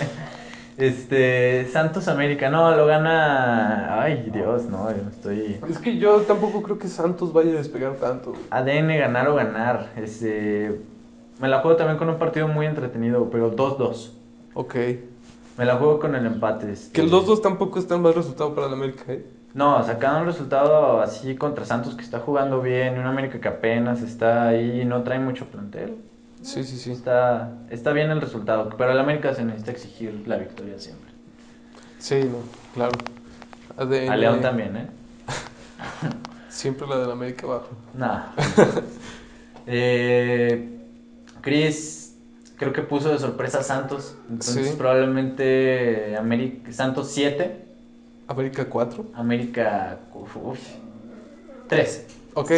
Speaker 1: Este, Santos América, no, lo gana. Ay, Dios, no, yo no estoy.
Speaker 2: Es que yo tampoco creo que Santos vaya a despegar tanto. güey.
Speaker 1: ADN ganar o ganar. Este, me la juego también con un partido muy entretenido, pero 2-2.
Speaker 2: Ok.
Speaker 1: Me la juego con el empate. este.
Speaker 2: Que el 2-2 tampoco es tan mal resultado para el América, ¿eh?
Speaker 1: No, sacaron un resultado así contra Santos que está jugando bien, y un América que apenas está ahí, no trae mucho plantel.
Speaker 2: Sí, sí, sí.
Speaker 1: Está, está bien el resultado, pero el América se necesita exigir la victoria siempre.
Speaker 2: Sí, no, claro. ADN,
Speaker 1: A León también, ¿eh?
Speaker 2: Siempre la del América abajo.
Speaker 1: Nada. eh, Chris creo que puso de sorpresa a Santos. Entonces
Speaker 2: Sí.
Speaker 1: probablemente América, Santos 7,
Speaker 2: América 4.
Speaker 1: América 3.
Speaker 2: Ok,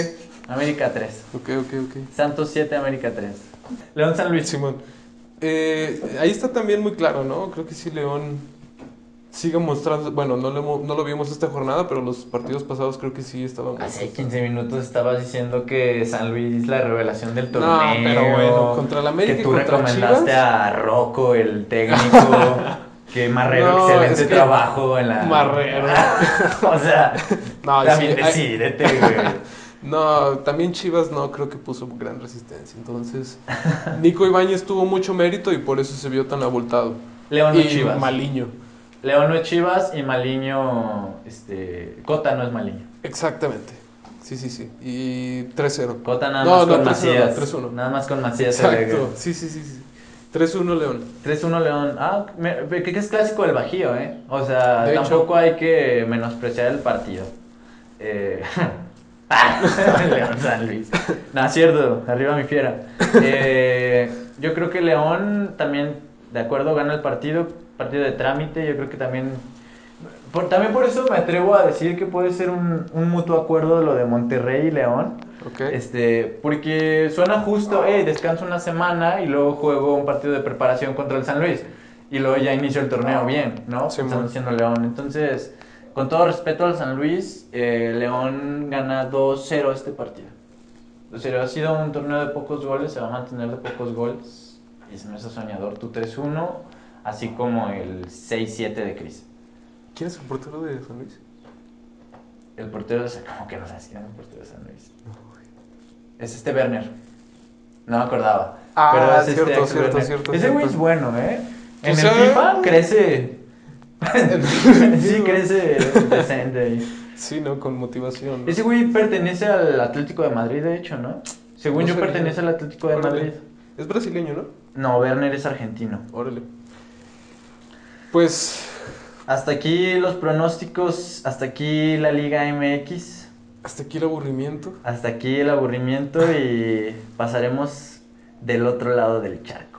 Speaker 1: América 3.
Speaker 2: ok, ok, ok.
Speaker 1: Santos 7, América 3. León San Luis.
Speaker 2: Simón. Eh, ahí está también muy claro, ¿no? Creo que sí León sigue mostrando. Bueno, no lo, hemos- no lo vimos esta jornada, pero los partidos pasados creo que sí estaban. muy-
Speaker 1: Hace 15 minutos estabas diciendo que San Luis la revelación del
Speaker 2: No,
Speaker 1: torneo.
Speaker 2: pero bueno, contra la América
Speaker 1: Que
Speaker 2: y
Speaker 1: tú
Speaker 2: contra
Speaker 1: recomendaste
Speaker 2: Chivas.
Speaker 1: a Rocco, el técnico. que Marrero,
Speaker 2: No,
Speaker 1: excelente
Speaker 2: es que-
Speaker 1: trabajo en la.
Speaker 2: Marrero.
Speaker 1: o sea,
Speaker 2: No,
Speaker 1: también
Speaker 2: sí, hay-
Speaker 1: decidete, güey.
Speaker 2: No, también Chivas no creo que puso gran resistencia. Entonces, Nico Ibáñez tuvo mucho mérito y por eso se vio tan abultado.
Speaker 1: León no
Speaker 2: y
Speaker 1: es Chivas.
Speaker 2: Maliño.
Speaker 1: León no es Chivas y Maliño. Este, Cota no es Maliño.
Speaker 2: Exactamente. Sí, sí, sí. Y 3-0.
Speaker 1: Cota nada
Speaker 2: No,
Speaker 1: más
Speaker 2: no,
Speaker 1: con
Speaker 2: 3-1,
Speaker 1: Macías.
Speaker 2: 3-1.
Speaker 1: Nada más con Macías. se
Speaker 2: Exacto.
Speaker 1: regresa.
Speaker 2: Sí, sí, sí. sí. 3-1 León.
Speaker 1: 3-1 León. Ah, me- ve que que es clásico del Bajío, ¿eh? O sea,
Speaker 2: De hecho.
Speaker 1: tampoco hay que menospreciar el partido. Eh... ah, León San Luis. No, es cierto, arriba mi fiera. Eh, yo creo que León también, de acuerdo, gana el partido, partido de trámite, yo creo que también... Por, también por eso me atrevo a decir que puede ser un, un mutuo acuerdo de lo de Monterrey y León.
Speaker 2: Ok.
Speaker 1: Este, porque suena justo, hey, descanso una semana y luego juego un partido de preparación contra el San Luis. Y luego ya inicio el torneo bien, ¿no?
Speaker 2: Sí,
Speaker 1: Estamos
Speaker 2: man.
Speaker 1: siendo León. Entonces, con todo respeto al San Luis, eh, León gana 2-0 este partido. 2-0 ha sido un torneo de pocos goles, se va a mantener de pocos goles. Y se me hace soñador tu 3-1, así como el 6-7 de Cris.
Speaker 2: ¿Quién es el portero de San Luis?
Speaker 1: El portero de San ¿Cómo que no sabes quién es el portero de San Luis? Es este Werner. No me acordaba.
Speaker 2: Ah,
Speaker 1: es este
Speaker 2: cierto,
Speaker 1: Axel
Speaker 2: cierto,
Speaker 1: Werner.
Speaker 2: cierto,
Speaker 1: Ese
Speaker 2: cierto.
Speaker 1: güey es bueno, ¿eh? En
Speaker 2: Pues,
Speaker 1: el
Speaker 2: eh.
Speaker 1: FIFA crece. sí, crece decente ahí.
Speaker 2: Sí, ¿no? Con motivación. ¿no?
Speaker 1: Ese güey pertenece al Atlético de Madrid, de hecho, ¿no? Según
Speaker 2: No
Speaker 1: yo,
Speaker 2: sabía.
Speaker 1: pertenece al Atlético de
Speaker 2: Órale.
Speaker 1: Madrid.
Speaker 2: Es brasileño, ¿no?
Speaker 1: No, Werner es argentino.
Speaker 2: Órale. Pues
Speaker 1: Hasta aquí los pronósticos, hasta aquí la Liga MX,
Speaker 2: hasta aquí el aburrimiento.
Speaker 1: hasta aquí el aburrimiento y pasaremos del otro lado del charco.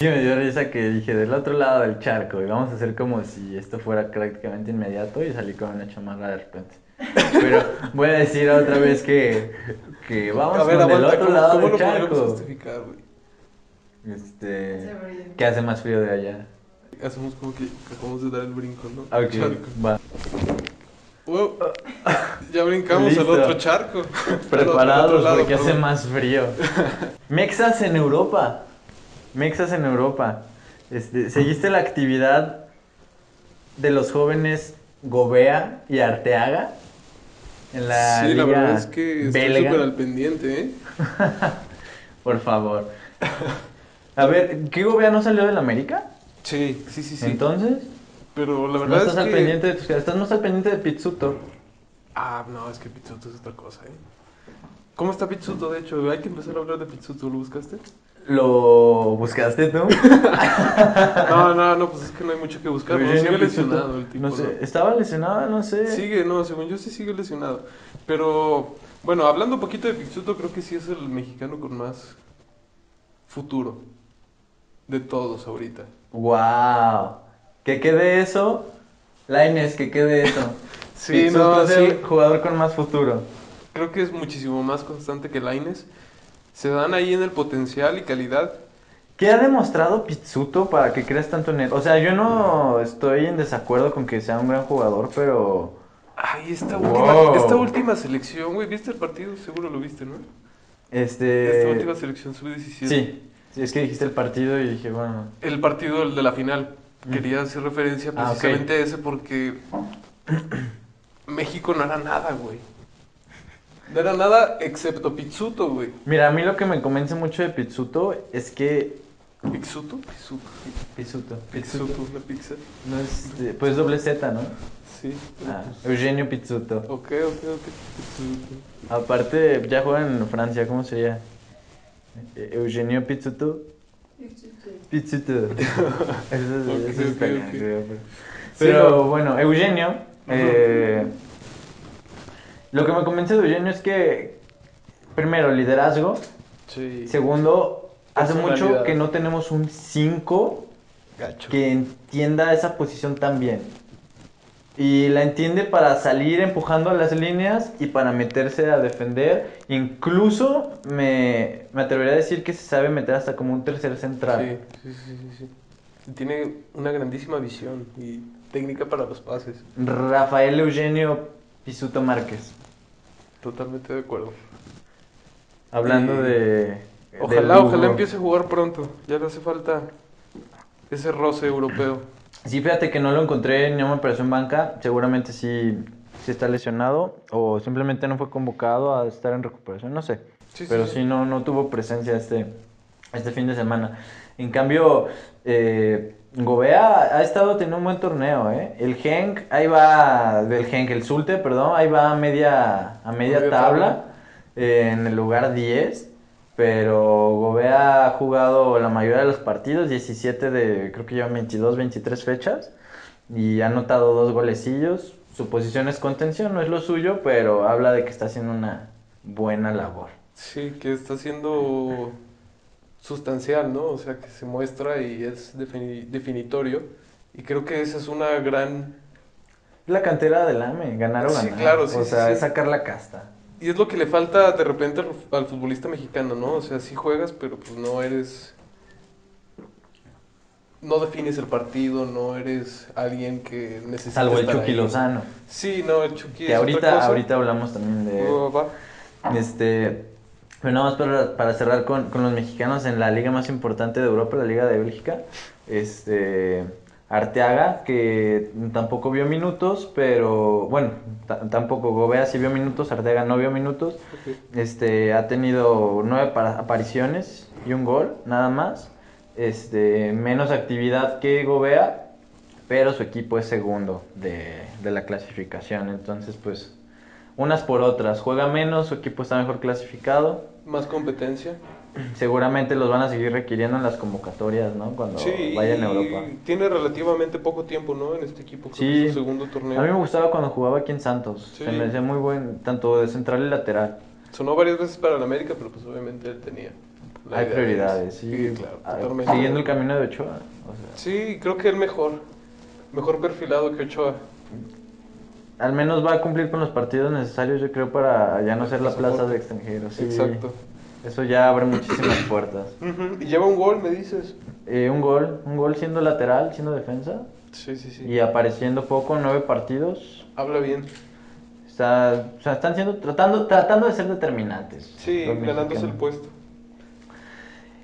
Speaker 1: Y me dio risa que dije del otro lado del charco y vamos a hacer como si esto fuera prácticamente inmediato y salí con una chamarra de repente. Pero voy a decir otra vez que, que vamos
Speaker 2: a ver,
Speaker 1: con el
Speaker 2: aguanta,
Speaker 1: otro
Speaker 2: ¿cómo,
Speaker 1: lado
Speaker 2: cómo
Speaker 1: del
Speaker 2: lo podemos
Speaker 1: charco.
Speaker 2: justificar, güey?
Speaker 1: Este,
Speaker 3: Sobre-
Speaker 1: ¿Qué hace más frío de allá?
Speaker 2: Hacemos como que acabamos de dar el brinco, ¿no?
Speaker 1: Ah, Ok,
Speaker 2: Charco.
Speaker 1: va.
Speaker 2: Wow. Ya brincamos
Speaker 1: Listo.
Speaker 2: al otro charco. Al otro
Speaker 1: Preparados
Speaker 2: lado,
Speaker 1: porque hace
Speaker 2: perdón.
Speaker 1: más frío. Mexas en Europa. Mexas en Europa. Este, ¿Seguiste la actividad de los jóvenes Gobea y Arteaga? En la
Speaker 5: sí, la
Speaker 1: liga
Speaker 5: verdad es que estoy
Speaker 1: belga.
Speaker 5: súper al pendiente, ¿eh?
Speaker 1: Por favor. A ver, ¿qué Gobea no salió del América?
Speaker 2: Sí, sí, sí, sí.
Speaker 1: Entonces,
Speaker 2: Pero la
Speaker 1: no
Speaker 2: verdad
Speaker 1: estás
Speaker 2: es
Speaker 1: al
Speaker 2: que...
Speaker 1: pendiente de tus Estás más al pendiente de Pizzuto.
Speaker 2: Ah, no, es que Pizzuto es otra cosa, ¿eh? ¿Cómo está Pizzuto, de hecho? Hay que empezar a hablar de Pizzuto, ¿lo buscaste?
Speaker 1: ¿Lo buscaste tú?
Speaker 2: No, no, no, pues es que no hay mucho que buscar. No,
Speaker 1: Eugenio
Speaker 2: sigue
Speaker 1: Pizzuto.
Speaker 2: lesionado el tipo.
Speaker 1: No
Speaker 2: ¿no?
Speaker 1: sé, estaba lesionado, no sé.
Speaker 2: Sigue, no, según yo sí sigue lesionado. Pero, bueno, hablando un poquito de Pixuto, creo que sí es el mexicano con más futuro de todos ahorita.
Speaker 1: Wow. Que quede eso. Lines, que quede eso.
Speaker 2: Sí,
Speaker 1: Pizzuto
Speaker 2: no,
Speaker 1: es
Speaker 2: sí.
Speaker 1: el jugador con más futuro.
Speaker 2: Creo que es muchísimo más constante que Laines. Se dan ahí en el potencial y calidad.
Speaker 1: ¿Qué ha demostrado Pizzuto para que creas tanto en él? O sea, yo no estoy en desacuerdo con que sea un gran jugador, pero
Speaker 2: Ay, esta
Speaker 1: Wow.
Speaker 2: última, esta última selección, güey, ¿viste el partido? Seguro lo viste, ¿no? Esta última
Speaker 1: este
Speaker 2: selección sub-17.
Speaker 1: sí. Sí, es que dijiste el partido y dije, bueno,
Speaker 2: El partido el de la final. Quería hacer referencia
Speaker 1: Mm. Ah, ok.
Speaker 2: precisamente a ese porque México no hará nada, güey. No hará nada excepto Pizzuto, güey.
Speaker 1: mira, a mí lo que me convence mucho de Pizzuto es que
Speaker 2: Pizzuto, Pizzuto,
Speaker 1: Pizzuto,
Speaker 2: Pizzuto, una pizza.
Speaker 1: no es de- pues doble Z, ¿no?
Speaker 2: Sí.
Speaker 1: Ah, Eugenio Pizzuto.
Speaker 2: Ok, ok, ok. Pizzuto.
Speaker 1: Aparte, ya juega en Francia, ¿cómo sería? E- Eugenio Pizzuto. Pizzuto. Eso, es-
Speaker 2: Ok,
Speaker 1: eso está
Speaker 2: ok,
Speaker 1: bien,
Speaker 2: ok.
Speaker 1: creo, pero-
Speaker 2: Sí,
Speaker 1: Pero
Speaker 2: no.
Speaker 1: bueno, Eugenio. eh, lo que me convence de Eugenio es que, primero, liderazgo.
Speaker 2: Sí.
Speaker 1: Segundo, hace mucho
Speaker 2: Personalidad.
Speaker 1: que no tenemos un 5
Speaker 2: Gacho.
Speaker 1: que entienda esa posición tan bien. Y la entiende para salir empujando a las líneas y para meterse a defender. Incluso me, me atrevería a decir que se sabe meter hasta como un tercer central.
Speaker 2: Sí, sí, sí, sí, sí. Y Tiene una grandísima visión y técnica para los pases.
Speaker 1: Rafael Eugenio Pisuto Márquez.
Speaker 2: Totalmente de acuerdo.
Speaker 1: Hablando
Speaker 2: Y-
Speaker 1: de. del
Speaker 2: Ojalá,
Speaker 1: Lugo.
Speaker 2: ojalá empiece a jugar pronto. Ya le hace falta ese roce europeo.
Speaker 1: Sí, fíjate que no lo encontré, no me apareció en banca. Seguramente sí, sí está lesionado o simplemente no fue convocado a estar en recuperación, no sé.
Speaker 2: Sí, sí,
Speaker 1: Pero
Speaker 2: sí.
Speaker 1: sí, no, no tuvo presencia este, este fin de semana. En cambio, eh, Gobea ha estado teniendo un buen torneo, ¿eh? El Genk, ahí va, del Genk, el Sulte, perdón, ahí va a media, a media
Speaker 2: Media
Speaker 1: tabla,
Speaker 2: tabla.
Speaker 1: eh, en el lugar 10. Pero Gobea ha jugado la mayoría de los partidos, 17 de, creo que llevan 22, 23 fechas. Y ha anotado dos golecillos. Su posición es contención, no es lo suyo, pero habla de que está haciendo una buena labor.
Speaker 2: Sí, que está siendo sustancial, ¿no? O sea, que se muestra y es defini- definitorio. Y creo que esa es una gran...
Speaker 1: La cantera del AME, ganar o
Speaker 2: Sí,
Speaker 1: ganar.
Speaker 2: claro, sí,
Speaker 1: O
Speaker 2: sí,
Speaker 1: sea,
Speaker 2: sí.
Speaker 1: es sacar la casta.
Speaker 2: Y es lo que le falta de repente al, al futbolista mexicano, ¿no? O sea, sí juegas, pero pues no eres... No defines el partido, no eres alguien que necesita
Speaker 1: Salvo el
Speaker 2: estar
Speaker 1: Chucky
Speaker 2: ahí.
Speaker 1: Lozano.
Speaker 2: Sí, no, el Chucky
Speaker 1: Que
Speaker 2: es otra
Speaker 1: ahorita,
Speaker 2: cosa. Oh.
Speaker 1: ahorita eh, hablamos también de.
Speaker 2: Va, va, va.
Speaker 1: Este. Pero nada más para, para cerrar con, con los mexicanos en la liga más importante de Europa, la Liga de Bélgica. Este. Arteaga, que tampoco vio minutos, pero. Bueno, ta- tampoco Gobea sí vio minutos, Arteaga no vio minutos. Este, ha tenido nueve para- apariciones y un gol, nada más. Este, menos actividad que Gobea, pero su equipo es segundo de, de la clasificación. Entonces, pues, unas por otras. Juega menos, su equipo está mejor clasificado.
Speaker 2: Más competencia.
Speaker 1: Seguramente los van a seguir requiriendo en las convocatorias, ¿no? Cuando
Speaker 2: sí,
Speaker 1: vayan a Europa.
Speaker 2: y tiene relativamente poco tiempo, ¿no? En este equipo, creo
Speaker 1: Sí.
Speaker 2: que es su segundo torneo.
Speaker 1: A mí me gustaba cuando jugaba aquí en Santos.
Speaker 2: Sí.
Speaker 1: Se me hacía muy buen, tanto de central y lateral.
Speaker 2: Sonó varias veces para el América, pero pues obviamente él tenía. la
Speaker 1: Hay
Speaker 2: idea de
Speaker 1: prioridades,
Speaker 2: irse.
Speaker 1: sí.
Speaker 2: claro,
Speaker 1: Ah,
Speaker 2: totalmente.
Speaker 1: Siguiendo el camino de Ochoa. o sea,
Speaker 2: Sí, creo que él mejor. Mejor perfilado que Ochoa.
Speaker 1: al menos va a cumplir con los partidos necesarios, yo creo, para ya no ser la plaza de extranjeros. sí.
Speaker 2: Exacto.
Speaker 1: Eso ya abre muchísimas puertas.
Speaker 2: Ujú, Y lleva un gol, me dices.
Speaker 1: Eh, un gol, un gol siendo lateral, siendo defensa
Speaker 2: Sí, sí, sí.
Speaker 1: y apareciendo poco, nueve partidos.
Speaker 2: Habla bien.
Speaker 1: Está, o sea, están siendo, tratando, tratando de ser determinantes.
Speaker 2: Sí,
Speaker 1: los
Speaker 2: ganándose el
Speaker 1: mexicanos.
Speaker 2: puesto.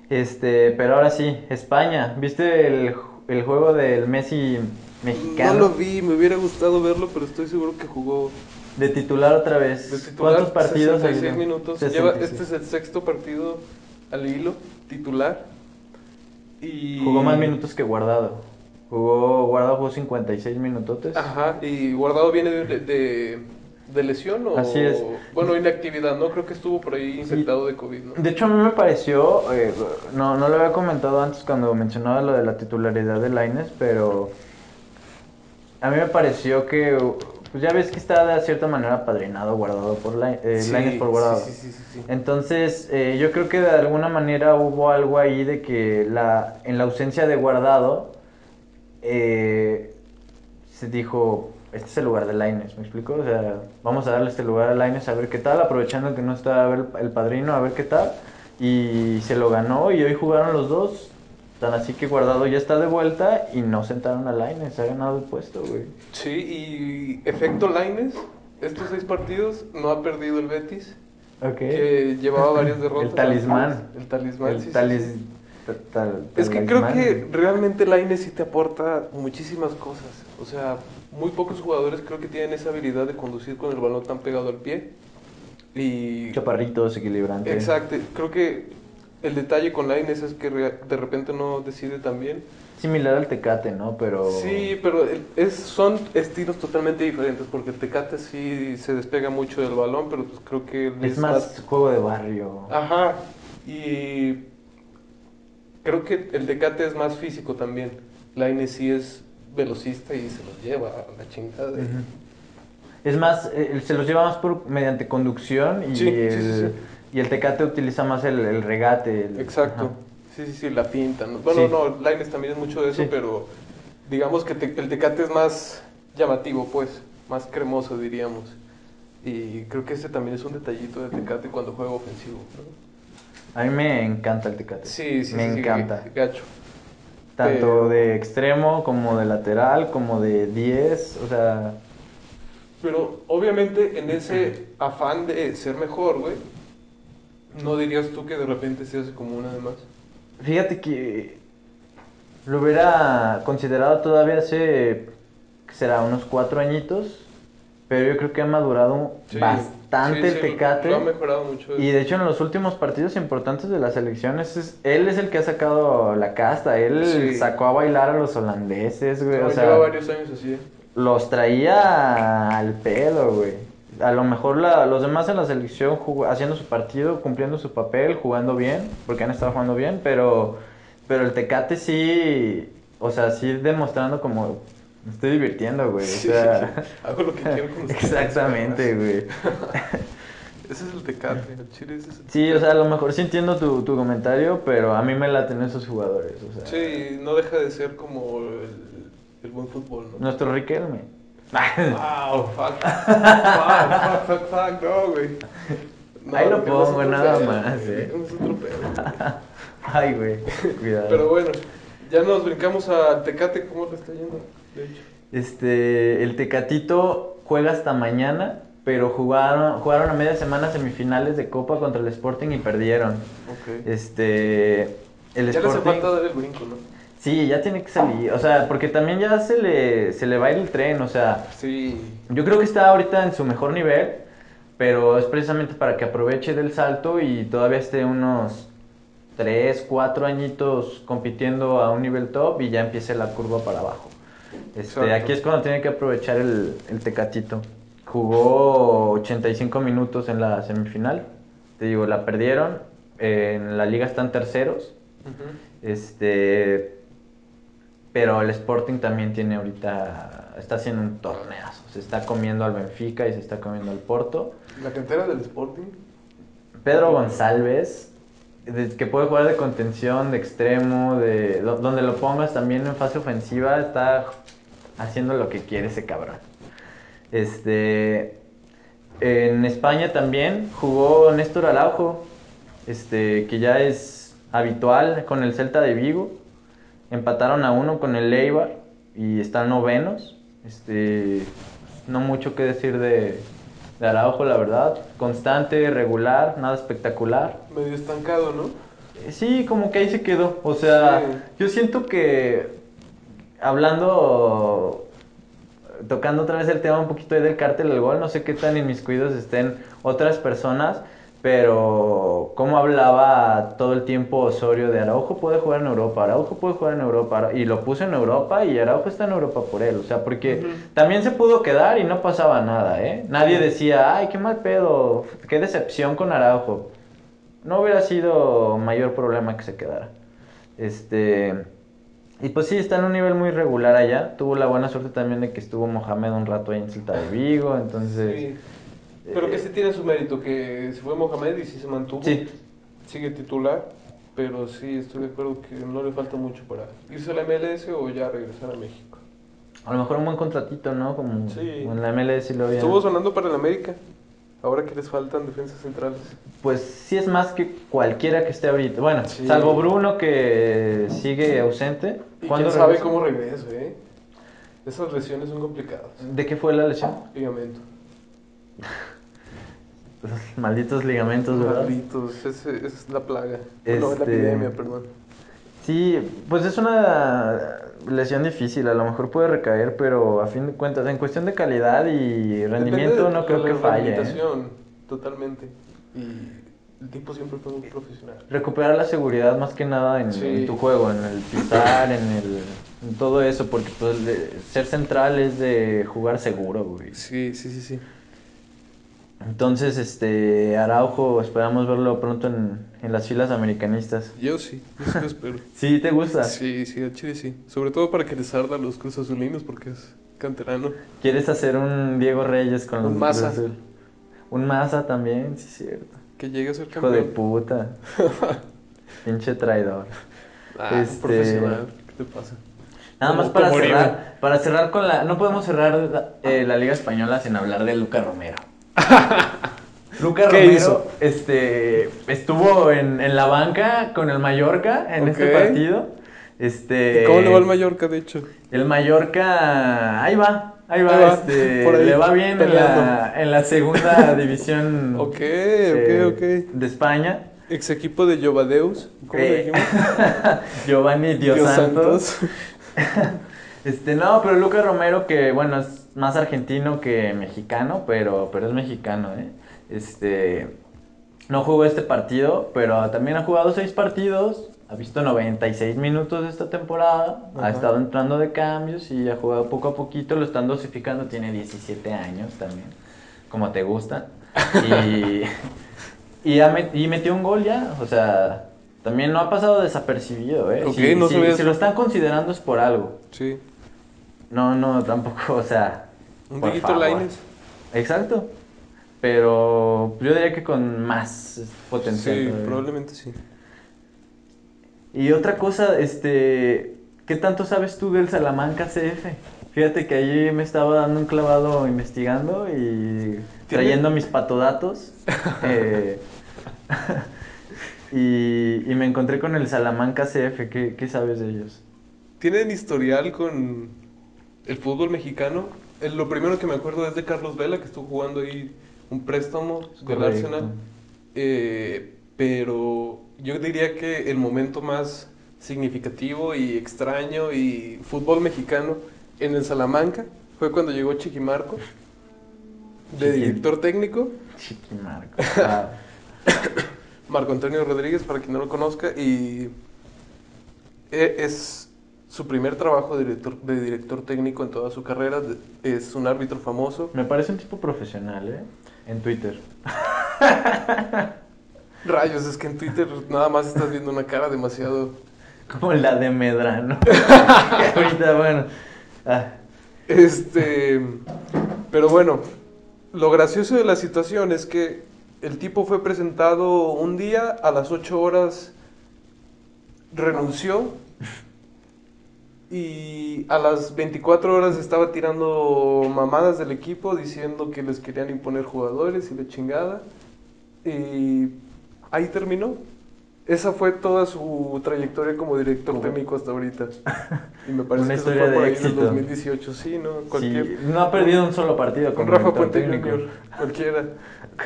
Speaker 1: Este, pero ahora sí, España. ¿Viste el, el juego del Messi mexicano?
Speaker 2: No lo vi, me hubiera gustado verlo, pero estoy seguro que jugó
Speaker 1: De titular otra vez.
Speaker 2: de titular.
Speaker 1: ¿Cuántos partidos?
Speaker 2: 66
Speaker 1: seguidos?
Speaker 2: minutos. Lleva,
Speaker 1: 66.
Speaker 2: este es el sexto partido al hilo, titular. Y...
Speaker 1: Jugó más minutos que Guardado. Jugó, Guardado jugó 56 minutotes.
Speaker 2: Ajá, y Guardado viene de, de, de lesión o...
Speaker 1: Así es.
Speaker 2: Bueno, inactividad, ¿no? Creo que estuvo por ahí infectado de COVID, ¿no?
Speaker 1: De hecho, a mí me pareció, eh, no, no lo había comentado antes cuando mencionaba lo de la titularidad de Laines, pero a mí me pareció que, pues ya ves que está de cierta manera apadrinado, guardado por Laines,
Speaker 2: Sí,
Speaker 1: por guardado.
Speaker 2: Sí, sí, sí, sí, sí.
Speaker 1: Entonces, eh, yo creo que de alguna manera hubo algo ahí de que la, en la ausencia de guardado, eh, se dijo, este es el lugar de Laines, ¿me explico? O sea, vamos a darle este lugar a Laines a ver qué tal, aprovechando que no está a ver el padrino, a ver qué tal. Y se lo ganó y hoy jugaron los dos. Tan así que Guardado ya está de vuelta y no sentaron a Laines, ha ganado el puesto, güey.
Speaker 2: Sí, y efecto Laines, estos seis partidos no ha perdido el Betis,
Speaker 1: Ok.
Speaker 2: que llevaba varias derrotas.
Speaker 1: El talismán.
Speaker 2: El talismán, sí, sí,
Speaker 1: El talis-
Speaker 2: sí.
Speaker 1: ta- tal-
Speaker 2: Es que creo
Speaker 1: talismán.
Speaker 2: que realmente Laines sí te aporta muchísimas cosas. O sea, muy pocos jugadores creo que tienen esa habilidad de conducir con el balón tan pegado al pie. Y
Speaker 1: Chaparrito, desequilibrante.
Speaker 2: Exacto, creo que el detalle con Laines es que re- de repente no decide tan bien.
Speaker 1: Similar al Tecate, ¿no? Pero.
Speaker 2: Sí, pero el- es, son estilos totalmente diferentes porque el Tecate sí se despega mucho del balón, pero pues creo que él
Speaker 1: Es más juego de barrio.
Speaker 2: Ajá, y creo que el Tecate es más físico también. Laines sí es velocista y se los lleva a la chingada. de-
Speaker 1: Ujú. Es más, eh, se los lleva más por mediante conducción y
Speaker 2: Sí, sí, sí,
Speaker 1: el.
Speaker 2: sí.
Speaker 1: Y el Tecate utiliza más el, el regate. el-
Speaker 2: Exacto.
Speaker 1: ajá.
Speaker 2: Sí, sí, sí, la pinta. ¿no? Bueno,
Speaker 1: Sí.
Speaker 2: no, Lines también es mucho de eso,
Speaker 1: Sí.
Speaker 2: pero digamos que te- el Tecate es más llamativo, pues, más cremoso, diríamos. Y creo que ese también es un detallito de Tecate cuando juega ofensivo. ¿no?
Speaker 1: A mí me encanta el Tecate.
Speaker 2: Sí, sí,
Speaker 1: Me
Speaker 2: sí,
Speaker 1: encanta.
Speaker 2: sí, gacho.
Speaker 1: Tanto
Speaker 2: pero-
Speaker 1: de extremo como de lateral, como de 10. O sea,
Speaker 2: Pero obviamente en ese afán de ser mejor, güey, no dirías tú que de repente se hace como una de más.
Speaker 1: fíjate que lo hubiera considerado todavía hace, ¿qué será? Unos cuatro añitos. Pero yo creo que ha madurado
Speaker 2: Sí,
Speaker 1: bastante
Speaker 2: sí,
Speaker 1: el
Speaker 2: sí, lo-
Speaker 1: Tecate.
Speaker 2: Lo ha mejorado mucho.
Speaker 1: Y de hecho en los últimos partidos importantes de las elecciones, es, él es el que ha sacado la casta, él
Speaker 2: Sí.
Speaker 1: sacó a bailar a los holandeses, güey,
Speaker 2: No,
Speaker 1: o sea,
Speaker 2: lleva varios años así. ¿eh?
Speaker 1: los traía al pedo, güey. A lo mejor la- los demás en la selección jug- haciendo su partido, cumpliendo su papel, jugando bien, porque han estado jugando bien, pero, pero el Tecate sí, o sea, sí demostrando como, me estoy divirtiendo, güey. o
Speaker 2: Sí,
Speaker 1: sea,
Speaker 2: Hago lo que quiero con ustedes.
Speaker 1: exactamente, güey.
Speaker 2: Ese es el Tecate, el Chile ese es el
Speaker 1: Sí, o sea, a lo mejor sí entiendo tu, tu comentario, pero a mí me laten esos jugadores. O sea,
Speaker 2: Sí, no deja de ser como el, el buen fútbol, ¿no?
Speaker 1: Nuestro Riquelme.
Speaker 2: Wow, fuck. wow, fuck, fuck, fuck, no, güey.
Speaker 1: Ahí lo
Speaker 2: porque
Speaker 1: pongo,
Speaker 2: es otro
Speaker 1: nada
Speaker 2: pedo,
Speaker 1: más,
Speaker 2: güey,
Speaker 1: eh.
Speaker 2: es otro pedo.
Speaker 1: Ay, güey, cuidado.
Speaker 2: Pero bueno, ya nos brincamos al Tecate, ¿cómo le está yendo? De hecho.
Speaker 1: Este, el Tecatito juega hasta mañana, pero jugaron, jugaron a media semana semifinales de Copa contra el Sporting y perdieron.
Speaker 2: Ok.
Speaker 1: Este, el
Speaker 2: Ya le hace
Speaker 1: Sporting...
Speaker 2: falta dar el brinco, ¿no?
Speaker 1: Sí, ya tiene que salir, o sea, porque también ya se le, se le va a ir el tren, o sea,
Speaker 2: Sí.
Speaker 1: Yo creo que está ahorita en su mejor nivel, pero es precisamente para que aproveche del salto y todavía esté unos 3, 4 añitos compitiendo a un nivel top y ya empiece la curva para abajo. Este,
Speaker 4: Exacto.
Speaker 1: aquí es cuando tiene que aprovechar el, el tecatito. Jugó 85 minutos en la semifinal. Te digo, la perdieron. Eh, en la liga están terceros. Este. Pero el Sporting también tiene ahorita. Está haciendo un torneazo. Se está comiendo al Benfica y se está comiendo al Porto.
Speaker 2: La cantera del Sporting.
Speaker 1: Pedro González, de- que puede jugar de contención, de extremo, de do- donde lo pongas también en fase ofensiva, está haciendo lo que quiere ese cabrón. Este, en España también jugó Néstor Araujo, este, que ya es habitual con el Celta de Vigo. Empataron a uno con el Eibar y están novenos. Este, no mucho que decir de, de Araujo, la verdad. Constante, regular, nada espectacular.
Speaker 2: Medio estancado, ¿no?
Speaker 1: Eh, Sí, como que ahí se quedó. O sea,
Speaker 2: Sí.
Speaker 1: yo siento que hablando, tocando otra vez el tema un poquito ahí del cártel del gol, no sé qué tan inmiscuidos estén otras personas, pero como hablaba todo el tiempo Osorio de Araujo puede jugar en Europa, Araujo puede jugar en Europa, Ara- y lo puso en Europa y Araujo está en Europa por él, o sea, porque también se pudo quedar y no pasaba nada, ¿eh? Nadie decía, ay, qué mal pedo, qué decepción con Araujo no hubiera sido mayor problema que se quedara. Este. Y pues sí, está en un nivel muy regular allá. Tuvo la buena suerte también de que estuvo Mohamed un rato ahí en Celta de Vigo, entonces.
Speaker 2: Sí. Pero que
Speaker 1: eh,
Speaker 2: sí tiene su mérito, que se fue Mohamed y sí se mantuvo.
Speaker 1: Sí.
Speaker 2: Sigue titular, pero sí estoy de acuerdo que no le falta mucho para irse a la MLS o ya regresar a México.
Speaker 1: A lo mejor un buen contratito, ¿no? Como
Speaker 2: Sí.
Speaker 1: como en la MLS lo había.
Speaker 2: Estuvo sonando para el América. Ahora que les faltan defensas centrales.
Speaker 1: Pues sí es más que cualquiera que esté ahorita. Bueno,
Speaker 2: Sí.
Speaker 1: salvo Bruno que sigue ausente.
Speaker 2: Y
Speaker 1: ¿Cuándo
Speaker 2: quién sabe
Speaker 1: regresa?
Speaker 2: cómo regrese, ¿eh? Esas lesiones son complicadas.
Speaker 1: ¿De qué fue la lesión?
Speaker 2: Ligamento.
Speaker 1: Malditos ligamentos, ¿verdad?
Speaker 2: Malditos, ese- esa es la plaga. No, es la
Speaker 1: Este-
Speaker 2: epidemia, perdón.
Speaker 1: Sí, pues es una lesión difícil, a lo mejor puede recaer, pero a fin de cuentas, en cuestión de calidad y rendimiento,
Speaker 2: Depende de
Speaker 1: no creo
Speaker 2: la
Speaker 1: que falle. ¿eh?
Speaker 2: rehabilitación, Totalmente. Y el tipo siempre fue un profesional.
Speaker 1: Recuperar la seguridad más que nada en,
Speaker 2: Sí.
Speaker 1: en tu juego, en el pisar, en, el, en todo eso, porque pues, de- ser central es de jugar seguro, güey.
Speaker 2: Sí, sí, sí, sí.
Speaker 1: Entonces, este, Araujo, esperamos verlo pronto en, en las filas americanistas.
Speaker 2: Yo sí, yo sí lo espero.
Speaker 1: Sí, ¿te gusta?
Speaker 2: Sí, sí, al Chile sí. Sobre todo para que les arda a los Cruz Azulinos porque es canterano.
Speaker 1: ¿Quieres hacer un Diego Reyes con
Speaker 2: Un
Speaker 1: los
Speaker 2: Maza.
Speaker 1: Cruz Azul? Un masa también, sí es cierto.
Speaker 2: Que llegue a ser
Speaker 1: Hijo de
Speaker 2: campeón.
Speaker 1: puta. Pinche traidor.
Speaker 2: Ah, un
Speaker 1: Este-
Speaker 2: profesional. ¿Qué te pasa?
Speaker 1: Nada
Speaker 2: Como-
Speaker 1: más para
Speaker 2: como Oribe.
Speaker 1: cerrar, para cerrar con la... No podemos cerrar eh, la Liga Española sin hablar de Luca Romero. Luca
Speaker 2: ¿Qué
Speaker 1: Romero
Speaker 2: hizo?
Speaker 1: Este, estuvo en, en la banca con el Mallorca en este
Speaker 2: Ok.
Speaker 1: partido. Este,
Speaker 2: ¿Y ¿Cómo le va al Mallorca, de hecho?
Speaker 1: El Mallorca, ahí va, ahí va,
Speaker 2: Ahí va,
Speaker 1: este,
Speaker 2: por ahí,
Speaker 1: le va bien en la,
Speaker 2: peleando.
Speaker 1: en la segunda división
Speaker 2: Ok, ok,
Speaker 1: mm, eh,
Speaker 2: ok.
Speaker 1: de España.
Speaker 2: Ex equipo de Yobadeus. ¿Cómo le
Speaker 1: Eh,
Speaker 2: dijimos?
Speaker 1: Giovanni Dios,
Speaker 2: Dios
Speaker 1: Santos.
Speaker 2: Santos.
Speaker 1: Este, no, pero Lucas Romero, que bueno, es más argentino que mexicano, pero, pero es mexicano, ¿eh? Este, no jugó este partido, pero también ha jugado seis partidos, ha visto 96 minutos de esta temporada, ha
Speaker 2: Ajá.
Speaker 1: estado entrando de cambios y ha jugado poco a poquito, lo están dosificando, tiene 17 años también, como te gusta. Y, y, ha met- y metió un gol ya, o sea, también no ha pasado desapercibido, ¿eh?
Speaker 2: Ok,
Speaker 1: Si-
Speaker 2: no
Speaker 1: si-
Speaker 2: sabía
Speaker 1: si
Speaker 2: eso.
Speaker 1: lo están considerando es por algo.
Speaker 2: Sí.
Speaker 1: No, no, tampoco, o sea.
Speaker 2: Un
Speaker 1: por
Speaker 2: Dieguito
Speaker 1: favor.
Speaker 2: Lainez.
Speaker 1: Exacto. Pero yo diría que con más potencial.
Speaker 2: Sí,
Speaker 1: todavía.
Speaker 2: probablemente sí.
Speaker 1: Y otra cosa, este. ¿Qué tanto sabes tú del Salamanca CF? Fíjate que allí me estaba dando un clavado investigando y trayendo mis patodatos. eh, y, y me encontré con el Salamanca CF. ¿Qué, qué sabes de ellos?
Speaker 2: ¿Tienen historial con el fútbol mexicano? Eh, Lo primero que me acuerdo es de Carlos Vela, que estuvo jugando ahí un préstamo del
Speaker 1: Correcto.
Speaker 2: Arsenal. Eh, pero yo diría que el momento más significativo y extraño y fútbol mexicano en el Salamanca fue cuando llegó Chiquimarco, de
Speaker 1: Chiqui-
Speaker 2: director técnico.
Speaker 1: Chiquimarco. Ah, wow.
Speaker 2: Marco Antonio Rodríguez, para quien no lo conozca, y e- es Su primer trabajo de director, de director técnico en toda su carrera de- es un árbitro famoso.
Speaker 1: Me parece un tipo profesional, ¿eh? En Twitter.
Speaker 2: Rayos, es que en Twitter nada más estás viendo una cara demasiado...
Speaker 1: Como la de Medrano. Que ahorita, bueno. ah,
Speaker 2: Este, pero bueno, lo gracioso de la situación es que el tipo fue presentado un día, a las 8 horas renunció y a las 24 horas estaba tirando mamadas del equipo diciendo que les querían imponer jugadores y la chingada. Y ahí terminó. Esa fue toda su trayectoria como director
Speaker 1: Como-
Speaker 2: técnico hasta ahorita. Y me parece
Speaker 1: Una
Speaker 2: que eso
Speaker 1: historia
Speaker 2: fue por
Speaker 1: de
Speaker 2: ahí en el
Speaker 1: éxito.
Speaker 2: 2018, sí, ¿no? Cualquier,
Speaker 1: sí, no ha perdido un solo partido
Speaker 2: Con
Speaker 1: como
Speaker 2: Rafa
Speaker 1: director
Speaker 2: Puente
Speaker 1: técnico.
Speaker 2: Jr., cualquiera.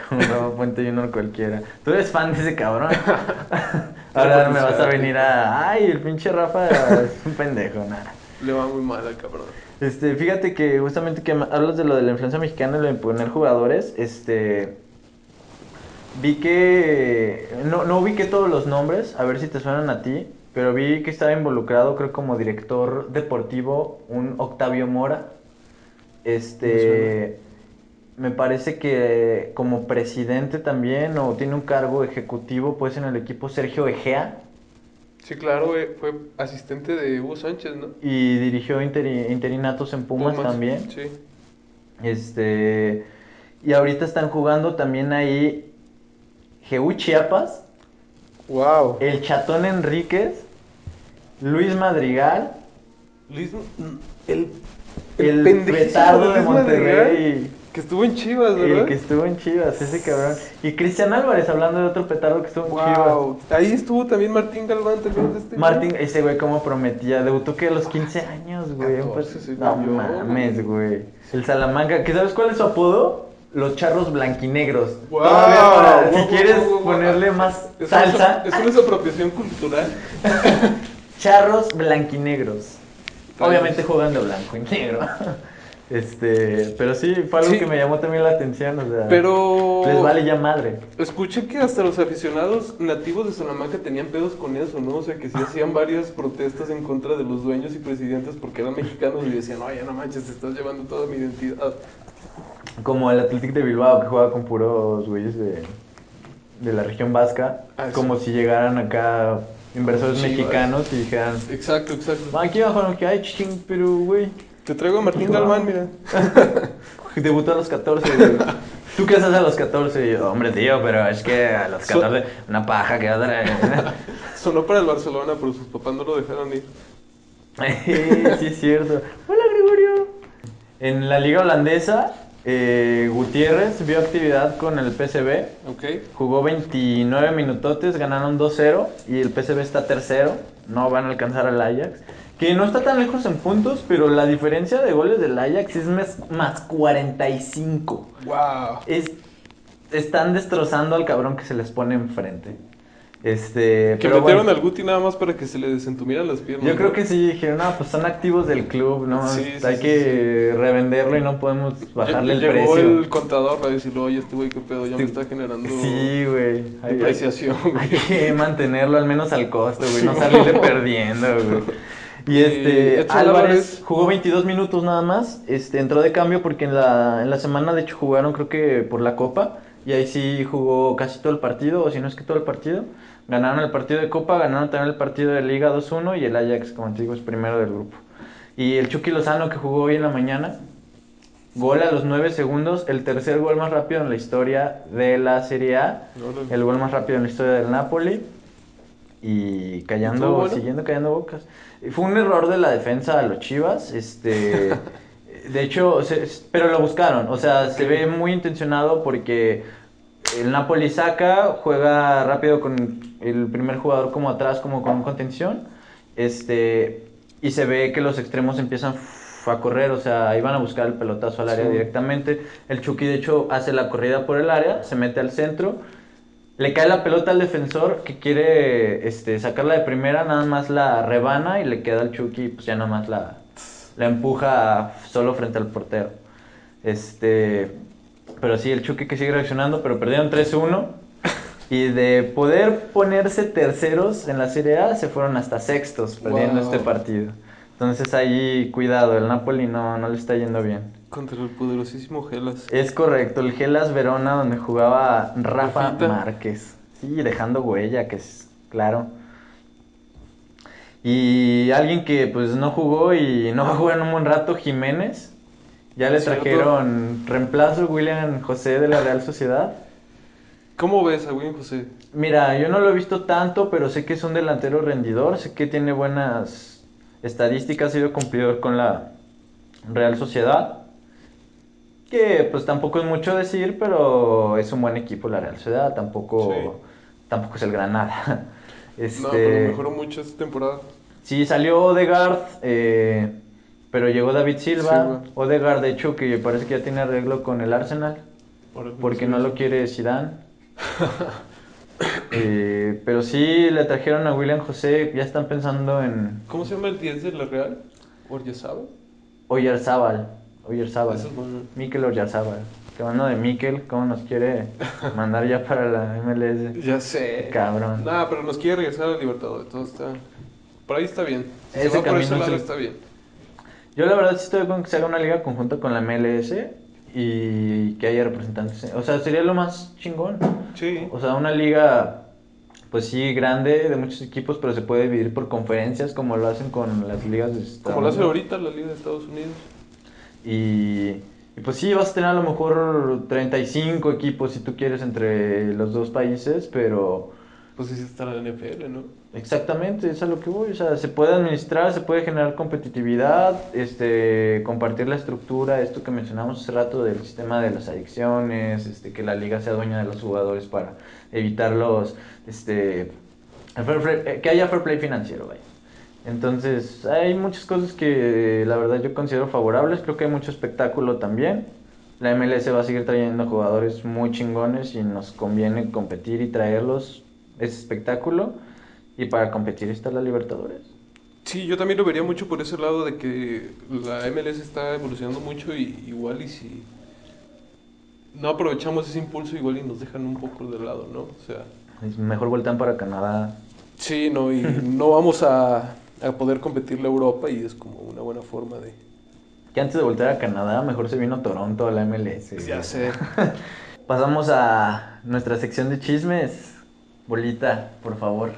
Speaker 1: Con Rafa Puente Junior cualquiera. Tú eres fan de ese cabrón. Ahora me vas a venir a. Ay, el pinche Rafa es un pendejo, nada.
Speaker 2: Le va muy mal al cabrón.
Speaker 1: Este, fíjate que justamente que ma- hablas de lo de la influencia mexicana y lo de imponer jugadores, este. Vi que. No, no ubiqué todos los nombres, a ver si te suenan a ti, pero vi que estaba involucrado, creo, como director deportivo, un Octavio Mora. Este. Me parece que como presidente también, o tiene un cargo ejecutivo, pues en el equipo Sergio Egea,
Speaker 2: Sí, claro, eh, fue asistente de Hugo Sánchez, ¿no?
Speaker 1: y dirigió interi- interinatos en Pumas también.
Speaker 2: Sí.
Speaker 1: Este. Y ahorita están jugando también ahí GU Chiapas,
Speaker 2: Wow.
Speaker 1: el Chatón Enríquez, Luis Madrigal,
Speaker 2: Luis, el,
Speaker 1: el
Speaker 2: pendejísimo
Speaker 1: petardo de
Speaker 2: Luis Madrigal,
Speaker 1: Monterrey,
Speaker 2: que estuvo en Chivas,
Speaker 1: el
Speaker 2: ¿verdad?
Speaker 1: que estuvo en Chivas, ese cabrón. Y Cristian Álvarez, hablando de otro petardo que estuvo en Chivas.
Speaker 2: Wow. Ahí estuvo también Martín Galván, ¿te acuerdas de este?
Speaker 1: Martín, ese güey como prometía, debutó que a los 15 años, güey.
Speaker 2: 14 según
Speaker 1: no
Speaker 2: yo,
Speaker 1: mames,
Speaker 2: güey.
Speaker 1: güey. El Salamanca, ¿que sabes cuál es su apodo? Los charros blanquinegros.
Speaker 2: Wow.
Speaker 1: Todavía para- si
Speaker 2: Wow, wow,
Speaker 1: quieres
Speaker 2: wow, wow, wow.
Speaker 1: ponerle más
Speaker 2: Es una-
Speaker 1: salsa,
Speaker 2: Es una desapropiación cultural.
Speaker 1: charros blanquinegros.
Speaker 2: Rayos.
Speaker 1: Obviamente juegan de blanco y negro. Este, pero sí, fue algo
Speaker 2: Sí.
Speaker 1: que me llamó también la atención, o sea,
Speaker 2: Pero.
Speaker 1: les vale ya madre.
Speaker 2: Escuché que hasta los aficionados nativos de Salamanca tenían pedos con eso, ¿no? O sea, que sí hacían varias protestas en contra de los dueños y presidentes porque eran mexicanos y decían, oye, no manches, te estás llevando toda mi identidad.
Speaker 1: Como el Athletic de Bilbao que juega con puros güeyes de, de la región vasca,
Speaker 2: Ah, sí.
Speaker 1: como si llegaran acá inversores
Speaker 2: Chivas.
Speaker 1: mexicanos y dijeran,
Speaker 2: Exacto, exacto.
Speaker 1: "Ah, aquí va a jugar, aquí, ay, ching, pero güey,
Speaker 2: Te traigo a Martín Galván, mira.
Speaker 1: debutó a los 14, güey. ¿Tú qué haces a los 14? Y yo, hombre, tío, pero es que a los
Speaker 2: So-
Speaker 1: 14, una paja que va a traer".
Speaker 2: Sonó para el Barcelona, pero sus papás no lo dejaron ir.
Speaker 1: sí, es cierto. Hola, Gregorio. En la liga holandesa, eh, Gutiérrez vio actividad con el PSV.
Speaker 2: ¿Ok?
Speaker 1: Jugó 29 minutotes, ganaron 2-0 y el PSV está tercero. No van a alcanzar al Ajax. Que no está tan lejos en puntos, pero la diferencia de goles del Ajax es mes- más 45.
Speaker 2: ¡Wow!
Speaker 1: Es, están destrozando al cabrón que se les pone enfrente. Este,
Speaker 2: Que
Speaker 1: pero bueno.
Speaker 2: metieron al Guti nada más para que se le desentumieran las piernas.
Speaker 1: Yo creo
Speaker 2: ¿no?
Speaker 1: que sí dijeron, no, pues son activos del club, ¿no?
Speaker 2: Sí, sí,
Speaker 1: Hay
Speaker 2: sí,
Speaker 1: que revenderlo y no podemos bajarle el
Speaker 2: Lle- Llegó
Speaker 1: precio.
Speaker 2: el contador para decirle, oye, este güey, qué pedo, ya me está generando
Speaker 1: Sí, güey. Hay, hay-
Speaker 2: depreciación,
Speaker 1: hay
Speaker 2: güey.
Speaker 1: que mantenerlo al menos al costo, güey.
Speaker 2: Sí.
Speaker 1: No salirle perdiendo, güey. Y
Speaker 2: Y
Speaker 1: este,
Speaker 2: Edson
Speaker 1: Álvarez
Speaker 2: Álvarez.
Speaker 1: jugó 22 minutos nada más. Este, entró de cambio porque en la, en la semana, de hecho, jugaron, creo que por la Copa. Y ahí sí jugó casi todo el partido, o si no es que todo el partido. Ganaron el partido de Copa, ganaron también el partido de Liga 2-1. Y el Ajax, como te digo, es primero del grupo. Y el Chucky Lozano que jugó hoy en la mañana. Gol a los 9 segundos, el tercer gol más rápido en la historia de la Serie A.
Speaker 2: Órale.
Speaker 1: El gol más rápido en la historia del Napoli. Y callando,
Speaker 2: ¿Estuvo bueno?
Speaker 1: siguiendo callando bocas. Y Fue un error de la defensa a los Chivas. Este. De hecho, se- pero lo buscaron. O sea, se ve muy intencionado porque el Napoli saca, juega rápido con el primer jugador como atrás, como con contención. Este, y se ve que los extremos empiezan f- a correr, o sea, iban a buscar el pelotazo al área
Speaker 2: Sí.
Speaker 1: directamente. El Chucky, de hecho, hace la corrida por el área, se mete al centro. Le cae la pelota al defensor que quiere este, sacarla de primera, nada más la rebana y le queda al Chucky, pues ya nada más la, la empuja solo frente al portero. Este, pero sí, el Chucky que sigue reaccionando, pero perdieron 3-1. Y de poder ponerse terceros en la Serie A, se fueron hasta sextos perdiendo
Speaker 2: Wow.
Speaker 1: este partido. Entonces ahí, cuidado, el Napoli no, no le está yendo bien.
Speaker 4: Contra el poderosísimo Gelas.
Speaker 1: Es correcto, el Gelas Verona donde jugaba Rafa
Speaker 4: Rafita.
Speaker 1: Márquez. Sí, dejando huella, que es claro. Y alguien que pues no jugó y no va a jugar en un buen rato, Jiménez. Ya le
Speaker 4: Cierto.
Speaker 1: trajeron reemplazo William José de la Real Sociedad.
Speaker 4: ¿Cómo ves a William José?
Speaker 1: Mira, yo no lo he visto tanto, pero sé que es un delantero rendidor, sé que tiene buenas estadísticas, ha sido cumplidor con la Real Sociedad. Que pues tampoco es mucho decir, pero es un buen equipo la Real Sociedad, tampoco,
Speaker 2: Sí.
Speaker 1: tampoco es el Granada. Este,
Speaker 2: No, pero mejoró mucho esta temporada.
Speaker 1: Sí, salió Odegaard, eh, pero llegó David Silva.
Speaker 2: Silva.
Speaker 1: Odegaard, de hecho, que parece que ya tiene arreglo con el Arsenal porque no lo quiere Zidane. Eh, pero sí le trajeron a William José, ya están pensando en
Speaker 2: ¿Cómo se llama el 10 de la Real? ¿Oryazábal?
Speaker 1: Oyarzábal, Oyarzábal,
Speaker 2: Ese es bueno.
Speaker 1: Mikel Oyarzábal, que mano de Mikel, cómo nos quiere mandar ya para la MLS,
Speaker 2: Ya sé.
Speaker 1: cabrón.
Speaker 2: Nah, pero nos quiere regresar al Libertadores. Todo está. Por ahí está bien. Si
Speaker 1: Ese
Speaker 2: se va por ese
Speaker 1: camino
Speaker 2: lado
Speaker 1: sí.
Speaker 2: está bien.
Speaker 1: Yo la verdad sí estoy con que se haga una liga conjunta con la MLS y que haya representantes, o sea, sería lo más chingón.
Speaker 2: Sí.
Speaker 1: O sea, una liga, pues sí, grande, de muchos equipos, pero se puede dividir por conferencias, como lo hacen con las ligas de Estados
Speaker 2: Como lo hace
Speaker 1: Unidos.
Speaker 2: ahorita la Liga de Estados Unidos.
Speaker 1: Y, y, pues sí, vas a tener a lo mejor 35 equipos si tú quieres entre los dos países, pero
Speaker 2: Pues sí está la NFL, ¿no?
Speaker 1: exactamente, es a lo que voy. O sea, se puede administrar, se puede generar competitividad, este, compartir la estructura, esto que mencionamos hace rato del sistema de las adicciones, este, que la liga sea dueña de los jugadores para evitar los, este, el fair play- eh, que haya fair play financiero, vaya. Entonces, hay muchas cosas que la verdad yo considero favorables. Creo que hay mucho espectáculo también. La MLS va a seguir trayendo jugadores muy chingones y nos conviene competir y traerlos. Es espectáculo. Y para competir está la Libertadores.
Speaker 2: Sí, yo también lo vería mucho por ese lado de que la MLS está evolucionando mucho y igual y si no aprovechamos ese impulso igual y nos dejan un poco de lado, ¿no? O sea,
Speaker 1: Es mejor voltean para Canadá.
Speaker 2: sí, no, y no vamos a, a poder competirle a Europa y es como una buena forma de...
Speaker 1: Que antes de voltear a Canadá, mejor se vino Toronto a la MLS.
Speaker 2: Ya sé.
Speaker 1: Pasamos a nuestra sección de chismes. Bolita, por favor.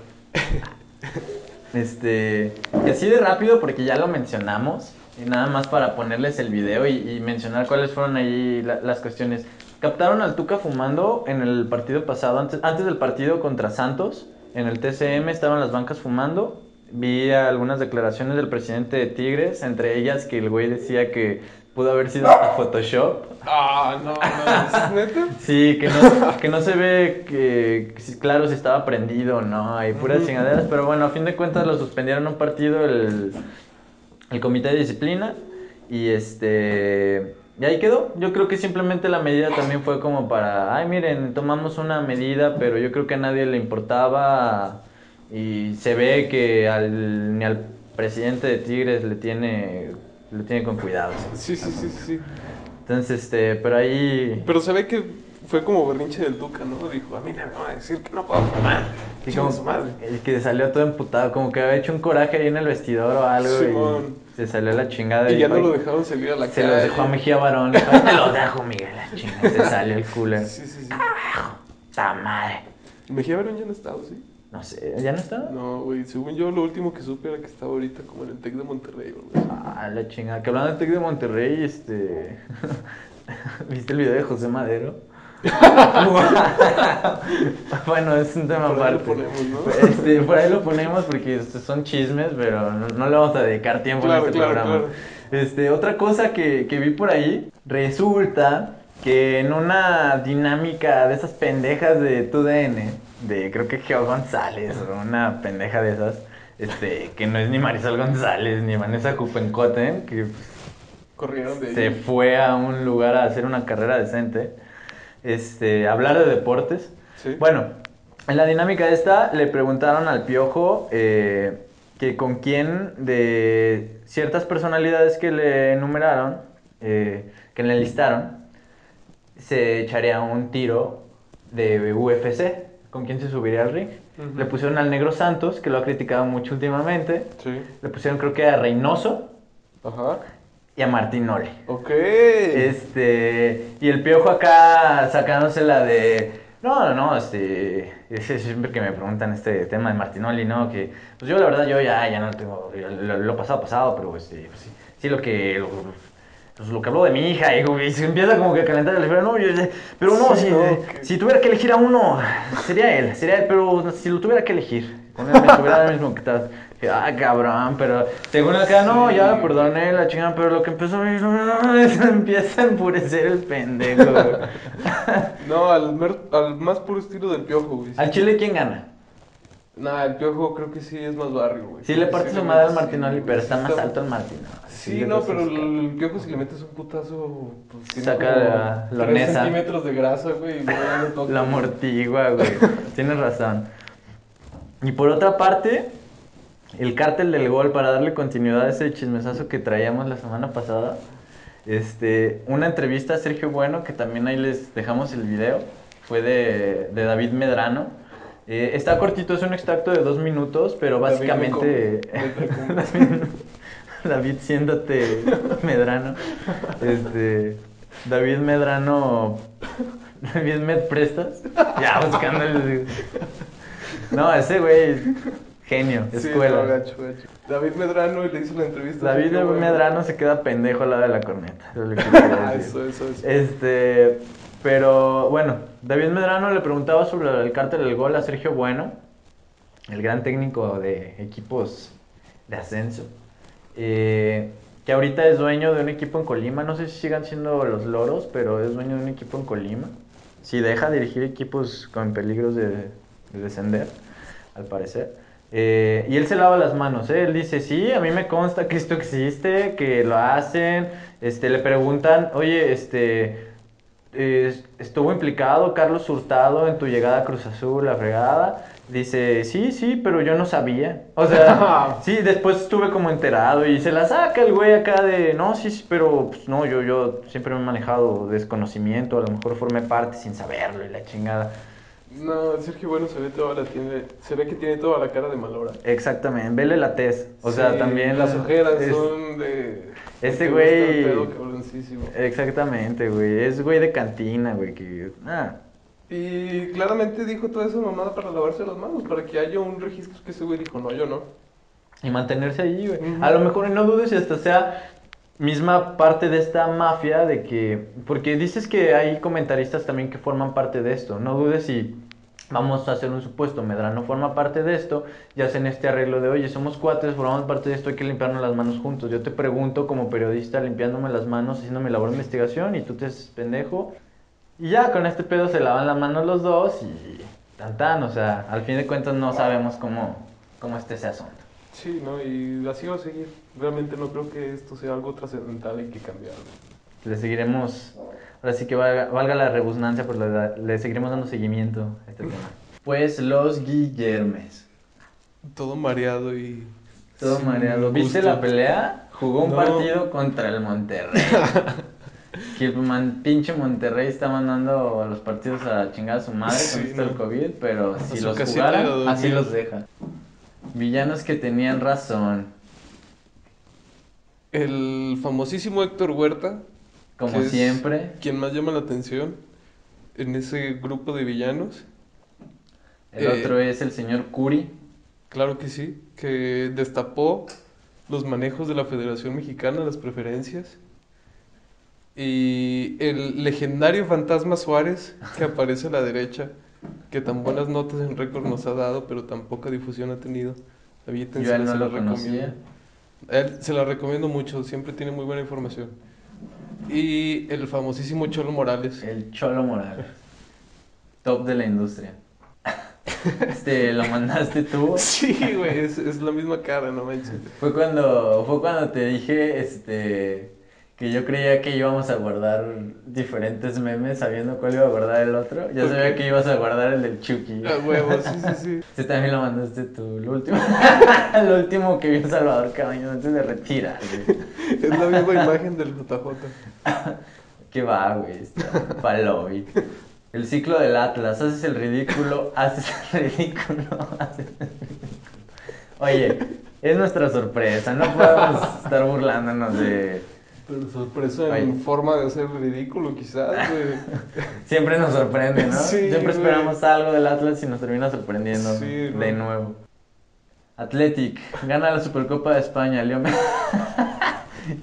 Speaker 1: Este, y así de rápido porque ya lo mencionamos. Y nada más para ponerles el video y, y mencionar cuáles fueron ahí la- las cuestiones. Captaron al Tuca fumando en el partido pasado, antes, antes del partido contra Santos. En el TCM estaban las bancas fumando. Vi algunas declaraciones del presidente de Tigres, entre ellas que el güey decía que pudo haber sido hasta Photoshop.
Speaker 2: Ah, no, no, ¿es neta?
Speaker 1: Sí, que no, que no se ve que, que si- claro si estaba prendido o no, hay puras
Speaker 2: Ujú.
Speaker 1: chingaderas, pero bueno, a fin de cuentas lo suspendieron un partido el, el comité de disciplina y este y ahí quedó. Yo creo que simplemente la medida también fue como para, ay, miren, tomamos una medida, pero yo creo que a nadie le importaba y se ve que al, ni al presidente de Tigres le tiene le tiene con cuidado. ¿sí?
Speaker 2: Sí, sí, sí, sí.
Speaker 1: Entonces, este, pero ahí
Speaker 2: Pero se ve que fue como berrinche del Duca, ¿no? Dijo, a mí me van a decir que no puedo fumar.
Speaker 1: Y
Speaker 2: Chingue
Speaker 1: como
Speaker 2: su madre.
Speaker 1: el que salió todo emputado, como que había hecho un coraje ahí en el vestidor o algo.
Speaker 2: Simón.
Speaker 1: Y se salió la chingada.
Speaker 2: Y ya no
Speaker 1: dijo,
Speaker 2: lo
Speaker 1: "Ay,
Speaker 2: dejaron salir a la eh".
Speaker 1: Se
Speaker 2: calle.
Speaker 1: lo dejó a Mejía Barón. le dijo, "Ahí Te lo dejo, Miguel. La chingada. Se salió el culo.
Speaker 2: Sí, sí, sí.
Speaker 1: ¡Ta madre!
Speaker 2: Mejía Barón ya no estaba, ¿sí?
Speaker 1: No sé, ¿ya no está?
Speaker 2: No, güey, según yo lo último que supe era que estaba ahorita como en el Tec de Monterrey, güey.
Speaker 1: Ah, la chingada. Que hablando de Tec de Monterrey, este. ¿Viste el video de José Madero? bueno, es un tema
Speaker 2: Por ahí lo
Speaker 1: aparte.
Speaker 2: ponemos, ¿no?
Speaker 1: Este, por ahí lo ponemos porque estos son chismes, pero no, no le vamos a dedicar tiempo
Speaker 2: Claro,
Speaker 1: en este
Speaker 2: claro,
Speaker 1: programa. Este, otra cosa que, que vi por ahí, resulta que en una dinámica de esas pendejas de TUDN, de creo que Geo González, o una pendeja de esas, este, que no es ni Marisol González ni Vanessa Kupenkoten, que
Speaker 2: Corrieron de ahí.
Speaker 1: se fue a un lugar a hacer una carrera decente, este, hablar de deportes.
Speaker 2: Sí.
Speaker 1: Bueno, en la dinámica esta le preguntaron al piojo eh, que con quién de ciertas personalidades que le enumeraron, eh, que le listaron, se echaría un tiro de UFC. con quién se subiría al ring.
Speaker 4: Ujú.
Speaker 1: Le pusieron al Negro Santos, que lo ha criticado mucho últimamente.
Speaker 2: Sí.
Speaker 1: Le pusieron creo que a Reynoso
Speaker 2: Ajá.
Speaker 1: y a Martín Ole.
Speaker 2: Ok.
Speaker 1: Este, y el piojo acá sacándose la de. No, no, no, este. es- es siempre que me preguntan este tema de Martinoli, ¿no? Que. Pues yo, la verdad, yo ya, ya no tengo. ya Lo, lo pasado, pasado, pero este. pues sí, sí, lo que. Lo, pues, lo que habló de mi hija, y, como que se empieza como que a calentar el pero no, yo- pero no,
Speaker 2: Sí,
Speaker 1: si,
Speaker 2: no, que-
Speaker 1: si tuviera que elegir a uno, sería él, sería él, pero si lo tuviera que elegir, con él me estuviera ahora mismo que estás, que, ah, cabrón, pero según acá, no, ya me perdoné la chingada, pero lo que empezó a empieza a enfurecer el pendejo. güey.
Speaker 2: No, al, mer- al más puro estilo del piojo, güey.
Speaker 1: ¿Al Chile quién gana?
Speaker 2: Nah, el piojo creo que sí es más barrio, güey.
Speaker 1: Sí le parte su
Speaker 2: le-
Speaker 1: madre al
Speaker 2: sí,
Speaker 1: Martinoli,
Speaker 2: güey,
Speaker 1: pero
Speaker 2: sí
Speaker 1: está más alto pues el Martinoli.
Speaker 2: Sí, no, pero el piojo si le metes un putazo, pues tiene
Speaker 1: Saca
Speaker 2: como
Speaker 1: la- la
Speaker 2: tres
Speaker 1: mesa.
Speaker 2: centímetros de grasa, güey. y no, ya no toca.
Speaker 1: La amortigua, güey. Tienes razón. Y por otra parte, el cártel del gol, para darle continuidad a ese chismesazo que traíamos la semana pasada, este, una entrevista a Sergio Bueno, que también ahí les dejamos el video, fue de, de David Medrano. Eh, está cortito, es un extracto de dos minutos, pero
Speaker 2: David
Speaker 1: básicamente...
Speaker 2: Beckham.
Speaker 1: David, siéntate, Medrano. Este, David Medrano. David Med Prestas. Ya, buscando el. No, ese güey. Genio,
Speaker 2: Sí,
Speaker 1: escuela.
Speaker 2: no, gacho, gacho. David Medrano y le hizo la entrevista. a
Speaker 1: David
Speaker 2: Sergio Bueno.
Speaker 1: Medrano se queda pendejo al lado de la corneta. es lo que quiero
Speaker 2: Ah,
Speaker 1: decir.
Speaker 2: eso, eso, eso.
Speaker 1: Este, pero bueno, David Medrano le preguntaba sobre el cártel del gol a Sergio Bueno, el gran técnico de equipos de ascenso, eh, que ahorita es dueño de un equipo en Colima, no sé si sigan siendo los loros, pero es dueño de un equipo en Colima. Si deja dirigir equipos con peligros de, de descender, al parecer. Eh, y él se lava las manos, ¿eh? él dice, sí, a mí me consta que esto existe, que lo hacen, este, le preguntan, oye, este, eh, estuvo implicado Carlos Hurtado en tu llegada a Cruz Azul, la fregada. Dice, sí, sí, pero yo no sabía. O sea, sí, después estuve como enterado y se la saca el güey acá de, no, sí, sí, pero pues, no, yo, yo siempre me he manejado desconocimiento, a lo mejor formé parte sin saberlo y la chingada.
Speaker 2: No, Sergio Bueno se ve toda la tiene, se ve que tiene toda la cara de malora.
Speaker 1: Exactamente, vele la tez. O sea,
Speaker 2: Sí,
Speaker 1: también...
Speaker 2: las ojeras
Speaker 1: es-
Speaker 2: son de
Speaker 1: este
Speaker 2: te gusta
Speaker 1: güey-
Speaker 2: el pedo cabroncísimo.
Speaker 1: Exactamente, güey. Es güey de cantina, güey, que... Ah,
Speaker 2: Y claramente dijo toda esa mamada para lavarse las manos, para que haya un registro que ese güey dijo, no, yo no.
Speaker 1: Y mantenerse ahí, güey.
Speaker 2: Ujú.
Speaker 1: A lo mejor, y no dudes, si hasta sea misma parte de esta mafia de que... Porque dices que hay comentaristas también que forman parte de esto. No dudes si... Vamos a hacer un supuesto, Medrano forma parte de esto y hacen este arreglo de, oye, somos cuates, formamos parte de esto, hay que limpiarnos las manos juntos. Yo te pregunto como periodista limpiándome las manos, haciendo mi labor de investigación y tú te haces pendejo. Y ya, con este pedo se lavan las manos los dos y tan tan, o sea, al fin de cuentas no sabemos cómo, cómo esté ese asunto.
Speaker 2: Sí, no, y así va a seguir. Realmente no creo que esto sea algo trascendental y que cambiar.
Speaker 1: Le seguiremos, ahora sí que valga, valga la rebusnancia, pero le, da- le seguiremos dando seguimiento a este tema. Pues los Guillermes.
Speaker 2: Todo mareado y...
Speaker 1: Todo
Speaker 2: Sí,
Speaker 1: mareado.
Speaker 2: me
Speaker 1: ¿Viste
Speaker 2: gusta.
Speaker 1: la pelea? Jugó un
Speaker 2: No.
Speaker 1: partido contra el Monterrey. que man- pinche Monterrey está mandando a los partidos a la chingada a su madre con
Speaker 2: Sí,
Speaker 1: esto del
Speaker 2: no.
Speaker 1: COVID, pero
Speaker 2: Hasta
Speaker 1: si
Speaker 2: su
Speaker 1: los
Speaker 2: casita
Speaker 1: jugara,
Speaker 2: de dormir.
Speaker 1: así los deja. Villanos que tenían razón,
Speaker 2: El famosísimo Héctor Huerta,
Speaker 1: como
Speaker 2: que es
Speaker 1: siempre.
Speaker 2: quien más llama la atención en ese grupo de villanos.
Speaker 1: El
Speaker 2: eh,
Speaker 1: otro es el señor Curi.
Speaker 2: Claro que sí, que destapó los manejos de la Federación Mexicana, las preferencias. Y el legendario fantasma Suárez que aparece a la derecha, que tan buenas notas en récord nos ha dado, pero tan poca difusión ha tenido. Avítense,
Speaker 1: Yo a él
Speaker 2: se
Speaker 1: no
Speaker 2: la
Speaker 1: lo conocía.
Speaker 2: recomiendo. A él se la recomiendo mucho, siempre tiene muy buena información. Y el famosísimo Cholo Morales.
Speaker 1: El Cholo Morales. Top de la industria. Este, lo mandaste tú.
Speaker 2: Sí, güey, es, es la misma cara, no manches.
Speaker 1: Fue cuando, fue cuando te dije, este, que yo creía que íbamos a guardar diferentes memes sabiendo cuál iba a guardar el otro. Ya sabía
Speaker 2: Ok. Ah.
Speaker 1: que ibas a guardar el del Chucky.
Speaker 2: A huevo, sí, sí, sí.
Speaker 1: Sí, también lo mandaste tú, lo último. lo último que vio Salvador Cabañas antes de retirar. güey.
Speaker 2: Es la misma imagen del JJ.
Speaker 1: Qué va, güey, está paloy. Este, El ciclo del Atlas. Haces el ridículo, haces el ridículo, haces el ridículo. Oye, es nuestra sorpresa. No podemos estar burlándonos de.
Speaker 2: Pero sorpresa
Speaker 1: Ay.
Speaker 2: en forma de hacer ridículo, quizás, güey.
Speaker 1: Siempre nos sorprende, ¿no?
Speaker 2: Sí,
Speaker 1: Siempre
Speaker 2: güey.
Speaker 1: esperamos algo del Atlas y nos termina sorprendiendo
Speaker 2: Sí,
Speaker 1: de
Speaker 2: güey.
Speaker 1: nuevo. Athletic gana la Supercopa de España, León.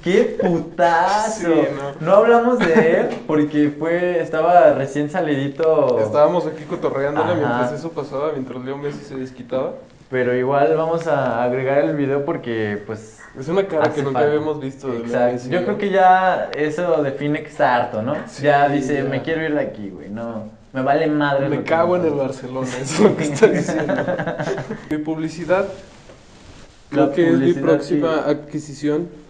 Speaker 1: ¡Qué putazo!
Speaker 2: Sí, no.
Speaker 1: hablamos de él porque fue estaba recién salidito.
Speaker 2: Estábamos aquí cotorreándola
Speaker 1: Oh. Ajá.
Speaker 2: mientras eso pasaba, mientras Leo Messi se desquitaba.
Speaker 1: Pero igual vamos a agregar el video porque pues
Speaker 2: Es una cara
Speaker 1: hace
Speaker 2: que nunca
Speaker 1: falta.
Speaker 2: habíamos visto de Leo
Speaker 1: Exacto.
Speaker 2: Messi,
Speaker 1: Yo
Speaker 2: ¿no?
Speaker 1: creo que ya eso define que está harto, ¿no?
Speaker 2: Sí,
Speaker 1: ya dice,
Speaker 2: ya.
Speaker 1: me quiero ir de aquí, güey. No, me vale madre. lo
Speaker 2: Me
Speaker 1: que
Speaker 2: cago
Speaker 1: me
Speaker 2: en el
Speaker 1: pase".
Speaker 2: Barcelona, es lo que está diciendo. Mi publicidad,
Speaker 1: La
Speaker 2: creo que es mi
Speaker 1: publicidad,
Speaker 2: próxima
Speaker 1: sí.
Speaker 2: adquisición.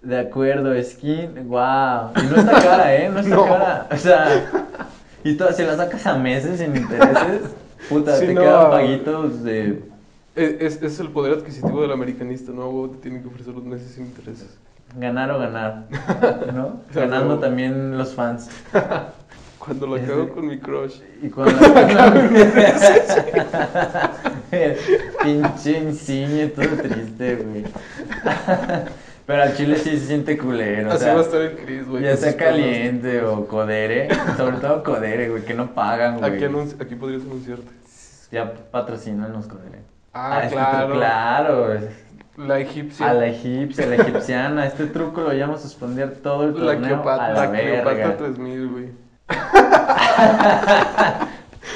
Speaker 1: De acuerdo, skin, wow. Y no está cara, ¿eh? No está
Speaker 2: No.
Speaker 1: cara. O sea, y todo, si la sacas a meses sin intereses, puta,
Speaker 2: Sí,
Speaker 1: te
Speaker 2: no.
Speaker 1: quedan paguitos de.
Speaker 2: E- Es, es el poder adquisitivo del americanista, ¿no? A huevo te tienen que ofrecer los meses sin intereses.
Speaker 1: Ganar o ganar, ¿no?
Speaker 2: Claro.
Speaker 1: Ganando también los fans.
Speaker 2: Cuando la
Speaker 1: Es
Speaker 2: cago
Speaker 1: de-
Speaker 2: con mi crush.
Speaker 1: Y cuando la Pinche insigne, todo triste, güey. Pero al chile sí se siente culero. o
Speaker 2: Así
Speaker 1: sea,
Speaker 2: va a estar el Chris, güey.
Speaker 1: ya
Speaker 2: con
Speaker 1: sea
Speaker 2: sus perros.
Speaker 1: caliente o codere, sobre todo codere, güey, que no pagan, güey.
Speaker 2: Aquí, anunci- aquí podrías anunciarte.
Speaker 1: Ya patrocinan los codere.
Speaker 2: Ah,
Speaker 1: este
Speaker 2: claro.
Speaker 1: truco, claro. es-
Speaker 2: La egipcia.
Speaker 1: A la egipcia, a la egipciana. Este truco lo llama a suspender todo el torneo
Speaker 2: La
Speaker 1: a
Speaker 2: Cleopatra,
Speaker 1: la
Speaker 2: la Cleopatra
Speaker 1: verga.
Speaker 2: 3000, güey.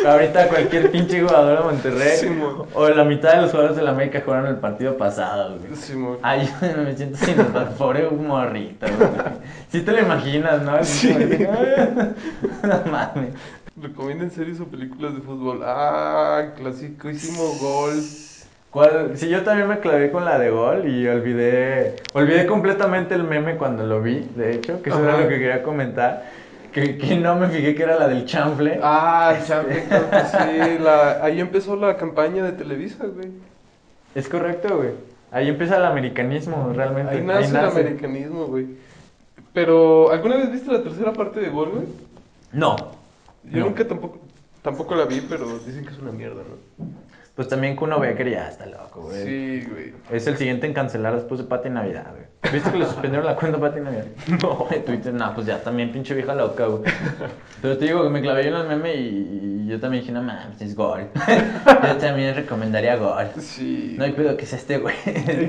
Speaker 1: Ahorita cualquier pinche jugador de Monterrey
Speaker 2: Simón.
Speaker 1: o la mitad de los jugadores de la América jugaron el partido pasado, güey.
Speaker 2: Simón.
Speaker 1: Ay, me siento sin el pobre morrito, güey. Sí te lo imaginas, ¿no?
Speaker 2: Sí.
Speaker 1: No mames.
Speaker 2: Recomienden series o películas de fútbol. Ah, clasiquísimo gol.
Speaker 1: ¿Cuál? Sí, yo también me clavé con la de gol y olvidé, olvidé completamente el meme cuando lo vi, de hecho, que eso era
Speaker 2: Ajá.
Speaker 1: lo que quería comentar, que, que no me fijé que era la del chanfle.
Speaker 2: Ah, Champions, claro que sí. La, ahí empezó la campaña de Televisa, güey.
Speaker 1: Es correcto, güey. Ahí empieza el americanismo, realmente.
Speaker 2: Ahí nace el americanismo, güey. Pero, ¿alguna vez viste la tercera parte de Gol, güey?
Speaker 1: No.
Speaker 2: Yo
Speaker 1: No.
Speaker 2: nunca tampoco, tampoco la vi, pero dicen que es una mierda, ¿no?
Speaker 1: Pues también Kuno Becker ya está loco, güey.
Speaker 2: Sí, güey.
Speaker 1: Es el siguiente en cancelar después de Pati Navidad, güey. ¿Viste que le suspendieron la cuenta a Pati Navidad? No. De Twitter, no, pues ya también pinche vieja loca, güey. Pero te digo que me clavé en el meme y, y yo también dije, no mames, es gol. yo también recomendaría gol.
Speaker 2: Sí.
Speaker 1: No hay pedo que sea este, güey.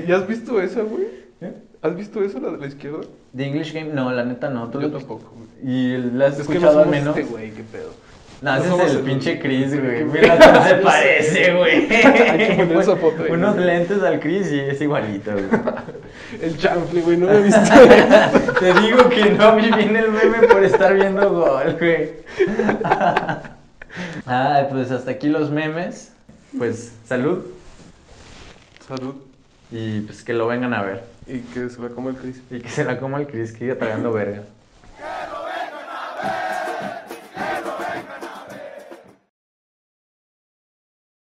Speaker 2: ¿Y has visto esa, güey?
Speaker 1: ¿Eh?
Speaker 2: ¿Has visto esa, la de la izquierda?
Speaker 1: The English Game, no, la neta no. ¿Tú
Speaker 2: Yo
Speaker 1: lo-
Speaker 2: tampoco, güey.
Speaker 1: ¿Y la has
Speaker 2: Es que no
Speaker 1: escuchado al
Speaker 2: somos
Speaker 1: menos?
Speaker 2: este güey, qué pedo.
Speaker 1: No, ese
Speaker 2: No
Speaker 1: es
Speaker 2: somos
Speaker 1: el
Speaker 2: el-
Speaker 1: pinche Chris, güey. Mira cómo se parece, güey.
Speaker 2: Hay que poner esa foto ahí,
Speaker 1: Unos
Speaker 2: güey.
Speaker 1: lentes al Chris y es igualito, güey.
Speaker 2: El chanfle, güey, no lo he visto.
Speaker 1: Te digo que no vi bien el meme por estar viendo gol, güey. Ay, pues hasta aquí los memes. Pues salud
Speaker 2: Salud.
Speaker 1: y pues que lo vengan a ver.
Speaker 2: Y que se la coma el Cris.
Speaker 1: Y que se la coma el Chris que siga tragando verga.